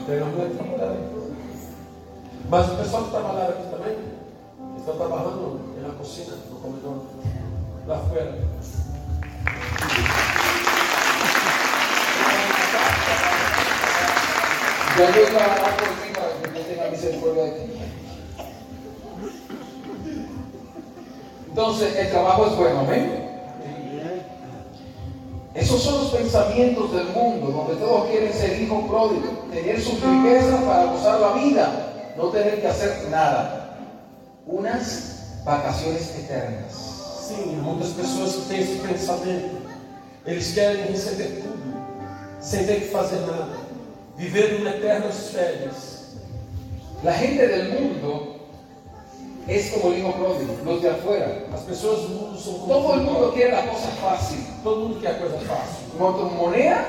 [SPEAKER 3] Tem uma mulher que trabalharam aqui. Mas o pessoal que trabalharam aqui também, eles estão trabalhando na cozinha, no comedor, lá fora.
[SPEAKER 2] Ya yo iba a orar por ti para que tú tengas misericordia de ti. Entonces, el trabajo es bueno, amén. Esos son los pensamientos del mundo, donde todos quieren ser hijos pródigos, tener sus riquezas para gozar la vida, no tener que hacer nada. Unas vacaciones eternas.
[SPEAKER 3] Sim, muitas pessoas que têm esse pensamento, eles querem receber tudo, sem ter que fazer nada, viver em eternas férias.
[SPEAKER 2] La gente del mundo es como el hijo pródigo, los de afuera.
[SPEAKER 3] As pessoas do mundo são como
[SPEAKER 2] Todo el mundo quiere la cosa fácil.
[SPEAKER 3] todo mundo quer coisa fácil.
[SPEAKER 2] Monta una moneda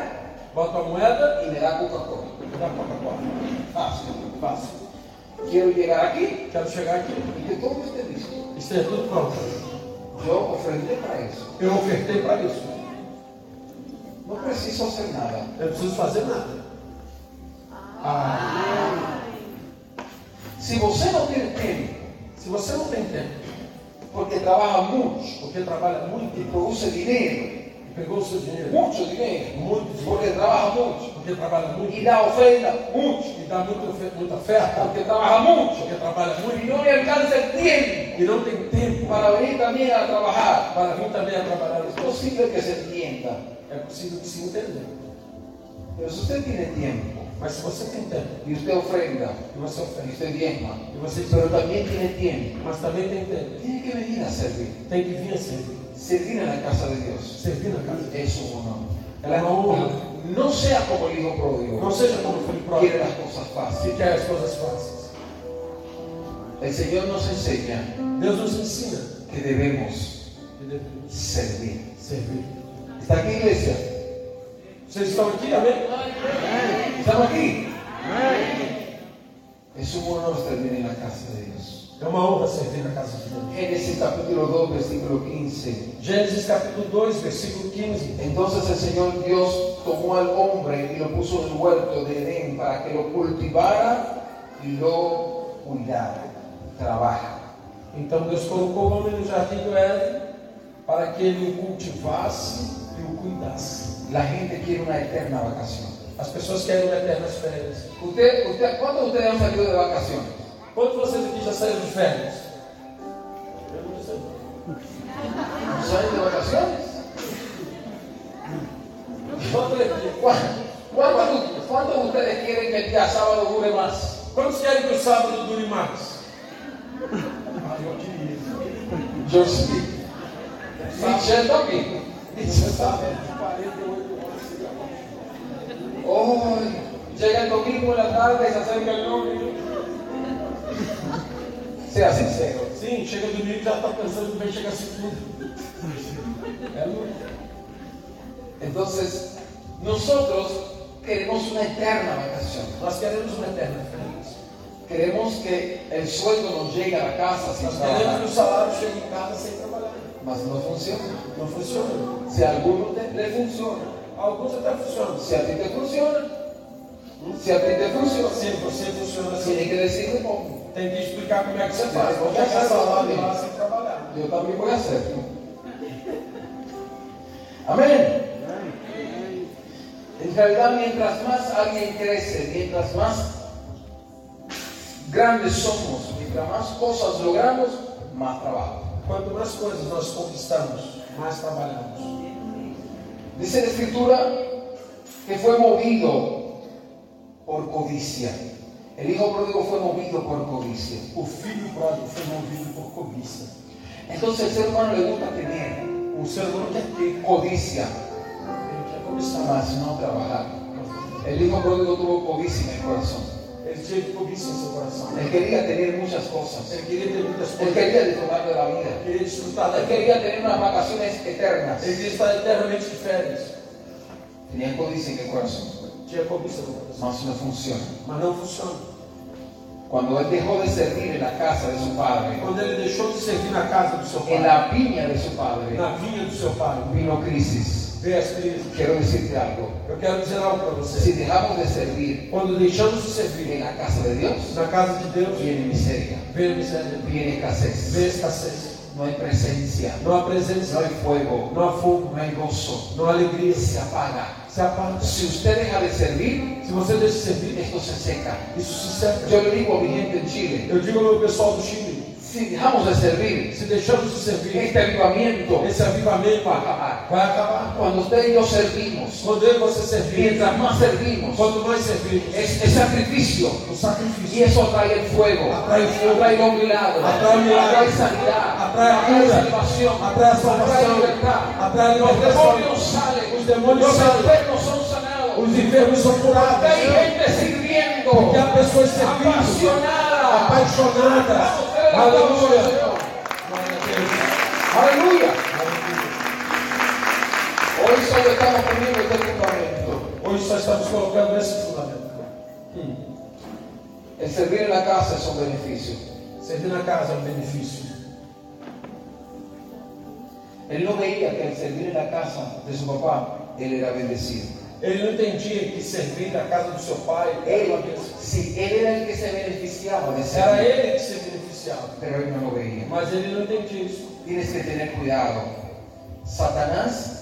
[SPEAKER 3] Bota a moeda
[SPEAKER 2] y me da Coca-Cola.
[SPEAKER 3] e dá Coca-Cola.
[SPEAKER 2] Fácil.
[SPEAKER 3] Fácil.
[SPEAKER 2] Quiero llegar aquí
[SPEAKER 3] Quero chegar aqui
[SPEAKER 2] y que todo esté listo.
[SPEAKER 3] e ter tudo pronto.
[SPEAKER 2] Yo ofrendé para eso.
[SPEAKER 3] Eu ofertei para isso.
[SPEAKER 2] No preciso hacer nada.
[SPEAKER 3] Eu não preciso fazer nada. Ah,
[SPEAKER 2] Si usted no tiene tiempo,
[SPEAKER 3] se você não tem tempo,
[SPEAKER 2] porque trabaja mucho
[SPEAKER 3] porque trabalha
[SPEAKER 2] y
[SPEAKER 3] muito
[SPEAKER 2] produce dinero,
[SPEAKER 3] e pegou o seu dinheiro,
[SPEAKER 2] mucho dinheiro,
[SPEAKER 3] muito dinheiro,
[SPEAKER 2] porque trabaja mucho
[SPEAKER 3] porque trabalha muito
[SPEAKER 2] y da ofrenda mucho,
[SPEAKER 3] e dá muita, ofe- muita oferta,
[SPEAKER 2] porque trabaja mucho
[SPEAKER 3] porque trabalha
[SPEAKER 2] y
[SPEAKER 3] muito
[SPEAKER 2] no le alcanza el tiempo
[SPEAKER 3] e não tem tempo
[SPEAKER 2] para
[SPEAKER 3] para,
[SPEAKER 2] venir también a trabajar.
[SPEAKER 3] para vir também a trabalhar.
[SPEAKER 2] Es posible que se entienda,
[SPEAKER 3] É possível que se entenda.
[SPEAKER 2] pero si usted tiene tiempo
[SPEAKER 3] Mas se você tem tempo
[SPEAKER 2] y usted ofrenda
[SPEAKER 3] e você
[SPEAKER 2] y
[SPEAKER 3] oferece,
[SPEAKER 2] usted diezma,
[SPEAKER 3] e você
[SPEAKER 2] pero
[SPEAKER 3] planta,
[SPEAKER 2] también tiene tiempo,
[SPEAKER 3] mas também tem tempo,
[SPEAKER 2] tiene que venir a servir.
[SPEAKER 3] tem que vir a servir,
[SPEAKER 2] servir en la casa de Dios.
[SPEAKER 3] servir na casa.
[SPEAKER 2] Es un honor.
[SPEAKER 3] Es un honor.
[SPEAKER 2] No sea como el hijo
[SPEAKER 3] Não
[SPEAKER 2] pródigo.
[SPEAKER 3] seja como foi
[SPEAKER 2] Quiere
[SPEAKER 3] próprio,
[SPEAKER 2] las cosas fáciles.
[SPEAKER 3] se quer as coisas fáceis.
[SPEAKER 2] El Señor nos enseña
[SPEAKER 3] Deus nos ensina
[SPEAKER 2] que debemos
[SPEAKER 3] que devemos
[SPEAKER 2] servir.
[SPEAKER 3] servir.
[SPEAKER 2] ¿Está aquí, iglesia?
[SPEAKER 3] Vocês estão aqui, amém?
[SPEAKER 2] ¿Estamos aquí? Es un honor servir en la casa de Deus.
[SPEAKER 3] É uma honra servir na casa de Deus.
[SPEAKER 2] Génesis capítulo 2, versículo 15.
[SPEAKER 3] Gênesis capítulo 2, versículo 15.
[SPEAKER 2] Entonces el Señor Dios tomó al hombre y lo puso en el huerto de Edén para que lo cultivara y lo cuidara. Trabaja.
[SPEAKER 3] Então Deus colocou o homem no jardim do Éden para que ele o cultivasse e o cuidasse.
[SPEAKER 2] La gente quiere una eterna vacación.
[SPEAKER 3] As pessoas querem eternas férias.
[SPEAKER 2] Usted, usted, ¿Cuándo ustedes han salido de vacaciones?
[SPEAKER 3] Quantos de vocês aqui já saíram de férias? Eu não sei.
[SPEAKER 2] ¿Saben de vacaciones?
[SPEAKER 3] Quantos aqui?
[SPEAKER 2] ¿Cuá- ¿Cuántos cuántos de ustedes quieren que el día sábado dure más?
[SPEAKER 3] Quantos querem que o sábado dure mais?
[SPEAKER 2] Yo sí. Michelle también.
[SPEAKER 3] Você sabe.
[SPEAKER 2] Oh, llega el domingo en la tarde y se acerca el novio. Sea sincero.
[SPEAKER 3] Sim, chega domingo e já está pensando bem chegar segunda. É louco.
[SPEAKER 2] Entonces, nosotros queremos una eterna vacación.
[SPEAKER 3] Nós queremos uma eterna férias.
[SPEAKER 2] Queremos que el sueldo nos llegue a la casa sin
[SPEAKER 3] Nós queremos
[SPEAKER 2] trabajar,
[SPEAKER 3] que o salário chegue em casa sem trabalhar.
[SPEAKER 2] mas no funciona.
[SPEAKER 3] Não funciona.
[SPEAKER 2] Si a alguno te- le funciona,
[SPEAKER 3] Alguns até funcionam.
[SPEAKER 2] si a ti te funciona, si a ti te funciona,
[SPEAKER 3] Se você funciona
[SPEAKER 2] tiene
[SPEAKER 3] assim,
[SPEAKER 2] que decirle, "No,
[SPEAKER 3] tem que explicar como é que você faz. Não chegar salário lá sem trabalhar.
[SPEAKER 2] yo también voy a hacerlo. Amén. En realidad, mientras más alguien crece, mientras más grandes somos, mientras más cosas logramos, más trabajo.
[SPEAKER 3] Quanto mais coisas nós conquistamos, mais trabalhamos.
[SPEAKER 2] Dice la escritura que fue movido por codicia. El hijo pródigo fue movido por codicia.
[SPEAKER 3] O filho pródigo foi movido por cobiça.
[SPEAKER 2] Entonces el ser humano le gusta tener
[SPEAKER 3] O ser humano quer ter,
[SPEAKER 2] codicia,
[SPEAKER 3] ele quer cobiçar.
[SPEAKER 2] mas no trabajar. El hijo pródigo tuvo codicia en el corazón.
[SPEAKER 3] Ele tinha cobiça em seu coração.
[SPEAKER 2] Él quería tener muchas cosas.
[SPEAKER 3] Ele queria ter muitas
[SPEAKER 2] Él
[SPEAKER 3] coisas.
[SPEAKER 2] quería disfrutar de la vida.
[SPEAKER 3] queria desfrutar
[SPEAKER 2] Él
[SPEAKER 3] daquele.
[SPEAKER 2] quería tener unas vacaciones eternas.
[SPEAKER 3] Ele queria estar eternamente de férias.
[SPEAKER 2] Tenía codicia en el corazón,
[SPEAKER 3] Tinha cobiça no coração.
[SPEAKER 2] mas no funciona.
[SPEAKER 3] Mas não funciona.
[SPEAKER 2] Cuando él dejó de servir en la casa de su padre,
[SPEAKER 3] Quando ele deixou de servir na casa do seu
[SPEAKER 2] en
[SPEAKER 3] pai,
[SPEAKER 2] la viña de su padre,
[SPEAKER 3] na vinha do seu pai,
[SPEAKER 2] vino crisis.
[SPEAKER 3] vê as crises.
[SPEAKER 2] Quiero decirte algo.
[SPEAKER 3] Eu quero dizer algo para
[SPEAKER 2] Si
[SPEAKER 3] você.
[SPEAKER 2] dejamos de servir
[SPEAKER 3] Quando deixamos de servir
[SPEAKER 2] en la casa de Dios,
[SPEAKER 3] na casa de Deus,
[SPEAKER 2] viene miseria,
[SPEAKER 3] vê a miséria,
[SPEAKER 2] viene escasez,
[SPEAKER 3] vê a escassez.
[SPEAKER 2] no hay presencia,
[SPEAKER 3] Não há
[SPEAKER 2] no
[SPEAKER 3] presença,
[SPEAKER 2] hay fuego,
[SPEAKER 3] não há fogo,
[SPEAKER 2] no hay gozo,
[SPEAKER 3] não há alegria.
[SPEAKER 2] se apaga.
[SPEAKER 3] Se apaga.
[SPEAKER 2] Si usted deja de servir,
[SPEAKER 3] Se você deixa de servir,
[SPEAKER 2] esto se seca.
[SPEAKER 3] isso se seca.
[SPEAKER 2] Yo le digo a mi gente en Chile,
[SPEAKER 3] Eu digo ao meu pessoal do Chile,
[SPEAKER 2] si dejamos de servir,
[SPEAKER 3] se deixamos de servir,
[SPEAKER 2] este avivamiento
[SPEAKER 3] esse avivamento
[SPEAKER 2] va a acabar.
[SPEAKER 3] vai acabar.
[SPEAKER 2] Cuando usted y yo servimos,
[SPEAKER 3] Quando eu e você servir,
[SPEAKER 2] mientras más servimos,
[SPEAKER 3] Quanto mais servir, é
[SPEAKER 2] es, es sacrificio.
[SPEAKER 3] o
[SPEAKER 2] Y
[SPEAKER 3] sacrifício
[SPEAKER 2] eso atrae el fuego,
[SPEAKER 3] Atrae el fuego.
[SPEAKER 2] atrae los milagros,
[SPEAKER 3] Atrae el milagro.
[SPEAKER 2] atrae sanidad,
[SPEAKER 3] Atrae cura.
[SPEAKER 2] salvación,
[SPEAKER 3] atrai a salvação,
[SPEAKER 2] atrae libertad. Los
[SPEAKER 3] atrai a
[SPEAKER 2] demonios
[SPEAKER 3] libertação.
[SPEAKER 2] salen,
[SPEAKER 3] Os demônios
[SPEAKER 2] los
[SPEAKER 3] saem,
[SPEAKER 2] enfermos son sanados,
[SPEAKER 3] os enfermos são
[SPEAKER 2] porque hay
[SPEAKER 3] curados.
[SPEAKER 2] gente sirviendo,
[SPEAKER 3] Porque há pessoas servindo,
[SPEAKER 2] apasionada.
[SPEAKER 3] apaixonadas.
[SPEAKER 2] Aleluya.
[SPEAKER 3] Aleluia. Glória a Deus.
[SPEAKER 2] Aleluya. Hoy solo estamos poniendo este fundamento.
[SPEAKER 3] Hoje só estamos colocando esse fundamento.
[SPEAKER 2] El servir en la casa es un beneficio.
[SPEAKER 3] Servir na casa é um benefício.
[SPEAKER 2] Él no veía que el servir en la casa de su papá, él era bendecido.
[SPEAKER 3] Ele não entendia que servir na casa do seu pai era uma
[SPEAKER 2] Él,
[SPEAKER 3] bênção.
[SPEAKER 2] sí, él era el que se beneficiaba de ser
[SPEAKER 3] Era ele que se beneficiava.
[SPEAKER 2] pero él no lo veía.
[SPEAKER 3] Mas ele não entendia isso.
[SPEAKER 2] Tienes que tener cuidado. Satanás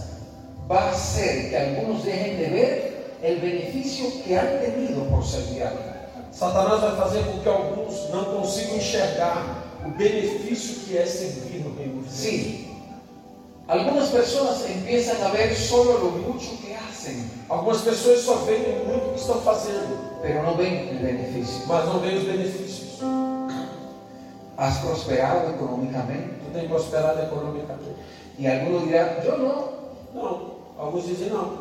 [SPEAKER 2] va a hacer que algunos dejen de ver el beneficio que han tenido por servir a Dios.
[SPEAKER 3] Satanás vai fazer com que alguns não consigam enxergar o benefício que é servir no reino de Deus.
[SPEAKER 2] Sí, algunas personas empiezan a ver solo lo mucho que hacen,
[SPEAKER 3] Algumas pessoas só veem muito o que estão fazendo,
[SPEAKER 2] pero no ven el beneficio.
[SPEAKER 3] mas não veem os benefícios.
[SPEAKER 2] Has prosperado económicamente
[SPEAKER 3] Tu tem prosperado economicamente.
[SPEAKER 2] y algunos dirán, yo no,
[SPEAKER 3] Não, alguns dizem não,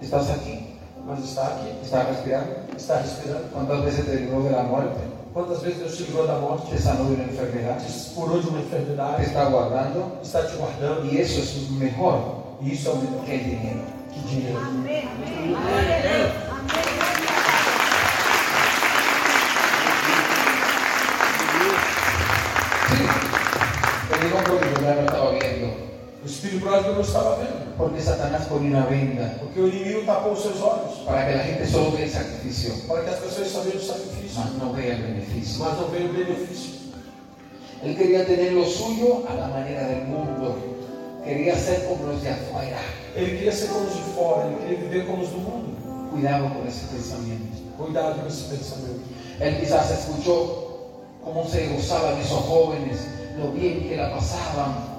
[SPEAKER 2] estás aquí,
[SPEAKER 3] mas está aqui,
[SPEAKER 2] estás respirando.
[SPEAKER 3] está respirando.
[SPEAKER 2] ¿Cuántas veces te libró de la muerte?
[SPEAKER 3] Quantas vezes Deus te livrou da morte,
[SPEAKER 2] Te sanó de una enfermedad.
[SPEAKER 3] te curou de uma
[SPEAKER 2] te
[SPEAKER 3] enfermidade,
[SPEAKER 2] está guardando
[SPEAKER 3] está te guardando,
[SPEAKER 2] y eso es mejor
[SPEAKER 3] e isso é o melhor
[SPEAKER 2] que el dinero.
[SPEAKER 3] que dinheiro.
[SPEAKER 5] Amém. Amém. Amém.
[SPEAKER 2] El hijo pródigo ya no estaba viendo
[SPEAKER 3] O Espírito Pródigo não estava vendo,
[SPEAKER 2] porque Satanás pone una venda
[SPEAKER 3] porque o inimigo tapou os seus olhos,
[SPEAKER 2] para que la gente solo vea el sacrificio,
[SPEAKER 3] para que as pessoas só vejam o sacrifício,
[SPEAKER 2] mas no vea el beneficio.
[SPEAKER 3] mas não veem o benefício.
[SPEAKER 2] Él quería tener lo suyo a la manera del mundo. Quería ser como los de afuera.
[SPEAKER 3] Ele queria ser como os de fora, ele queria viver como os do mundo.
[SPEAKER 2] Cuidado con ese pensamiento.
[SPEAKER 3] Cuidado com esse pensamento.
[SPEAKER 2] Él quizás escuchó cómo se gozaban esos jóvenes, lo bien que la pasaban.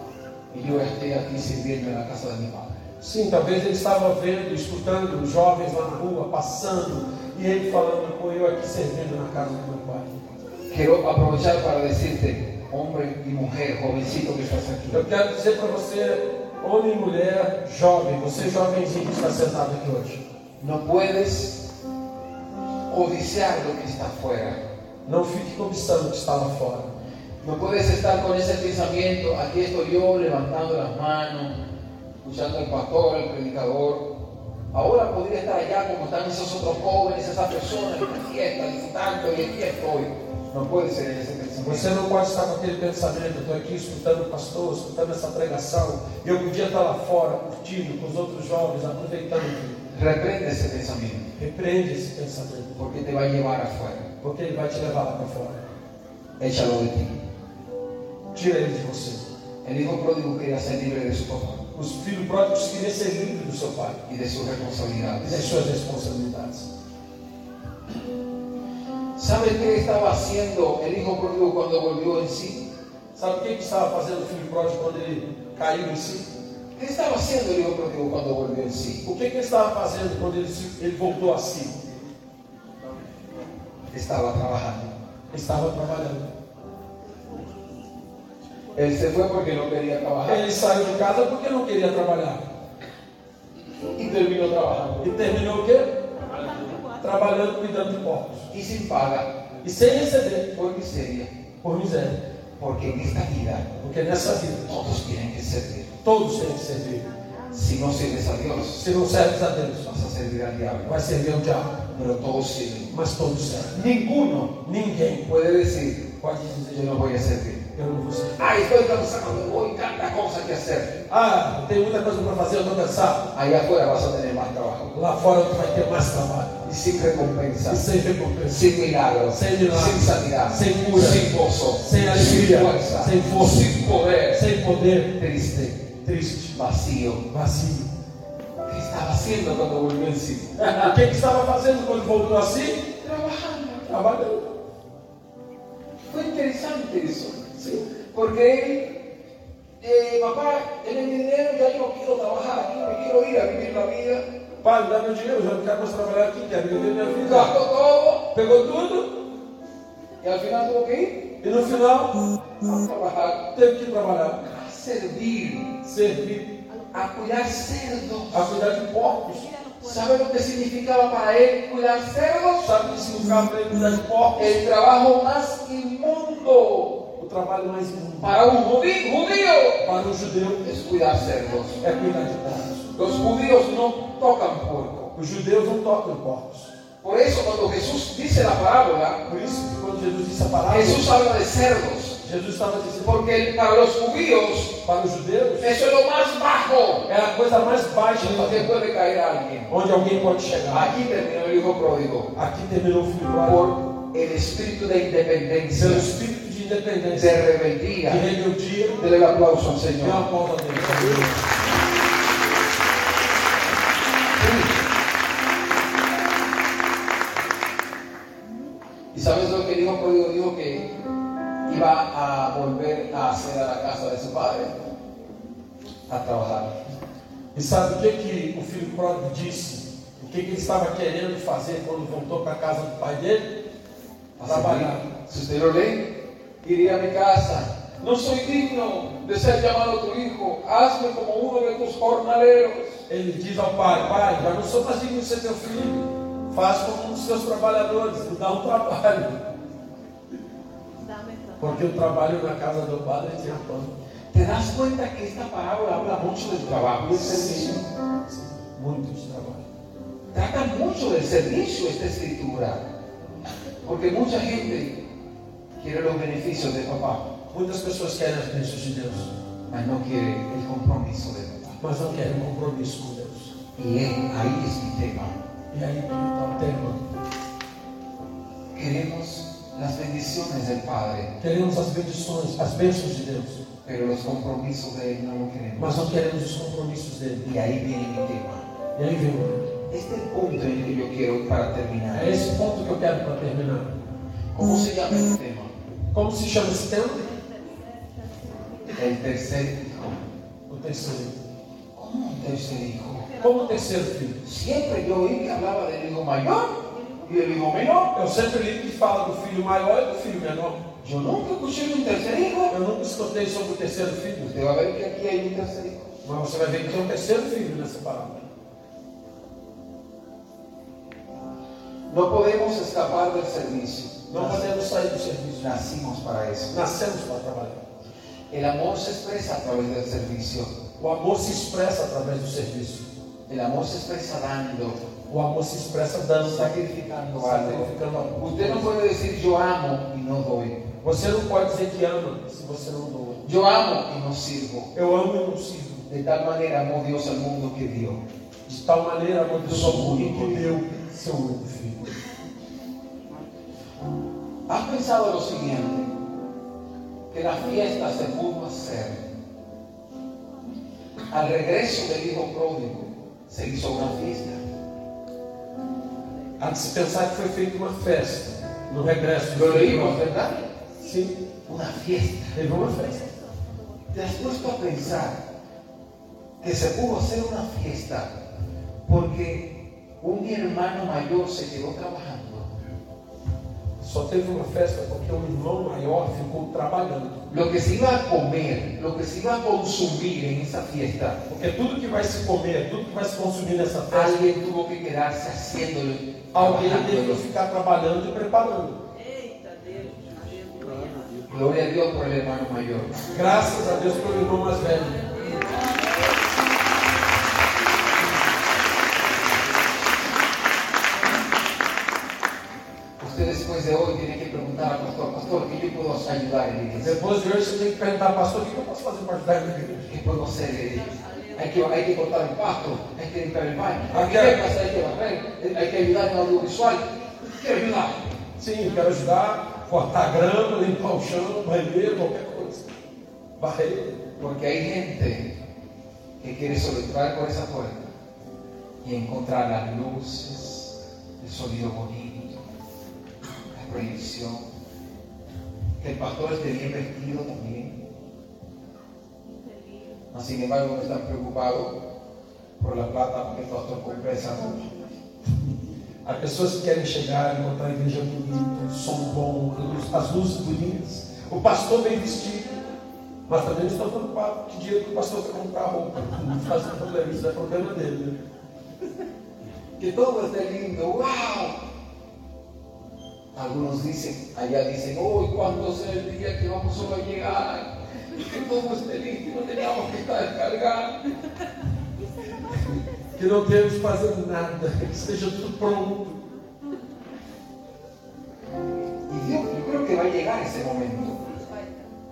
[SPEAKER 2] Y yo estoy aquí sirviendo en la casa de mi padre.
[SPEAKER 3] Sim, talvez ele estava vendo, escutando os jovens lá na rua, passando, e ele falando, pô, eu aqui servindo na casa do meu pai.
[SPEAKER 2] Quiero aprovechar para decirte, hombre y mujer, jovencito que estás aquí,
[SPEAKER 3] Eu quero dizer para você, homem e mulher, jovem, você jovenzinho que está sentado aqui hoje,
[SPEAKER 2] no puedes codiciar lo que está afuera.
[SPEAKER 3] não fique cobiçando o que está lá fora.
[SPEAKER 2] No puedes estar con ese pensamiento, aquí estoy yo levantando las manos, escuchando al pastor, al predicador. Ahora podría estar allá como están esos otros jóvenes, esas personas en la fiesta, disfrutando, y aquí estoy. No puede ser ese pensamiento.
[SPEAKER 3] Você não pode estar com aquele pensamento, eu estou aqui escutando o pastor, escutando essa pregação, eu podia estar lá fora, curtindo com os outros jovens, aproveitando tudo.
[SPEAKER 2] Reprende ese pensamiento,
[SPEAKER 3] Repreende esse pensamento,
[SPEAKER 2] porque te va a llevar afuera.
[SPEAKER 3] porque ele vai te levar lá para fora.
[SPEAKER 2] Échalo de ti.
[SPEAKER 3] Tira ele de você.
[SPEAKER 2] El hijo pródigo quería ser libre de su papá
[SPEAKER 3] Os filhos pródigos queriam ser livres do seu pai
[SPEAKER 2] y de sus
[SPEAKER 3] e das
[SPEAKER 2] responsabilidades.
[SPEAKER 3] suas responsabilidades.
[SPEAKER 2] ¿Sabe qué estaba haciendo el hijo pródigo cuando volvió en sí?
[SPEAKER 3] Sabe o que, que estava fazendo o filho pródigo quando ele caiu em si?
[SPEAKER 2] ¿Qué estaba haciendo el hijo pródigo cuando volvió en sí?
[SPEAKER 3] O que, que ele estava fazendo quando ele, se- ele voltou a si?
[SPEAKER 2] Estaba trabajando.
[SPEAKER 3] Ele estava trabalhando.
[SPEAKER 2] Él se fue porque no quería trabajar
[SPEAKER 3] Ele saiu de casa porque não queria trabalhar.
[SPEAKER 2] y terminó trabajando.
[SPEAKER 3] E terminou o quê? Trabalhando, cuidando de porcos.
[SPEAKER 2] Y sin paga,
[SPEAKER 3] E sem receber,
[SPEAKER 2] por miseria,
[SPEAKER 3] por miséria.
[SPEAKER 2] porque en esta vida
[SPEAKER 3] Porque nessa vida,
[SPEAKER 2] todos tienen que servir.
[SPEAKER 3] todos têm que servir.
[SPEAKER 2] Si no sirves a Dios,
[SPEAKER 3] Se não serves a Deus,
[SPEAKER 2] vas a servir al diablo.
[SPEAKER 3] vai servir ao diabo.
[SPEAKER 2] Pero todos sirven.
[SPEAKER 3] Mas todos servem.
[SPEAKER 2] Ninguno
[SPEAKER 3] Ninguém
[SPEAKER 2] puede decir,
[SPEAKER 3] pode
[SPEAKER 2] yo
[SPEAKER 3] dizer,
[SPEAKER 2] no voy a servir.
[SPEAKER 3] eu não vou servir.
[SPEAKER 2] Ay, estoy cansado, tengo hoy tanta cosa que hacer.
[SPEAKER 3] Ah, tem muita coisa para fazer, eu estou cansado.
[SPEAKER 2] Allá afuera vas a tener más trabajo.
[SPEAKER 3] Lá fora tu vai ter mais trabalho.
[SPEAKER 2] Y sin recompensa,
[SPEAKER 3] E sem recompensa.
[SPEAKER 2] sin milagro,
[SPEAKER 3] Sin milagro.
[SPEAKER 2] sin sanidad,
[SPEAKER 3] Sin cura.
[SPEAKER 2] sin gozo,
[SPEAKER 3] Sin alegría.
[SPEAKER 2] fuerza,
[SPEAKER 3] Sin fuerza.
[SPEAKER 2] sin poder,
[SPEAKER 3] Sem poder,
[SPEAKER 2] triste,
[SPEAKER 3] triste,
[SPEAKER 2] vacío.
[SPEAKER 3] vazio.
[SPEAKER 2] ¿Qué estaba haciendo cuando volvió en sí?
[SPEAKER 3] O que, que estava fazendo quando voltou a si? Trabalhando. Trabalhando.
[SPEAKER 2] Fue interesante eso, ¿sí? porque él, eh, papá, él es mi dinero, ya yo no quiero trabajar aquí, me quiero ir a vivir la vida.
[SPEAKER 3] Pai, me dá meu dinheiro, eu já não quero mais trabalhar aqui, quero viver minha vida.
[SPEAKER 2] Gastó todo
[SPEAKER 3] Pegou tudo
[SPEAKER 2] y al final tuvo que ir
[SPEAKER 3] e no final
[SPEAKER 2] a trabajar,
[SPEAKER 3] teve que trabalhar,
[SPEAKER 2] a servir,
[SPEAKER 3] servir,
[SPEAKER 2] a cuidar cerdos.
[SPEAKER 3] a cuidar de porcos.
[SPEAKER 2] ¿Sabe lo que significaba para él cuidar cerdos?
[SPEAKER 3] Sabe que se lugar para ele cuidar de porcos?
[SPEAKER 2] El trabajo más inmundo
[SPEAKER 3] O trabalho mais imundo
[SPEAKER 2] para un judí- judío
[SPEAKER 3] para um judeu
[SPEAKER 2] es cuidar cerdos.
[SPEAKER 3] é cuidar de porcos.
[SPEAKER 2] Los judíos no tocan porco.
[SPEAKER 3] Os judeus não tocam em porcos.
[SPEAKER 2] Por eso cuando Jesús dice la parábola,
[SPEAKER 3] Por isso que quando Jesus disse a palavra,
[SPEAKER 2] Jesús habla de cerdos.
[SPEAKER 3] Jesus estava dizendo
[SPEAKER 2] Porque para los judíos
[SPEAKER 3] para os judeus
[SPEAKER 2] eso es lo más bajo
[SPEAKER 3] é a coisa mais baixa
[SPEAKER 2] donde puede caer alguien.
[SPEAKER 3] onde alguém pode chegar.
[SPEAKER 2] Aquí terminó el hijo pródigo
[SPEAKER 3] Aqui terminou o filho pródigo.
[SPEAKER 2] por el espíritu de
[SPEAKER 3] Seu
[SPEAKER 2] independencia,
[SPEAKER 3] espírito de
[SPEAKER 2] de
[SPEAKER 3] independência, de
[SPEAKER 2] rebeldía.
[SPEAKER 3] rebeldia,
[SPEAKER 2] Dele el aplauso al
[SPEAKER 3] deu
[SPEAKER 2] Señor.
[SPEAKER 3] a volta a Deus.
[SPEAKER 2] ¿Y sabes lo que el hijo pródigo dijo Pues que iba a volver a hacer a la casa de su padre? A trabajar.
[SPEAKER 3] E sabe o que, que o filho pródigo disse? O que, que ele estava querendo fazer quando voltou para a casa do pai dele?
[SPEAKER 2] A
[SPEAKER 3] Trabalhar.
[SPEAKER 2] servir. Si usted lo lee, iría a mi casa. No soy digno de ser llamado tu hijo. Hazme como uno de tus jornaleros.
[SPEAKER 3] Ele diz ao pai: Pai, já não sou mais digno de ser teu filho. Faz como um dos seus trabalhadores, me dá um trabalho.
[SPEAKER 5] Dá-me pra-
[SPEAKER 3] Porque o trabalho na casa do padre é tinha pão.
[SPEAKER 2] ¿Te das cuenta que esta parábola habla mucho del trabajo y del servicio?
[SPEAKER 3] Muito de trabalho.
[SPEAKER 2] Trata mucho del servicio esta escritura. Porque mucha gente quiere los beneficios de papá.
[SPEAKER 3] Muitas pessoas querem as bênçãos de Deus,
[SPEAKER 2] mas no quiere el compromiso de papá.
[SPEAKER 3] mas não querem compromisso com Deus.
[SPEAKER 2] Y es- ahí es mi tema.
[SPEAKER 3] E aí que está o tema.
[SPEAKER 2] Queremos las bendiciones del Padre,
[SPEAKER 3] Queremos as bendições, as bênçãos de Deus,
[SPEAKER 2] pero los compromisos de Él no lo queremos.
[SPEAKER 3] mas não queremos os compromissos dele.
[SPEAKER 2] Y ahí viene mi tema.
[SPEAKER 3] E aí vem o
[SPEAKER 2] El Este es el punto en el que yo quiero para terminar.
[SPEAKER 3] É esse ponto que eu quero para terminar.
[SPEAKER 2] ¿Cómo se llama este tema?
[SPEAKER 3] Como se chama esse tema?
[SPEAKER 2] El tercer hijo.
[SPEAKER 3] O terceiro.
[SPEAKER 2] ¿Cómo un tercer hijo?
[SPEAKER 3] Como o terceiro filho.
[SPEAKER 2] Siempre yo oí que hablaba del hijo mayor y del hijo menor.
[SPEAKER 3] Eu sempre li que fala do filho maior e do filho menor.
[SPEAKER 2] Yo nunca escuché de un tercer hijo.
[SPEAKER 3] Eu nunca escutei sobre o terceiro filho.
[SPEAKER 2] Usted va a ver que aquí hay un tercer hijo.
[SPEAKER 3] Mas você vai ver que tem um terceiro filho nessa palavra.
[SPEAKER 2] No podemos escapar del servicio.
[SPEAKER 3] Não podemos sair do serviço.
[SPEAKER 2] Nacimos para eso.
[SPEAKER 3] Nascemos para trabalhar.
[SPEAKER 2] El amor se expresa a través del servicio.
[SPEAKER 3] O amor se expressa através do serviço.
[SPEAKER 2] El amor se expresa dando,
[SPEAKER 3] O amor se expressa dando, tá
[SPEAKER 2] sacrificando algo.
[SPEAKER 3] sacrificando algo.
[SPEAKER 2] Usted no puede decir yo amo y no doy.
[SPEAKER 3] Você não pode dizer que ama se você não doa.
[SPEAKER 2] Yo amo y no sirvo.
[SPEAKER 3] Eu amo e não sirvo.
[SPEAKER 2] De tal manera amó Dios al mundo que dio.
[SPEAKER 3] De tal maneira amou Deus ao mundo que deu seu único filho.
[SPEAKER 2] ¿Has pensado lo siguiente? Que la fiesta se pudo hacer. Al regreso del hijo pródigo se hizo una fiesta.
[SPEAKER 3] Há de se pensar que foi feita uma festa no regresso.
[SPEAKER 2] Lo leímos, ¿verdad?
[SPEAKER 3] Sim,
[SPEAKER 2] Una fiesta.
[SPEAKER 3] teve uma festa.
[SPEAKER 2] ¿Te has puesto a pensar que se pudo hacer una fiesta porque un hermano mayor se quedó trabajando?
[SPEAKER 3] Só teve uma festa porque um irmão maior ficou trabalhando.
[SPEAKER 2] Lo que se iba a comer, lo que se iba a consumir en esa fiesta,
[SPEAKER 3] Porque tudo que vai se comer, tudo que vai se consumir nessa festa,
[SPEAKER 2] alguien tuvo que quedarse haciéndolo.
[SPEAKER 3] alguém
[SPEAKER 2] trabajándolo.
[SPEAKER 3] teve que ficar trabalhando e preparando.
[SPEAKER 5] Eita, Deus. Aleluia.
[SPEAKER 2] Gloria a Dios por el hermano mayor.
[SPEAKER 3] Graças a Deus pelo irmão mais velho.
[SPEAKER 2] Usted después de hoy tiene que preguntar al pastor, pastor, ¿qué yo puedo ayudar en la iglesia?
[SPEAKER 3] Depois de hoje você tem que perguntar, pastor, o que eu posso fazer para ajudar a minha igreja?
[SPEAKER 2] ¿Qué puedo hacer? eh? Hay que, hay que cortar el pasto, hay que limpiar el baño, hay
[SPEAKER 3] Aquí
[SPEAKER 2] que
[SPEAKER 3] hay-
[SPEAKER 2] hacer, hay que barrer, eh, hay que ayudar en audiovisual. Quiero ayudar.
[SPEAKER 3] Sim, eu quero ajudar, cortar grama, limpar o chão, banheiro, qualquer coisa. Barreira.
[SPEAKER 2] Porque hay gente que quiere sobreentrar por esa puerta y encontrar las luces, el sonido bonito, la proyección, que el pastor esté bien vestido también. Mas, Sin embargo, no están preocupados por la plata que el pastor compra esa noche.
[SPEAKER 3] Há pessoas que querem chegar e montar a igreja bonita, som bom, luz- as luzes bonitas. O pastor bem vestido, mas também estão preocupados que dinheiro que o pastor vai comprar roupa. Não faz um problema, isso é problema dele. Né?
[SPEAKER 2] Que todo esté lindo, wow. Algunos dicen, allá dicen, hoy cuando sea el día que vamos solo a llegar, que todo esté lindo, no teníamos que estar descargando.
[SPEAKER 3] Que não temos que fazer nada, que esteja tudo pronto.
[SPEAKER 2] Y Dios, yo creo que va a llegar ese momento,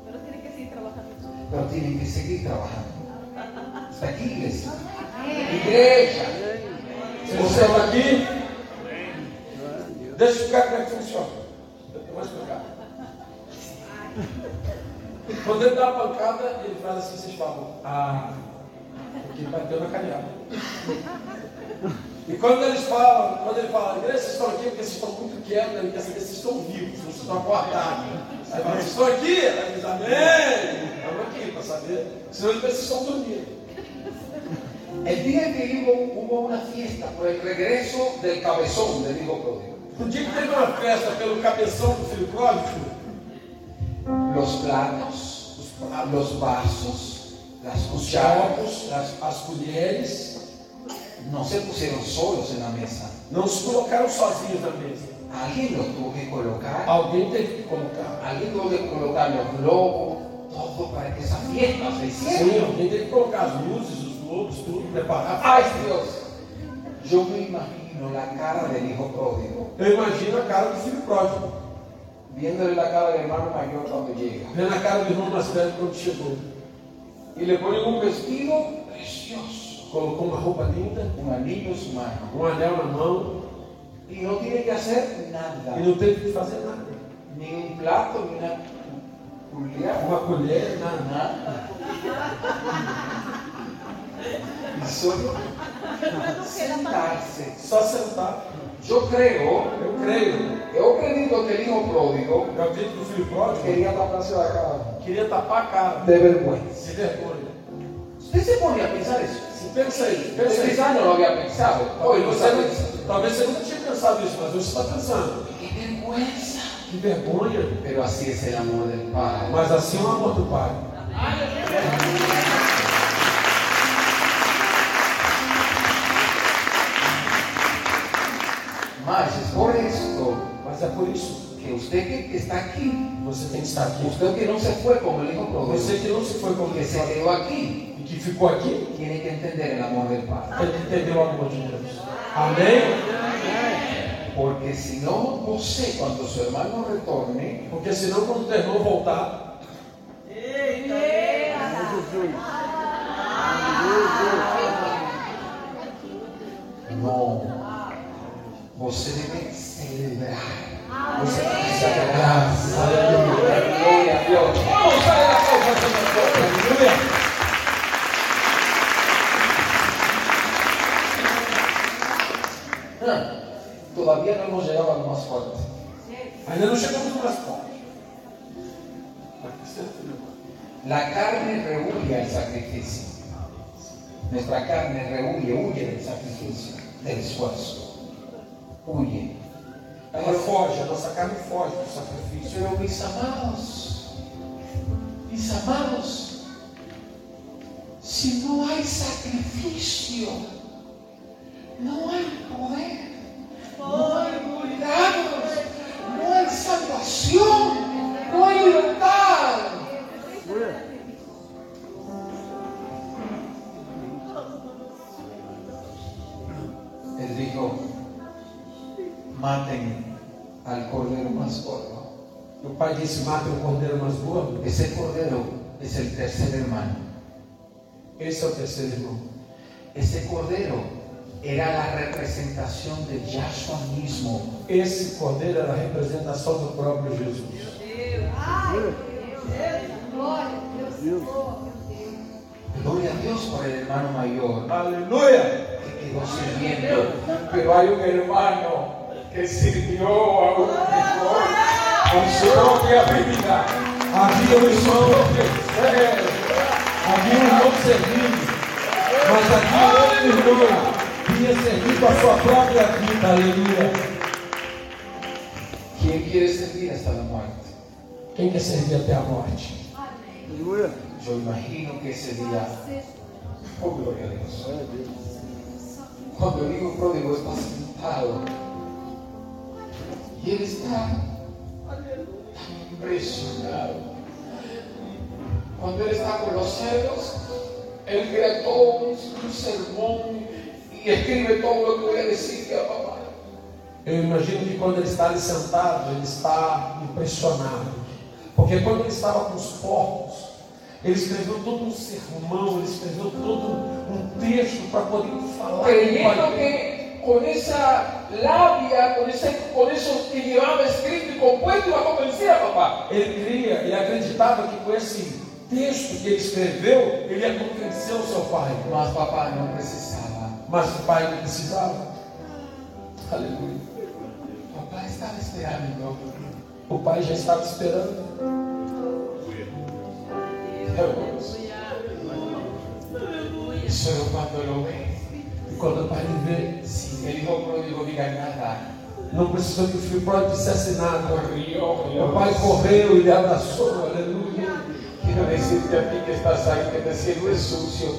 [SPEAKER 5] Pero tiene que seguir trabajando.
[SPEAKER 2] pero tienen que seguir trabajando. Hasta aquí, iglesia. Iglesia.
[SPEAKER 3] Vocês estão aqui? Deixa eu explicar como é que funciona. Eu vou explicar. Quando ele dá a pancada, ele faz assim, vocês falam, ah, porque bateu na canhada. E quando eles falam, quando ele fala, igreja, vocês estão aqui porque vocês estão muito quietos, ele quer saber se vocês estão vivos, se vocês estão acordados. Aí fala, vocês estão aqui? Aí diz, amém! Estamos aqui para saber. Senão ele pensa que vocês estão dormindo.
[SPEAKER 2] El día en que hubo, hubo una fiesta por el regreso del cabezón del hijo pródigo,
[SPEAKER 3] No dia que teve uma festa pelo cabeção do filho pródigo,
[SPEAKER 2] los platos, los pla- los vasos, las
[SPEAKER 3] os
[SPEAKER 2] cucharas,
[SPEAKER 3] jogos, as, as colheres,
[SPEAKER 2] no se pusieron solos en la mesa.
[SPEAKER 3] não se colocaram sozinhos na mesa.
[SPEAKER 2] Alguien los tuvo que colocar,
[SPEAKER 3] Alguém teve que colocar.
[SPEAKER 2] alguien tuvo que colocar los globos, todo para que esa fiesta se
[SPEAKER 3] Sim,
[SPEAKER 2] hiciera.
[SPEAKER 3] alguém teve que colocar as luzes, os globos, tudo, preparar.
[SPEAKER 2] Ay Dios, yo me imagino la cara del hijo pródigo,
[SPEAKER 3] Eu imagino a cara do filho pródigo,
[SPEAKER 2] viéndole la cara del hermano mayor cuando llega.
[SPEAKER 3] vendo a cara do irmão mais velho quando chegou.
[SPEAKER 2] Y le ponen un vestido precioso,
[SPEAKER 3] Colocou uma roupa linda,
[SPEAKER 2] un anillo en su mano.
[SPEAKER 3] um anel na mão,
[SPEAKER 2] Y no tiene que hacer nada,
[SPEAKER 3] e não teve que fazer nada.
[SPEAKER 2] ni un plato, ni una culiada,
[SPEAKER 3] Uma colher, nada.
[SPEAKER 2] nada. Y solo sentarse.
[SPEAKER 3] Só sentar.
[SPEAKER 2] Yo creo,
[SPEAKER 3] Eu creio.
[SPEAKER 2] yo acredito que el hijo pródigo
[SPEAKER 3] Eu acredito que o filho pródigo
[SPEAKER 2] quería taparse la cara
[SPEAKER 3] queria tapar a cara
[SPEAKER 2] de vergüenza.
[SPEAKER 3] de vergonha.
[SPEAKER 2] Usted se pone a pensar eso.
[SPEAKER 3] Pensa aí, pensa
[SPEAKER 2] Usted
[SPEAKER 3] aí.
[SPEAKER 2] quizás no lo había pensado. Hoy
[SPEAKER 3] Oi,
[SPEAKER 2] lo
[SPEAKER 3] você
[SPEAKER 2] está pensando.
[SPEAKER 3] não, talvez você não tinha pensado isso, mas hoje você está pensando.
[SPEAKER 2] ¡Qué vergüenza!
[SPEAKER 3] Que vergonha.
[SPEAKER 2] Pero así es el amor del Padre.
[SPEAKER 3] Mas assim é o amor do Pai.
[SPEAKER 2] Más es por esto
[SPEAKER 3] Mas é por isso
[SPEAKER 2] que usted que, que está aquí,
[SPEAKER 3] que você tem que estar aqui.
[SPEAKER 2] usted que no se fue como el hijo pródigo,
[SPEAKER 3] Você que não se foi como
[SPEAKER 2] que se
[SPEAKER 3] esse
[SPEAKER 2] quedó aquí,
[SPEAKER 3] e que ficou aqui,
[SPEAKER 2] tiene que entender el amor del Padre.
[SPEAKER 3] tem que entender o amor de Deus. Amém?
[SPEAKER 2] Porque si no posee cuando su hermano retorne,
[SPEAKER 3] Porque senão quando o irmão voltar,
[SPEAKER 2] no. Você debe celebrar.
[SPEAKER 3] você precisa da graça. Aleluia.
[SPEAKER 2] Gloria a Dios.
[SPEAKER 3] Vamos dar a palma para Deus. Aleluia.
[SPEAKER 2] Ah, Todavía no hemos llegado al más fuerte.
[SPEAKER 3] Ainda não chegamos no mais forte. Acrescenta, meu irmão.
[SPEAKER 2] La carne rehuye al sacrificio. Nuestra carne rehuye, huye del sacrificio, del esfuerzo. Huye.
[SPEAKER 3] Ela foge, a nossa carne foge do sacrifício.
[SPEAKER 2] Pero mis amados, mis amados, si no hay sacrificio, no hay poder, no hay milagros, no hay salvación, no hay libertad. Él dijo, maten al cordero más gordo.
[SPEAKER 3] Meu pai disse: mata o cordeiro mais gordo.
[SPEAKER 2] Ese cordero es el tercer hermano.
[SPEAKER 3] Esse é o terceiro irmão.
[SPEAKER 2] Ese cordero era la representación de Yahshua mismo.
[SPEAKER 3] Esse cordeiro era a representação do próprio Jesus.
[SPEAKER 2] Gloria a Dios por el hermano mayor
[SPEAKER 3] Aleluia!
[SPEAKER 2] que quedó sirviendo.
[SPEAKER 3] Pero hay um hermano que sirvió a un Senhor con su propia vida. Havia um irmão oferecendo, havia um irmão servindo, mas havia outro irmão que ia servir com a sua própria vida. Aleluia!
[SPEAKER 2] ¿Quién quiere servir hasta la muerte?
[SPEAKER 3] Quem quer servir até a morte?
[SPEAKER 4] Aleluia.
[SPEAKER 2] Yo imagino que ese día, oh gloria a Dios,
[SPEAKER 4] Glória a Deus.
[SPEAKER 2] cuando el hijo pródigo está sentado y él está tan impresionado. Cuando él está con los celos, él crea todo un, un sermón y escribe todo lo que voy a decir a papá.
[SPEAKER 3] Eu imagino que quando ele está ali sentado, ele está impressionado. Porque quando ele estava com os porcos, ele escreveu todo um sermão, ele escreveu todo um texto para poder falar.
[SPEAKER 2] Creyendo que con esa labia, con, ese, con eso que llevaba escrito y compuesto, iba a convencer a papá.
[SPEAKER 3] Ele cria, ele acreditava que com esse texto que ele escreveu, ele ia convencer o seu pai.
[SPEAKER 2] Mas papá no precisaba.
[SPEAKER 3] Mas o pai não precisava. Aleluia.
[SPEAKER 2] Papá estaba esperando.
[SPEAKER 3] O pai já estava esperando.
[SPEAKER 2] Solo cuando lo ve,
[SPEAKER 3] E quando o pai lhe vê,
[SPEAKER 2] sin que el hijo pródigo diga nada,
[SPEAKER 3] não precisou que o filho pródigo dissesse nada.
[SPEAKER 2] corrió. Pues,
[SPEAKER 3] Meu pai correu e lhe abraçou, aleluia.
[SPEAKER 2] Quiero decirte a ti que estás ahí, que te sientes sucio,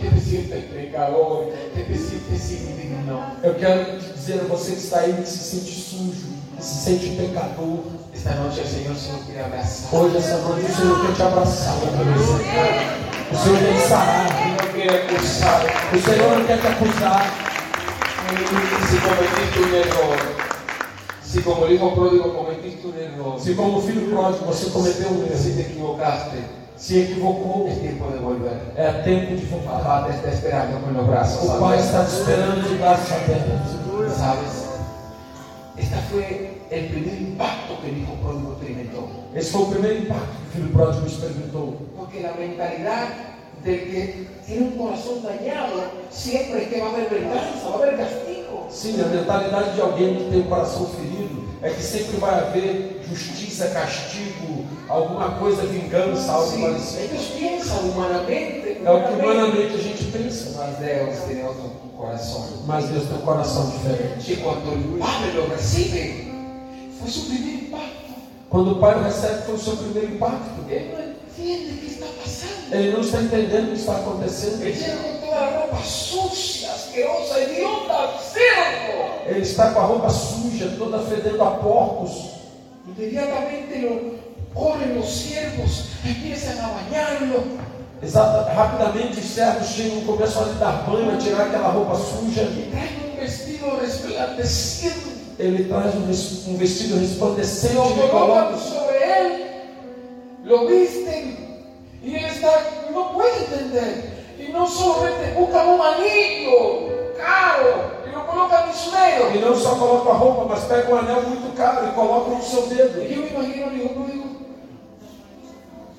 [SPEAKER 2] que te sientes pecador, que te sientes sin digno.
[SPEAKER 3] Eu quero dizer a você que está aí que se sente sujo, que se sente pecador.
[SPEAKER 2] Esta noche el Señor solo quiere abrazar.
[SPEAKER 3] Hoje, essa noite, o Senhor quer te abraçar, o Senhor quer te sarar,
[SPEAKER 2] No quiere acusar.
[SPEAKER 3] o Senhor não quer te acusar.
[SPEAKER 2] Si cometiste un error, si como el hijo pródigo cometiste un error,
[SPEAKER 3] Se como filho pródigo você cometeu um
[SPEAKER 2] si
[SPEAKER 3] erro,
[SPEAKER 2] te equivocaste,
[SPEAKER 3] se equivocou,
[SPEAKER 2] es tiempo de volver.
[SPEAKER 3] é tempo de voltar.
[SPEAKER 2] Papá te está esperando con los brazos.
[SPEAKER 3] O Pai
[SPEAKER 2] abiertos.
[SPEAKER 3] está te esperando de braços abertos.
[SPEAKER 2] ¿Sabes? Este fue el primer impacto que el hijo pródigo experimentó.
[SPEAKER 3] Esse foi o primeiro impacto que o filho pródigo experimentou.
[SPEAKER 2] Porque la mentalidad de que tiene un corazón dañado, siempre es que va a haber venganza, va a haver castigo.
[SPEAKER 3] Sim, a mentalidade de alguém que tem o coração ferido é que sempre vai haver justiça, castigo, alguma coisa, vingança, algo
[SPEAKER 2] Sí,
[SPEAKER 3] parecido.
[SPEAKER 2] ellos piensan humanamente,
[SPEAKER 3] É o que humanamente a gente pensa,
[SPEAKER 2] mas Deus tiene otro corazón.
[SPEAKER 3] mas Deus tem um coração diferente.
[SPEAKER 2] Que cuando el Padre lo recibe, fue su primer impacto.
[SPEAKER 3] Quando o pai recebe, foi o seu primeiro impacto.
[SPEAKER 2] Él no entiende qué está pasando.
[SPEAKER 3] Ele não está entendendo o que está
[SPEAKER 2] Él
[SPEAKER 3] acontecendo.
[SPEAKER 2] llega con toda la ropa sucia, asquerosa, idiota, cerdo.
[SPEAKER 3] Ele está com a roupa suja, toda fedendo a porcos.
[SPEAKER 2] Inmediatamente lo corren los siervos, empiezan a bañarlo,
[SPEAKER 3] Exata- rapidamente os servos chegam, começam a lhe dar banho, a tirar aquela roupa suja.
[SPEAKER 2] traen un vestido resplandeciente,
[SPEAKER 3] Ele traz um ves- um vestido resplandecente
[SPEAKER 2] lo
[SPEAKER 3] de
[SPEAKER 2] colocan
[SPEAKER 3] colores.
[SPEAKER 2] sobre él, lo visten y él está, no puede entender. Y no solamente buscan un anillo caro y lo colocan en su
[SPEAKER 3] E
[SPEAKER 2] dedo.
[SPEAKER 3] não só coloca a roupa, mas pega um anel muito caro e coloca no seu
[SPEAKER 2] Y
[SPEAKER 3] dedo.
[SPEAKER 2] yo me imagino, digo, no, digo,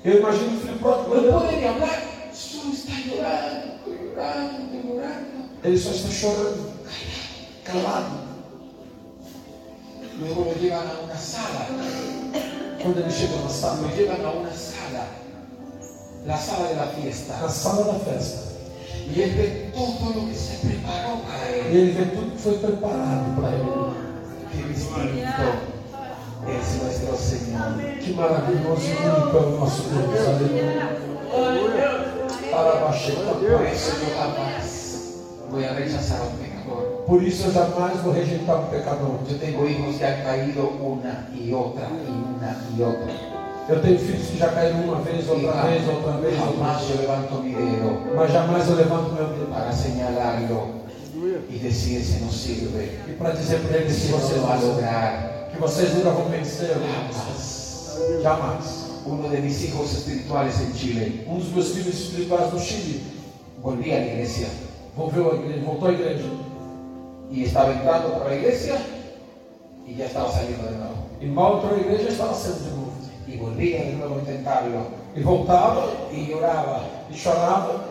[SPEAKER 3] Eu imagino o filho pródigo
[SPEAKER 2] no
[SPEAKER 3] olhando.
[SPEAKER 2] puede ni hablar, solo está llorando, llorando, llorando.
[SPEAKER 3] Ele só está chorando, calado.
[SPEAKER 2] Luego lo llevan a una sala.
[SPEAKER 3] Quando ele chega na
[SPEAKER 2] Lo
[SPEAKER 3] sala,
[SPEAKER 2] llevan a una sala, la sala de la fiesta,
[SPEAKER 3] na sala da festa,
[SPEAKER 2] y él ve todo lo que se preparó para
[SPEAKER 3] e
[SPEAKER 2] él.
[SPEAKER 3] ele vê tudo que foi preparado para ele.
[SPEAKER 2] Qué distinto es nuestro Señor.
[SPEAKER 3] Que maravilhoso e único é o nosso Deus. Aleluia. Parabaxeta.
[SPEAKER 2] Por eso yo jamás voy a rechazar a un pecador.
[SPEAKER 3] Por isso eu jamais vou rejeitar o pecador.
[SPEAKER 2] Yo tengo hijos que han caído una y otra y una y otra.
[SPEAKER 3] Eu tenho filhos que já caíram uma vez,
[SPEAKER 2] Y
[SPEAKER 3] outra vez, outra vez, outra
[SPEAKER 2] jamás yo levanto mi dedo
[SPEAKER 3] vez. Mas jamais eu levanto meu dedo
[SPEAKER 2] para señalarlo y decir ese no sirve,
[SPEAKER 3] e para dizer para eles que
[SPEAKER 2] ese no
[SPEAKER 3] vocês
[SPEAKER 2] lo va a
[SPEAKER 3] não
[SPEAKER 2] lograr.
[SPEAKER 3] que vocês nunca vão vencer.
[SPEAKER 2] Jamás.
[SPEAKER 3] Jamais.
[SPEAKER 2] Uno de mis hijos espirituales en Chile
[SPEAKER 3] Um dos meus filhos espirituais no Chile
[SPEAKER 2] volví a la iglesia
[SPEAKER 3] volveu à igreja, voltou à igreja
[SPEAKER 2] y estaba entrando por la iglesia y ya estaba saliendo de nuevo.
[SPEAKER 3] e mal entrou à igreja estava sendo de novo.
[SPEAKER 2] Y volvía de nuevo a intentarlo
[SPEAKER 3] E voltava
[SPEAKER 2] y lloraba.
[SPEAKER 3] e chorava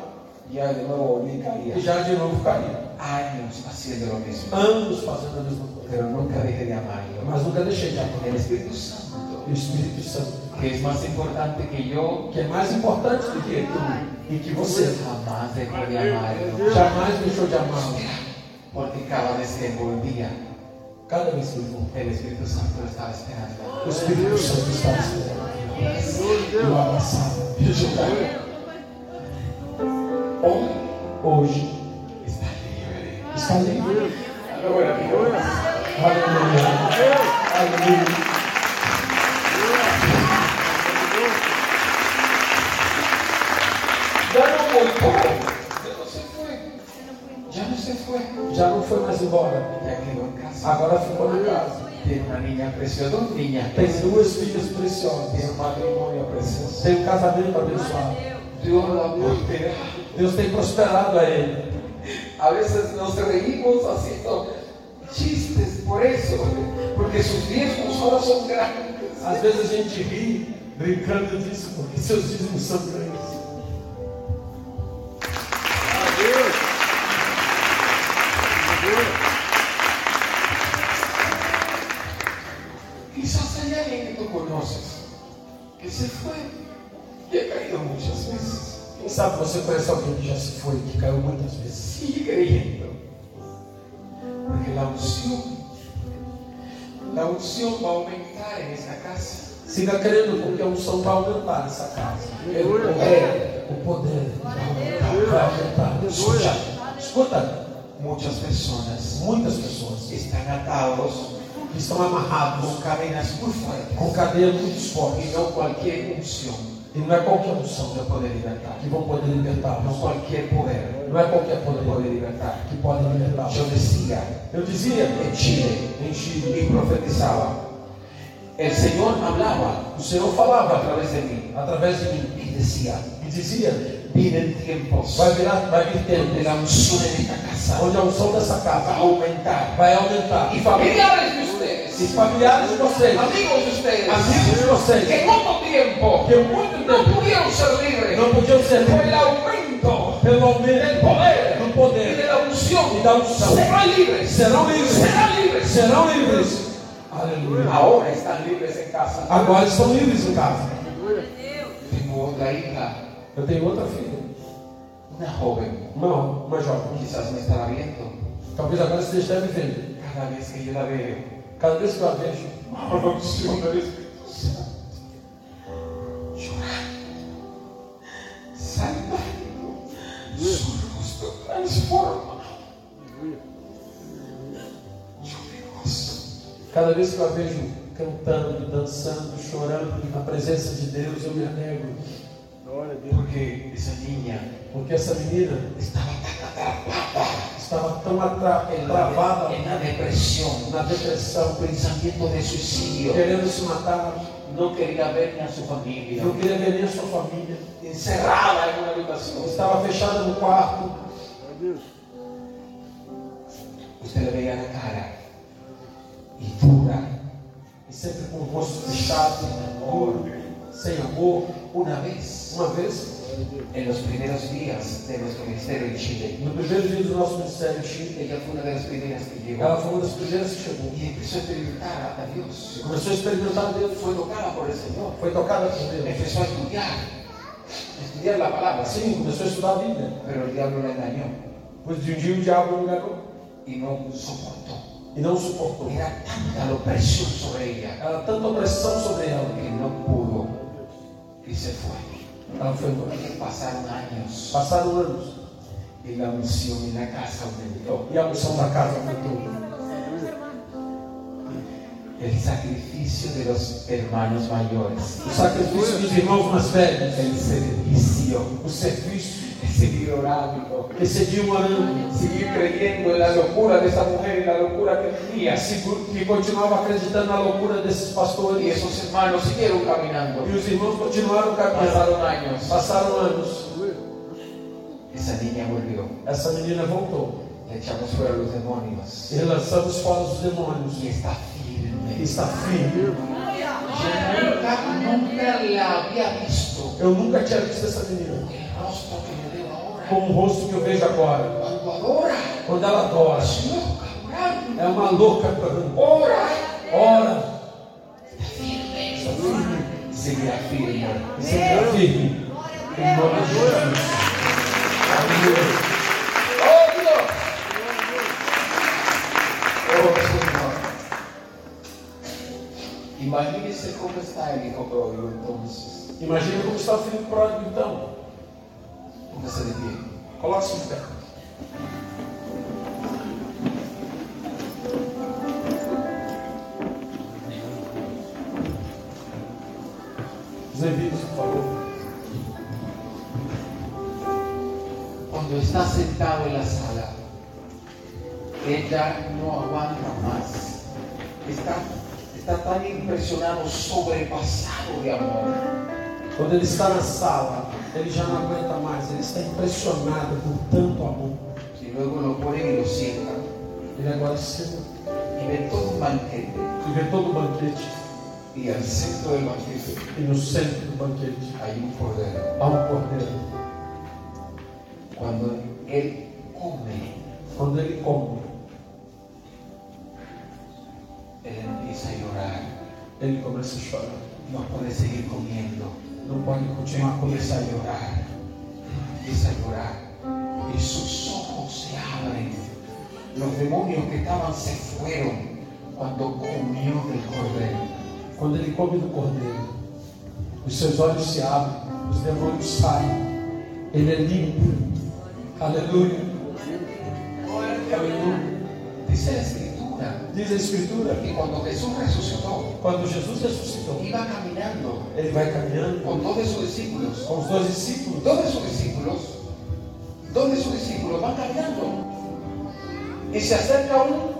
[SPEAKER 2] Ya de nuevo volví y caía.
[SPEAKER 3] e já de novo caía.
[SPEAKER 2] Años haciendo lo mismo,
[SPEAKER 3] Anos fazendo a mesma coisa.
[SPEAKER 2] pero nunca dejé de amarlo.
[SPEAKER 3] Mas nunca deixei de amar.
[SPEAKER 2] El Espíritu Santo,
[SPEAKER 3] E o Espírito Santo,
[SPEAKER 2] que es más importante que yo,
[SPEAKER 3] que é mais importante do que tu e que você,
[SPEAKER 2] jamás dejó de amarlo.
[SPEAKER 3] jamais deixou de amá-lo.
[SPEAKER 2] Porque cada vez que volvía,
[SPEAKER 3] Cada vez que eu vou.
[SPEAKER 2] el Espíritu Santo lo estaba esperando.
[SPEAKER 3] O Espírito Santo está esperando. Eu abraçar.
[SPEAKER 2] Hoy
[SPEAKER 3] Hoje
[SPEAKER 2] está libre.
[SPEAKER 3] está livre.
[SPEAKER 2] Ahora, amigos,
[SPEAKER 3] Aleluia. Aleluia.
[SPEAKER 2] Ya no volvió. Ya no se fue. Ya no se fue.
[SPEAKER 3] Já não foi mais embora.
[SPEAKER 2] Ya quedó en casa.
[SPEAKER 3] Agora ficou em casa.
[SPEAKER 2] Tiene una niña preciosa, dos niñas.
[SPEAKER 3] Tem
[SPEAKER 2] preciosas,
[SPEAKER 3] duas filhas preciosas.
[SPEAKER 2] Tiene un matrimonio precioso.
[SPEAKER 3] Tem um casamento abençoado.
[SPEAKER 2] Dios la prosperará.
[SPEAKER 3] Deus tem prosperado a ele.
[SPEAKER 2] A veces nos reímos haciendo chistes por eso, porque sus diezmos ahora son grandes.
[SPEAKER 3] Às vezes a gente ri brincando disso, porque seus dízimos são grandes.
[SPEAKER 4] Adeus. Adeus.
[SPEAKER 2] Quizás hay alguien que tú conoces que se fue y ha caído muchas veces.
[SPEAKER 3] Quem sabe um você conhece alguém que já se foi, que caiu muitas vezes.
[SPEAKER 2] Sigue creyendo. Porque la unción, la unción va a aumentar en esta casa.
[SPEAKER 3] Siga crendo, porque é um a unção vai aumentar nessa casa.
[SPEAKER 2] El poder.
[SPEAKER 3] O poder vai aumentar. Escuta, escuta,
[SPEAKER 2] Muchas personas
[SPEAKER 3] muitas pessoas
[SPEAKER 2] están atados
[SPEAKER 3] que estão amarrados
[SPEAKER 2] con cadenas muy fuertes.
[SPEAKER 3] com cadeia muito
[SPEAKER 2] Y
[SPEAKER 3] forte.
[SPEAKER 2] no cualquier unción
[SPEAKER 3] E não é qualquer unção
[SPEAKER 2] lo puede libertar.
[SPEAKER 3] que vão poder libertar.
[SPEAKER 2] No cualquier poder
[SPEAKER 3] Não é qualquer
[SPEAKER 2] lo puede
[SPEAKER 3] poder
[SPEAKER 2] libertar.
[SPEAKER 3] que pode libertar.
[SPEAKER 2] Yo decía
[SPEAKER 3] Eu dizia
[SPEAKER 2] en Chile
[SPEAKER 3] em Chile,
[SPEAKER 2] y profetizaba. El Señor hablaba
[SPEAKER 3] o Senhor
[SPEAKER 2] a
[SPEAKER 3] falava
[SPEAKER 2] través de mim
[SPEAKER 3] através de mim
[SPEAKER 2] y decía,
[SPEAKER 3] e dizia:
[SPEAKER 2] vienen tiempos
[SPEAKER 3] vai virar, um vai vir tempo
[SPEAKER 2] donde la unción en esta casa
[SPEAKER 3] onde a unção dessa
[SPEAKER 2] va a
[SPEAKER 3] casa
[SPEAKER 2] aumentar.
[SPEAKER 3] vai aumentar.
[SPEAKER 2] Y familiares de ustedes,
[SPEAKER 3] E familiares de vocês,
[SPEAKER 2] amigos de ustedes,
[SPEAKER 3] amigos de vocês,
[SPEAKER 2] que poco tiempo
[SPEAKER 3] que muito
[SPEAKER 2] no
[SPEAKER 3] tempo
[SPEAKER 2] pudieron ser libres
[SPEAKER 3] não podiam ser
[SPEAKER 2] por el
[SPEAKER 3] livres
[SPEAKER 2] aumento
[SPEAKER 3] pelo aumento
[SPEAKER 2] del poder
[SPEAKER 3] do
[SPEAKER 2] y de
[SPEAKER 3] poder,
[SPEAKER 2] la unción
[SPEAKER 3] Y da unción.
[SPEAKER 2] serán libres
[SPEAKER 3] serão livres,
[SPEAKER 2] serán libres
[SPEAKER 3] serão livres. Aleluia.
[SPEAKER 2] ahora están libres en casa
[SPEAKER 3] Agora estão livres em casa.
[SPEAKER 2] tengo otra hija
[SPEAKER 3] Eu tenho outra filha,
[SPEAKER 2] una joven
[SPEAKER 3] uma, uma jovem.
[SPEAKER 2] quizás me estará viendo
[SPEAKER 3] Talvez agora você esteja me vendo.
[SPEAKER 2] cada vez que yo la veo
[SPEAKER 3] Cada vez que eu a vejo, eu choro no Espírito Santo.
[SPEAKER 2] salvando su rostro transforma yo me gozo
[SPEAKER 3] Cada vez que eu a vejo cantando, dançando, chorando na presença de Deus, eu me alegro.
[SPEAKER 4] Glória a Deus.
[SPEAKER 2] porque esa niña
[SPEAKER 3] Porque essa menina
[SPEAKER 2] estaba tan atrapada
[SPEAKER 3] estava tão atra-
[SPEAKER 2] en la,
[SPEAKER 3] travada
[SPEAKER 2] en la depresión
[SPEAKER 3] na depressão,
[SPEAKER 2] pensamiento de suicidio
[SPEAKER 3] querendo se matar,
[SPEAKER 2] no quería ver ni a su familia
[SPEAKER 3] não queria ver nem a sua família,
[SPEAKER 2] encerrada en una habitación
[SPEAKER 3] estava fechada no quarto.
[SPEAKER 4] Glória a Deus.
[SPEAKER 2] usted le veía la cara y dura
[SPEAKER 3] E sempre com o rosto fechado, duro, sem amor.
[SPEAKER 2] una vez
[SPEAKER 3] Uma vez,
[SPEAKER 2] en los primeros días de nuestro ministerio en Chile
[SPEAKER 3] no primeiro dia do nosso ministério em Chile,
[SPEAKER 2] ella fue una de las primeras que
[SPEAKER 3] ela
[SPEAKER 2] llegó
[SPEAKER 3] foi uma das primeiras que chegou.
[SPEAKER 2] y empezó a experimentar a Dios
[SPEAKER 3] Começou a experimentar Deus,
[SPEAKER 2] fue tocada por el Señor.
[SPEAKER 3] foi tocada por Deus.
[SPEAKER 2] Empezó a estudiar, a estudiar la palabra, sí,
[SPEAKER 3] Sim, Assim, começou a estudar a Bíblia.
[SPEAKER 2] pero el diablo la engañó
[SPEAKER 3] Pois de um dia o diabo o enganou
[SPEAKER 2] y no soportó.
[SPEAKER 3] e não suportou.
[SPEAKER 2] Era tanta la opresión sobre ella
[SPEAKER 3] Era tanta opressão sobre ela.
[SPEAKER 2] que no pudo y se fue.
[SPEAKER 3] Ela foi embora.
[SPEAKER 2] Pasaron años
[SPEAKER 3] Passaram anos Então,
[SPEAKER 2] y la unción en la casa aumentó.
[SPEAKER 3] e a missão da casa aumentou.
[SPEAKER 2] El sacrificio de los hermanos mayores,
[SPEAKER 3] O sacrifício dos irmãos mais velhos,
[SPEAKER 2] el servicio,
[SPEAKER 3] o serviço,
[SPEAKER 2] el seguir orando,
[SPEAKER 3] excediu um ano.
[SPEAKER 2] seguir creyendo en la locura de esa mujer y la locura que tenía.
[SPEAKER 3] E É continuava acreditando na loucura desses
[SPEAKER 2] Y
[SPEAKER 3] pastores.
[SPEAKER 2] esos hermanos siguieron caminando.
[SPEAKER 3] E os irmãos continuaram caminhando.
[SPEAKER 2] Pasaron años.
[SPEAKER 3] Passaram anos.
[SPEAKER 2] Esa niña volvió.
[SPEAKER 3] Essa menina voltou.
[SPEAKER 2] Le echamos fuera los demonios.
[SPEAKER 3] E lançamos fora os demônios.
[SPEAKER 2] Y está firme.
[SPEAKER 3] E está firme.
[SPEAKER 2] Yo nunca, nunca la había visto.
[SPEAKER 3] Eu nunca tinha visto essa menina
[SPEAKER 2] El rostro que le veo ahora.
[SPEAKER 3] com o rosto que eu vejo agora.
[SPEAKER 2] Cuando adora.
[SPEAKER 3] Quando ela adora,
[SPEAKER 2] Es loca. orando.
[SPEAKER 3] é uma louca orando.
[SPEAKER 2] Ora.
[SPEAKER 3] Ora,
[SPEAKER 2] Está firme. Y Seguirá firme.
[SPEAKER 3] e sempre firme. Em nome de Jesus. Aleluia.
[SPEAKER 2] ¡Oh, Dios! ¡Oh, Señor! Imagínese cómo está el hijo pródigo entonces.
[SPEAKER 3] Imagina como está o filho pródigo então.
[SPEAKER 2] Póngase de pie.
[SPEAKER 3] Coloque-se em pé. Os levitas, por favor.
[SPEAKER 2] Cuando está sentado en la sala, ella no aguanta más. Está, está tan impresionado, sobrepasado de amor.
[SPEAKER 3] Quando ele está na sala, ele já não aguenta mais, ele está impressionado por tanto amor.
[SPEAKER 2] Y luego lo ponen y lo sientan.
[SPEAKER 3] Ele agora senta
[SPEAKER 2] Y ve todo un banquete.
[SPEAKER 3] e vê todo o banquete.
[SPEAKER 2] Y al centro del banquete
[SPEAKER 3] E no centro do banquete
[SPEAKER 2] hay un cordero.
[SPEAKER 3] há um cordeiro.
[SPEAKER 2] Cuando él come,
[SPEAKER 3] Quando ele come,
[SPEAKER 2] él empieza a llorar.
[SPEAKER 3] ele começa a chorar.
[SPEAKER 2] No puede seguir comiendo.
[SPEAKER 3] Não pode continuar
[SPEAKER 2] Empieza a
[SPEAKER 3] conversando.
[SPEAKER 2] llorar. Empieza a llorar. Y sus ojos se abren. Los demonios que estaban se fueron cuando comió del cordero.
[SPEAKER 3] Quando ele come do cordeiro, os seus olhos se abrem, os demônios saem. Ele é limpo. Aleluia. Aleluia.
[SPEAKER 2] Dice la escritura
[SPEAKER 3] Diz a Escritura
[SPEAKER 2] que cuando Jesús resucitó,
[SPEAKER 3] quando Jesus ressuscitou,
[SPEAKER 2] iba caminando
[SPEAKER 3] ele vai caminhando
[SPEAKER 2] con dos de sus discípulos.
[SPEAKER 3] com os dois discípulos.
[SPEAKER 2] Dos de sus discípulos, dos de sus discípulos van caminando. Y se acerca un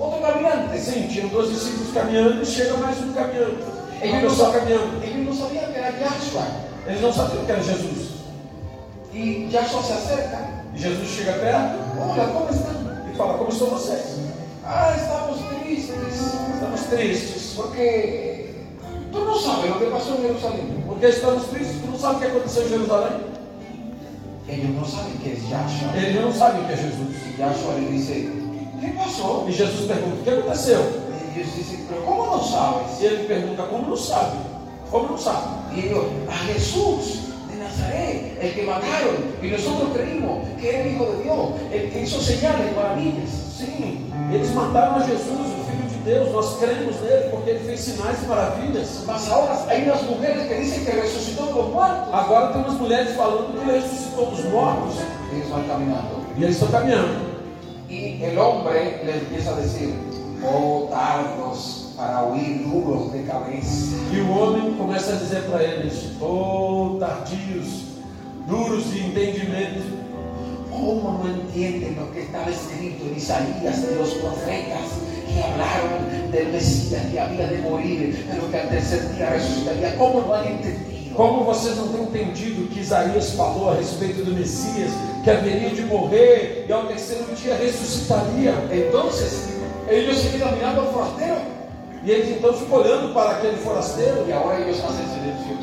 [SPEAKER 2] otro caminante.
[SPEAKER 3] Sim, um tinham dois discípulos caminhando e chega mais um caminhando.
[SPEAKER 2] Ele
[SPEAKER 3] Ele não só
[SPEAKER 2] não-
[SPEAKER 3] caminhando.
[SPEAKER 2] Ellos no sabían que era Yahshua.
[SPEAKER 3] Eles não sabiam que era Jesus.
[SPEAKER 2] Y Yahshua se acerca.
[SPEAKER 3] E Jesus chega perto
[SPEAKER 2] Hola, ¿cómo están?
[SPEAKER 3] e fala: Como estão vocês?
[SPEAKER 2] Ah, estamos tristes.
[SPEAKER 3] Estamos tristes.
[SPEAKER 2] Porque tú no sabes lo que pasó en Jerusalén.
[SPEAKER 3] Porque estamos tristes, tu não sabe o que aconteceu em Jerusalém?
[SPEAKER 2] Ellos no saben qué es Yahshua.
[SPEAKER 3] Eles não sabem que é Jesus.
[SPEAKER 2] Y Yahshua le dice, ¿qué pasó?
[SPEAKER 3] E Jesus pergunta: O que aconteceu?
[SPEAKER 2] Y ellos dicen, ¿pero cómo no sabes?
[SPEAKER 3] E ele pergunta: Como não sabe? Como não sabe?
[SPEAKER 2] Y ellos, a Jesús de Nazaret, el que mataron. Y nosotros creímos que era el Hijo de Dios, el que hizo señales, maravillas.
[SPEAKER 3] Sim, eles mataram a Jesus, o Filho de Deus. Nós cremos nele porque ele fez sinais e maravilhas.
[SPEAKER 2] Mas ahora hay unas mujeres que dicen que resucitó de los muertos.
[SPEAKER 3] Agora tem umas mulheres falando que ele ressuscitou dos mortos
[SPEAKER 2] Ellos van caminando.
[SPEAKER 3] e eles estão caminhando.
[SPEAKER 2] Y el hombre le empieza a decir, oh tardos para huir duros de cabeza.
[SPEAKER 3] E o homem começa a dizer para eles: Oh, tardios, duros de entendimento,
[SPEAKER 2] ¿Cómo no entienden lo que estaba escrito en Isaías de los profetas que hablaram del Mesías que había de morir, pero que al tercer día resucitaría? ¿Cómo no han entendido?
[SPEAKER 3] Como vocês não têm entendido que Isaías falou a respeito do Messias, que haveria de morrer e ao terceiro dia ressuscitaria? Então,
[SPEAKER 2] Entonces, ellos se quedan mirando al forastero
[SPEAKER 3] E eles então ficam olhando para aquele
[SPEAKER 2] y
[SPEAKER 3] forasteiro
[SPEAKER 2] ahora ellos hacen silencio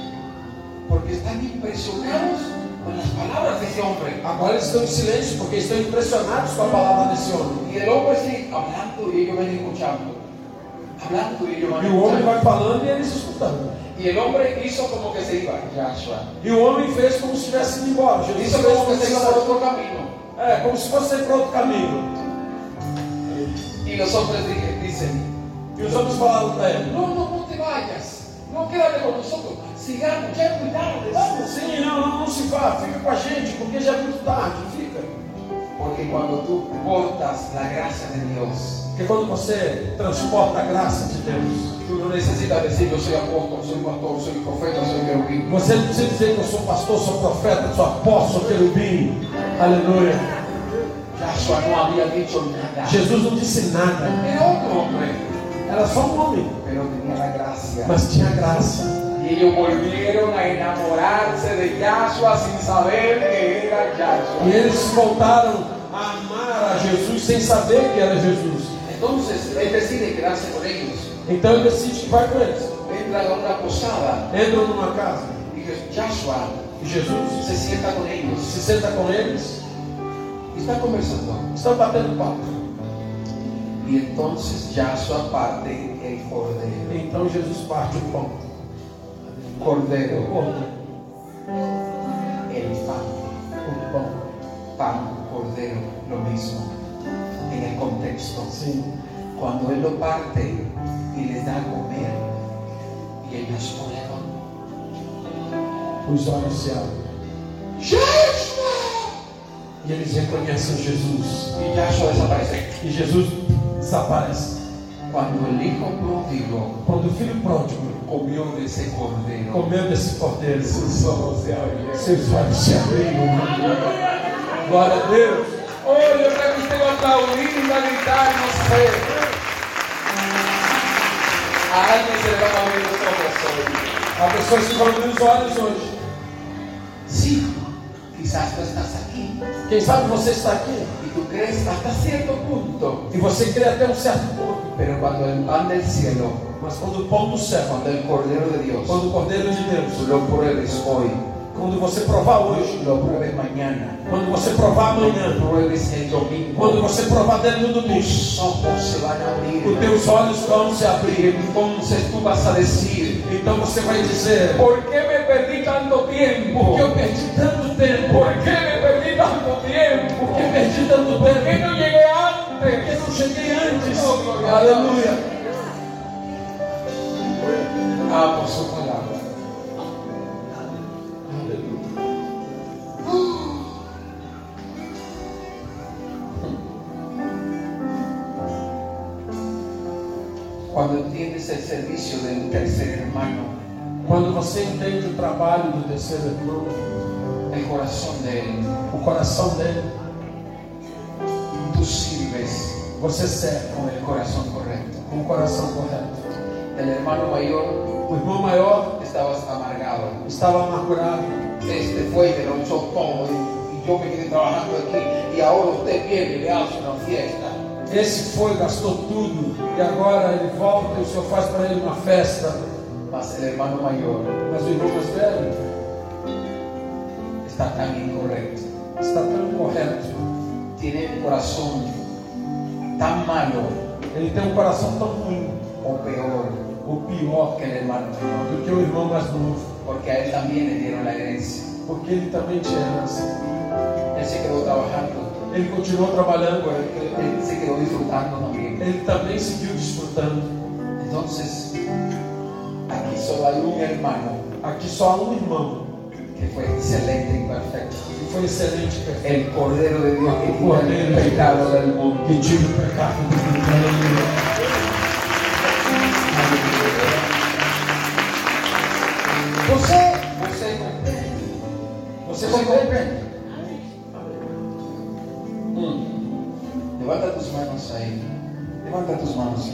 [SPEAKER 2] porque están impresionados con las palabras de ese hombre.
[SPEAKER 3] Agora eles estão em silêncio porque estão impressionados com a palavra desse homem.
[SPEAKER 2] Y el hombre sigue hablando y ellos van escuchando. Hablando y ellos van
[SPEAKER 3] E o homem
[SPEAKER 2] escuchando.
[SPEAKER 3] vai falando e eles escutando.
[SPEAKER 2] Y el hombre hizo como que se iba. Yahshua.
[SPEAKER 3] E o homem fez como se estivesse indo embora. Jesus
[SPEAKER 2] Hizo
[SPEAKER 3] fez
[SPEAKER 2] como
[SPEAKER 3] como
[SPEAKER 2] é que
[SPEAKER 3] se
[SPEAKER 2] se iba por
[SPEAKER 3] estivesse-
[SPEAKER 2] otro camino.
[SPEAKER 3] é, como se fosse para outro caminho.
[SPEAKER 2] Y los hombres di- dicen,
[SPEAKER 3] E os homens falaram "É, para ele:
[SPEAKER 2] no, no, no te vayas. No quédate con nosotros. Sigamos, ya es muy tarde,
[SPEAKER 3] Não,
[SPEAKER 2] vamos.
[SPEAKER 3] sim, não, não, não se vá, fica com a gente porque já é muito tarde, fica.
[SPEAKER 2] Porque cuando tú cortas la gracia de Dios,
[SPEAKER 3] Porque quando você transporta a graça de Deus,
[SPEAKER 2] tú no necesitas decir yo soy apóstol, soy pastor, soy profeta, soy querubín.
[SPEAKER 3] você não precisa dizer que eu sou pastor, sou profeta, sou apóstolo, sou querubim. Aleluia.
[SPEAKER 2] Yahshua no había dicho nada.
[SPEAKER 3] Jesus não disse nada.
[SPEAKER 2] Era otro hombre,
[SPEAKER 3] Era só um homem,
[SPEAKER 2] pero tenía la gracia.
[SPEAKER 3] mas tinha graça.
[SPEAKER 2] Y ellos volvieron a enamorarse de Yahshua sin saber que era
[SPEAKER 3] E
[SPEAKER 2] Yahshua.
[SPEAKER 3] eles voltaram a amar a Jesus sem saber que era Jesus.
[SPEAKER 2] Entonces él decide quedarse con ellos.
[SPEAKER 3] Então ele decide que vai com eles.
[SPEAKER 2] Entra a una posada
[SPEAKER 3] Entram numa casa
[SPEAKER 2] y Yahshua
[SPEAKER 3] e Jesus
[SPEAKER 2] se sienta con ellos.
[SPEAKER 3] se senta com eles,
[SPEAKER 2] Y está conversando.
[SPEAKER 3] estão batendo papo.
[SPEAKER 2] Y entonces Yahshua parte el cordero.
[SPEAKER 3] Então Jesus parte o pão.
[SPEAKER 2] Cordero,
[SPEAKER 3] Corta
[SPEAKER 2] el pan.
[SPEAKER 3] o pão.
[SPEAKER 2] Pan, cordero, lo mismo. En el contexto.
[SPEAKER 3] Sim.
[SPEAKER 2] Cuando él lo parte y les da a comer, y ellos prueban.
[SPEAKER 3] Os olhos se abrem.
[SPEAKER 2] Yahshua.
[SPEAKER 3] E eles reconhecem Jesus.
[SPEAKER 2] Y Yahshua desaparece.
[SPEAKER 3] E Jesus desaparece.
[SPEAKER 2] Cuando el hijo pródigo
[SPEAKER 3] Quando o filho pródigo
[SPEAKER 2] comió de ese cordero,
[SPEAKER 3] comeu desse cordeiro,
[SPEAKER 2] sus ojos se abrieron.
[SPEAKER 3] seus olhos se abriram. Glória a Deus.
[SPEAKER 2] Oh, yo creo que usted va a aplaudir y va a gritar, no sé. A alguien se le va a abrir los ojos hoy.
[SPEAKER 3] Há pessoas que vão abrir os olhos hoje.
[SPEAKER 2] Sí, quizás tú estás aquí
[SPEAKER 3] Quem sabe você está aqui
[SPEAKER 2] y tú crees hasta cierto punto.
[SPEAKER 3] e você crê até um certo ponto.
[SPEAKER 2] Pero cuando el pan del cielo,
[SPEAKER 3] Mas quando o pão do céu,
[SPEAKER 2] cuando el cordero de Dios,
[SPEAKER 3] quando o cordeiro de
[SPEAKER 2] tú
[SPEAKER 3] Deus,
[SPEAKER 2] lo pruebes hoy,
[SPEAKER 3] quando você provar hoje,
[SPEAKER 2] lo pruebes mañana,
[SPEAKER 3] quando você provar amanhã,
[SPEAKER 2] lo pruebes el domingo,
[SPEAKER 3] quando você provar dentro do domingo,
[SPEAKER 2] tus ojos se van a
[SPEAKER 3] os
[SPEAKER 2] abrir.
[SPEAKER 3] teus olhos vão se
[SPEAKER 2] Y
[SPEAKER 3] abrir.
[SPEAKER 2] entonces tú vas a decir,
[SPEAKER 3] Então você vai dizer:
[SPEAKER 2] ¿por qué me perdí tanto tiempo?
[SPEAKER 3] Porque eu perdi tanto tempo.
[SPEAKER 2] ¿Por qué me perdí tanto tiempo?
[SPEAKER 3] Porque eu perdi tanto
[SPEAKER 2] ¿Por quê
[SPEAKER 3] tempo.
[SPEAKER 2] não cheguei antes?
[SPEAKER 3] Porque eu não cheguei antes.
[SPEAKER 2] Oh, glória a Deus.
[SPEAKER 3] Aleluia.
[SPEAKER 2] Amo Ah, su palabra. Cuando entiendes el servicio del tercer hermano,
[SPEAKER 3] Quando você entende o trabalho do terceiro irmão,
[SPEAKER 2] el corazón de él,
[SPEAKER 3] o coração dele,
[SPEAKER 2] tú sirves
[SPEAKER 3] você serve
[SPEAKER 2] con el corazón correcto.
[SPEAKER 3] com o coração correto.
[SPEAKER 2] El hermano mayor
[SPEAKER 3] O irmão maior
[SPEAKER 2] estabas amargado.
[SPEAKER 3] estava amargurado.
[SPEAKER 2] Este fue y me lo echó todo y, y yo me quedé trabajando aquí y ahora usted viene y le hace una fiesta.
[SPEAKER 3] Esse foi, gastou tudo. E agora ele volta e o senhor faz para ele uma festa.
[SPEAKER 2] Mas el hermano mayor
[SPEAKER 3] Mas o irmão mais velho
[SPEAKER 2] está tan incorrecto.
[SPEAKER 3] está tão correto,
[SPEAKER 2] tiene el corazón tan malo
[SPEAKER 3] ele tem um coração tão ruim,
[SPEAKER 2] o peor
[SPEAKER 3] ou pior
[SPEAKER 2] que el hermano menor,
[SPEAKER 3] do que o irmão mais novo,
[SPEAKER 2] porque a él también le dieron la herencia.
[SPEAKER 3] porque ele também tinha herança.
[SPEAKER 2] Él se quedó trabajando,
[SPEAKER 3] Ele continuou trabalhando, ele,
[SPEAKER 2] él se quedó disfrutando también.
[SPEAKER 3] ele também seguiu desfrutando.
[SPEAKER 2] Entonces, aquí solo hay un hermano
[SPEAKER 3] Aqui só há um irmão
[SPEAKER 2] que fue excelente y perfecto.
[SPEAKER 3] que foi excelente, perfeito,
[SPEAKER 2] El Cordero de Dios que quita el
[SPEAKER 3] Cordero.
[SPEAKER 2] pecado del mundo.
[SPEAKER 3] que tive o pecado do mundo. Aleluia.
[SPEAKER 2] Você, você compreende?
[SPEAKER 3] Você
[SPEAKER 2] Você
[SPEAKER 3] compreende?
[SPEAKER 2] compreende? Hum. Mm. Levanta tus manos ahí. Levanta tus manos.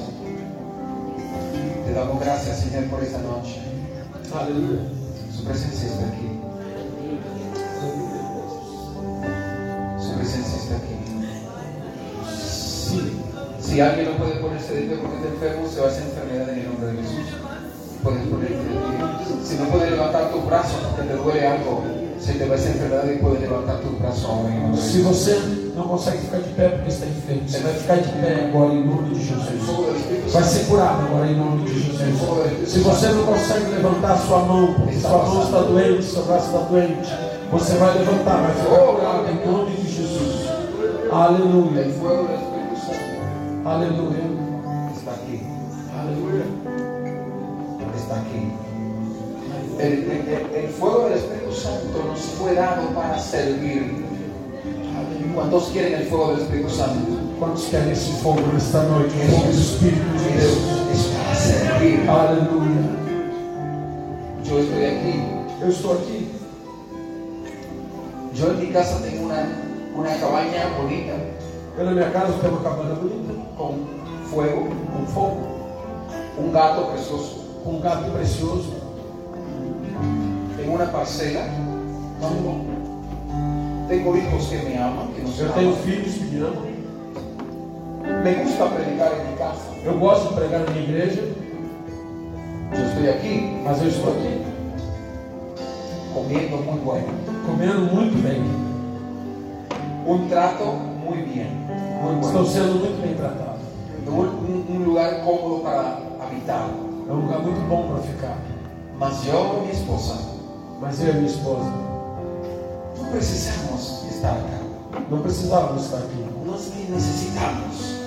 [SPEAKER 2] Te damos gracias, Señor, por esta noche.
[SPEAKER 3] Aleluia.
[SPEAKER 2] Su presencia está aquí. Su presencia está aquí.
[SPEAKER 3] Sim.
[SPEAKER 2] Si alguien no puede ponerse de pie porque está enfermo, se va a hacer enfermedad en el nombre de Jesús. Puedes ponerte de pie. Si no puedes levantar tus brazos porque te duele algo, se te va a hacer enfermedad y puedes levantar tus brazos ahora en el nombre de
[SPEAKER 3] Se
[SPEAKER 2] Jesús.
[SPEAKER 3] você não consegue ficar de pé porque está enfermo, você vai ficar de pé agora em nome de
[SPEAKER 2] El
[SPEAKER 3] Jesus.
[SPEAKER 2] fuego del Espíritu
[SPEAKER 3] Vai
[SPEAKER 2] Santo
[SPEAKER 3] ser curado agora em nome de Jesus. Se você não consegue levantar sua mão, porque sua mão está doente, seu braço está doente, você vai levantar, vai ficar curado em nome de Jesus.
[SPEAKER 2] El
[SPEAKER 3] Aleluia.
[SPEAKER 2] fuego del Espíritu Santo
[SPEAKER 3] Aleluia.
[SPEAKER 2] está aquí,
[SPEAKER 3] Aleluia.
[SPEAKER 2] está aquí. El, el- el- el fuego del Espíritu Santo nos fue dado para servir. ¿Cuántos quieren el fuego del Espíritu Santo?
[SPEAKER 3] Quantos querem esse fogo nesta noite? O fogo do Espírito de
[SPEAKER 2] Es,
[SPEAKER 3] Deus.
[SPEAKER 2] es para servir.
[SPEAKER 3] Aleluia.
[SPEAKER 2] Yo estoy aquí.
[SPEAKER 3] Eu estou aqui.
[SPEAKER 2] Yo en mi casa tengo una, una cabaña bonita
[SPEAKER 3] Eu na minha casa tenho uma cabana bonita,
[SPEAKER 2] con fuego,
[SPEAKER 3] com fogo,
[SPEAKER 2] un gato precioso.
[SPEAKER 3] com um gato precioso.
[SPEAKER 2] Tengo una parcela.
[SPEAKER 3] Sim.
[SPEAKER 2] Tengo hijos que me aman, que nos
[SPEAKER 3] Eu tenho
[SPEAKER 2] aman.
[SPEAKER 3] filhos que me amam.
[SPEAKER 2] Me gusta predicar en mi casa.
[SPEAKER 3] Eu gosto de pregar na minha igreja,
[SPEAKER 2] Yo estoy aquí
[SPEAKER 3] mas eu estou aqui
[SPEAKER 2] comiendo muy bueno.
[SPEAKER 3] comendo muito bem.
[SPEAKER 2] un trato muy bien, muy
[SPEAKER 3] Estou
[SPEAKER 2] bueno,
[SPEAKER 3] sendo muito bem tratado.
[SPEAKER 2] un, un- un lugar cómodo para habitar.
[SPEAKER 3] É um lugar muito bom para ficar.
[SPEAKER 2] Mas yo y mi esposa
[SPEAKER 3] Mas eu e minha esposa
[SPEAKER 2] no precisamos estar acá,
[SPEAKER 3] não precisávamos estar aqui.
[SPEAKER 2] no es que necesitamos,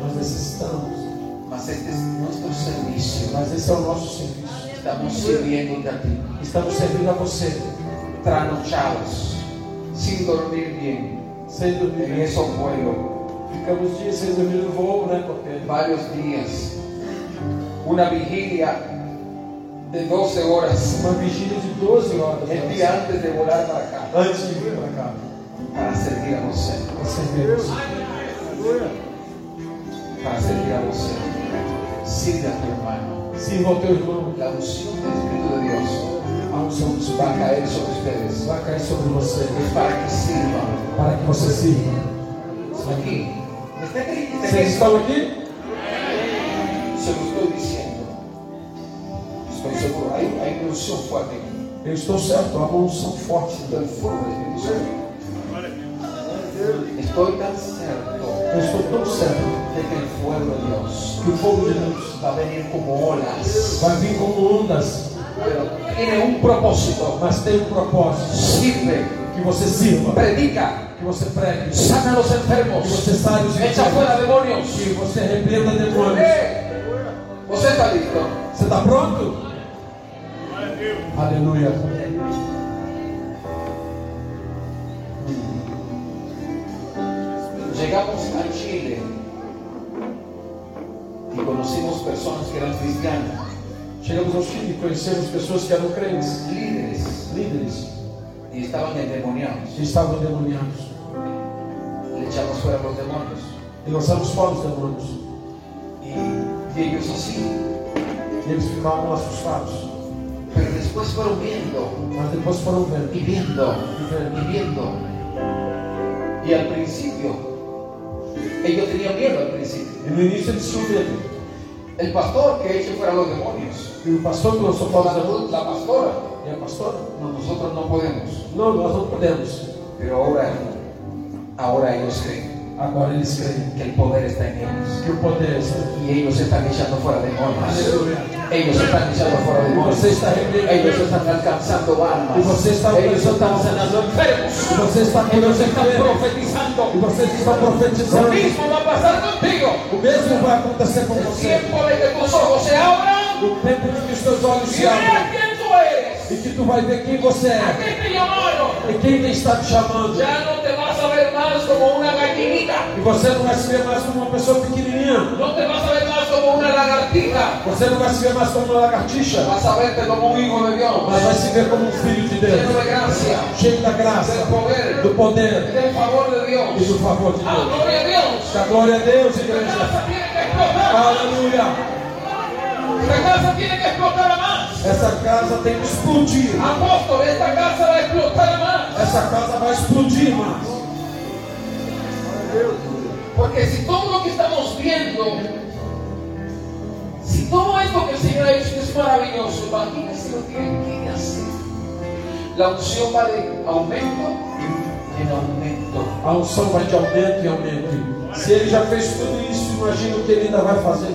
[SPEAKER 3] Nós necessitamos.
[SPEAKER 2] mas este es nuestro servicio.
[SPEAKER 3] Mas esse é o nosso serviço.
[SPEAKER 2] Estamos sirviéndote a ti,
[SPEAKER 3] Estamos servindo a você,
[SPEAKER 2] tranochados, sin dormir bien,
[SPEAKER 3] sem dormir.
[SPEAKER 2] en eso vuelo,
[SPEAKER 3] Ficamos dias sem dormir no voo, né? Porque
[SPEAKER 2] varios días, una vigilia de 12 horas,
[SPEAKER 3] uma vigília de 12 horas.
[SPEAKER 2] el día antes de volar para acá,
[SPEAKER 3] Antes de vir para cá.
[SPEAKER 2] para servir a nosotros.
[SPEAKER 3] Nós servimos.
[SPEAKER 2] para servir a você. Siga a tu hermano.
[SPEAKER 3] Sirva ao teu irmão.
[SPEAKER 2] La unción del Espíritu de Dios
[SPEAKER 3] A unção dos
[SPEAKER 2] va a
[SPEAKER 3] pais
[SPEAKER 2] caer sobre ustedes.
[SPEAKER 3] vai cair sobre você. né,
[SPEAKER 2] Es para que sirvan.
[SPEAKER 3] Para que você sirva.
[SPEAKER 2] Aquí. ¿Me está creyendo?
[SPEAKER 3] Vocês estão aqui?
[SPEAKER 2] Se lo estoy diciendo. Estoy seguro. Hay, hay una unción fuerte. aquí.
[SPEAKER 3] Eu estou certo. Há uma unção forte.
[SPEAKER 2] Siento el fuego del Espíritu Santo. Estoy tan cierto
[SPEAKER 3] Eu estou tão certo
[SPEAKER 2] de que el fuego de Dios
[SPEAKER 3] que o povo de Deus
[SPEAKER 2] va a venir como olas.
[SPEAKER 3] vai vir como ondas.
[SPEAKER 2] Pero tiene un propósito.
[SPEAKER 3] Mas tem um propósito.
[SPEAKER 2] Sirve.
[SPEAKER 3] Que você sirva.
[SPEAKER 2] Predica.
[SPEAKER 3] Que você pregue.
[SPEAKER 2] Sana a los
[SPEAKER 3] Que
[SPEAKER 2] enfermos.
[SPEAKER 3] você sabe os
[SPEAKER 2] Echa fuera demonios.
[SPEAKER 3] Que você repreenda demônios.
[SPEAKER 2] ¡Eh! Você está listo.
[SPEAKER 3] Você está pronto? Aleluia.
[SPEAKER 2] Llegamos a Chile y conocimos personas que eran cristianas,
[SPEAKER 3] Chegamos ao Chile e conhecemos pessoas que eram crentes,
[SPEAKER 2] líderes,
[SPEAKER 3] líderes,
[SPEAKER 2] y estaban endemoniados.
[SPEAKER 3] que estavam endemoniados.
[SPEAKER 2] Le echamos fuera los demonios.
[SPEAKER 3] E lançamos fora os demônios.
[SPEAKER 2] Y, y ellos así.
[SPEAKER 3] E eles ficavam assustados.
[SPEAKER 2] Pero después fueron viendo,
[SPEAKER 3] Mas depois foram vendo.
[SPEAKER 2] y viendo,
[SPEAKER 3] E vendo.
[SPEAKER 2] y viendo. Y al principio, ellos tenían miedo al principio.
[SPEAKER 3] E no início eles tinham medo.
[SPEAKER 2] El pastor que eche fuera los demonios,
[SPEAKER 3] E o pastor que lançou fora os
[SPEAKER 2] la,
[SPEAKER 3] demônios.
[SPEAKER 2] la pastora,
[SPEAKER 3] E a pastora?
[SPEAKER 2] no, nosotros no podemos.
[SPEAKER 3] Não, nós não podemos.
[SPEAKER 2] Pero ahora, ahora ellos creen
[SPEAKER 3] Agora eles creem
[SPEAKER 2] que el poder está en ellos.
[SPEAKER 3] que o poder é está.
[SPEAKER 2] Y ellos están echando fuera demonios.
[SPEAKER 3] Aleluia.
[SPEAKER 2] Ellos están echando fuera demonios.
[SPEAKER 3] Você está
[SPEAKER 2] Ellos
[SPEAKER 3] repreendendo.
[SPEAKER 2] están alcanzando almas.
[SPEAKER 3] Y você está-
[SPEAKER 2] Ellos están sanando enfermos.
[SPEAKER 3] E você está
[SPEAKER 2] Ellos están
[SPEAKER 3] profetizando.
[SPEAKER 2] profetizando.
[SPEAKER 3] E vocês estão
[SPEAKER 2] Lo
[SPEAKER 3] profetizando.
[SPEAKER 2] mismo va a pasar contigo.
[SPEAKER 3] O mesmo vai acontecer com
[SPEAKER 2] El
[SPEAKER 3] você.
[SPEAKER 2] tiempo de que tus ojos se abran
[SPEAKER 3] O tempo de que os teus olhos
[SPEAKER 2] y
[SPEAKER 3] se abrem
[SPEAKER 2] veas quién tú eres.
[SPEAKER 3] e que tu vai ver quem você
[SPEAKER 2] ¿A
[SPEAKER 3] é
[SPEAKER 2] qué te llamaron?
[SPEAKER 3] e quem está te chamando.
[SPEAKER 2] Ya no te vas a ver más como una gallinita.
[SPEAKER 3] E você não vai se ver mais como uma pessoa pequenininha.
[SPEAKER 2] No te vas a ver más como una lagartija.
[SPEAKER 3] Você não vai se ver mais como uma lagartixa.
[SPEAKER 2] Vas a verte como un hijo de Dios.
[SPEAKER 3] Mas vai se ver como um filho de
[SPEAKER 2] Lleno
[SPEAKER 3] Deus.
[SPEAKER 2] de gracia.
[SPEAKER 3] Cheio da graça,
[SPEAKER 2] Del poder.
[SPEAKER 3] do poder
[SPEAKER 2] Del favor de
[SPEAKER 3] e
[SPEAKER 2] Dios.
[SPEAKER 3] do favor de
[SPEAKER 2] Ah,
[SPEAKER 3] Deus.
[SPEAKER 2] gloria a Dios.
[SPEAKER 3] Da glória a Deus,
[SPEAKER 2] La
[SPEAKER 3] igreja.
[SPEAKER 2] casa tiene que explotar.
[SPEAKER 3] Aleluia.
[SPEAKER 2] La casa tiene que explotar a más.
[SPEAKER 3] Essa casa tem que explodir.
[SPEAKER 2] Apóstol, esta casa va a explotar a más.
[SPEAKER 3] Essa casa vai explodir mais.
[SPEAKER 2] Porque si todo lo que estamos viendo, si todo esto que el Señor ha hecho es maravilloso, imagínense lo que Él quiere hacer. La unción va de aumento en aumento.
[SPEAKER 3] A unção vai de aumento em aumento. Se ele já fez tudo isso, imagina o que ele ainda vai fazer.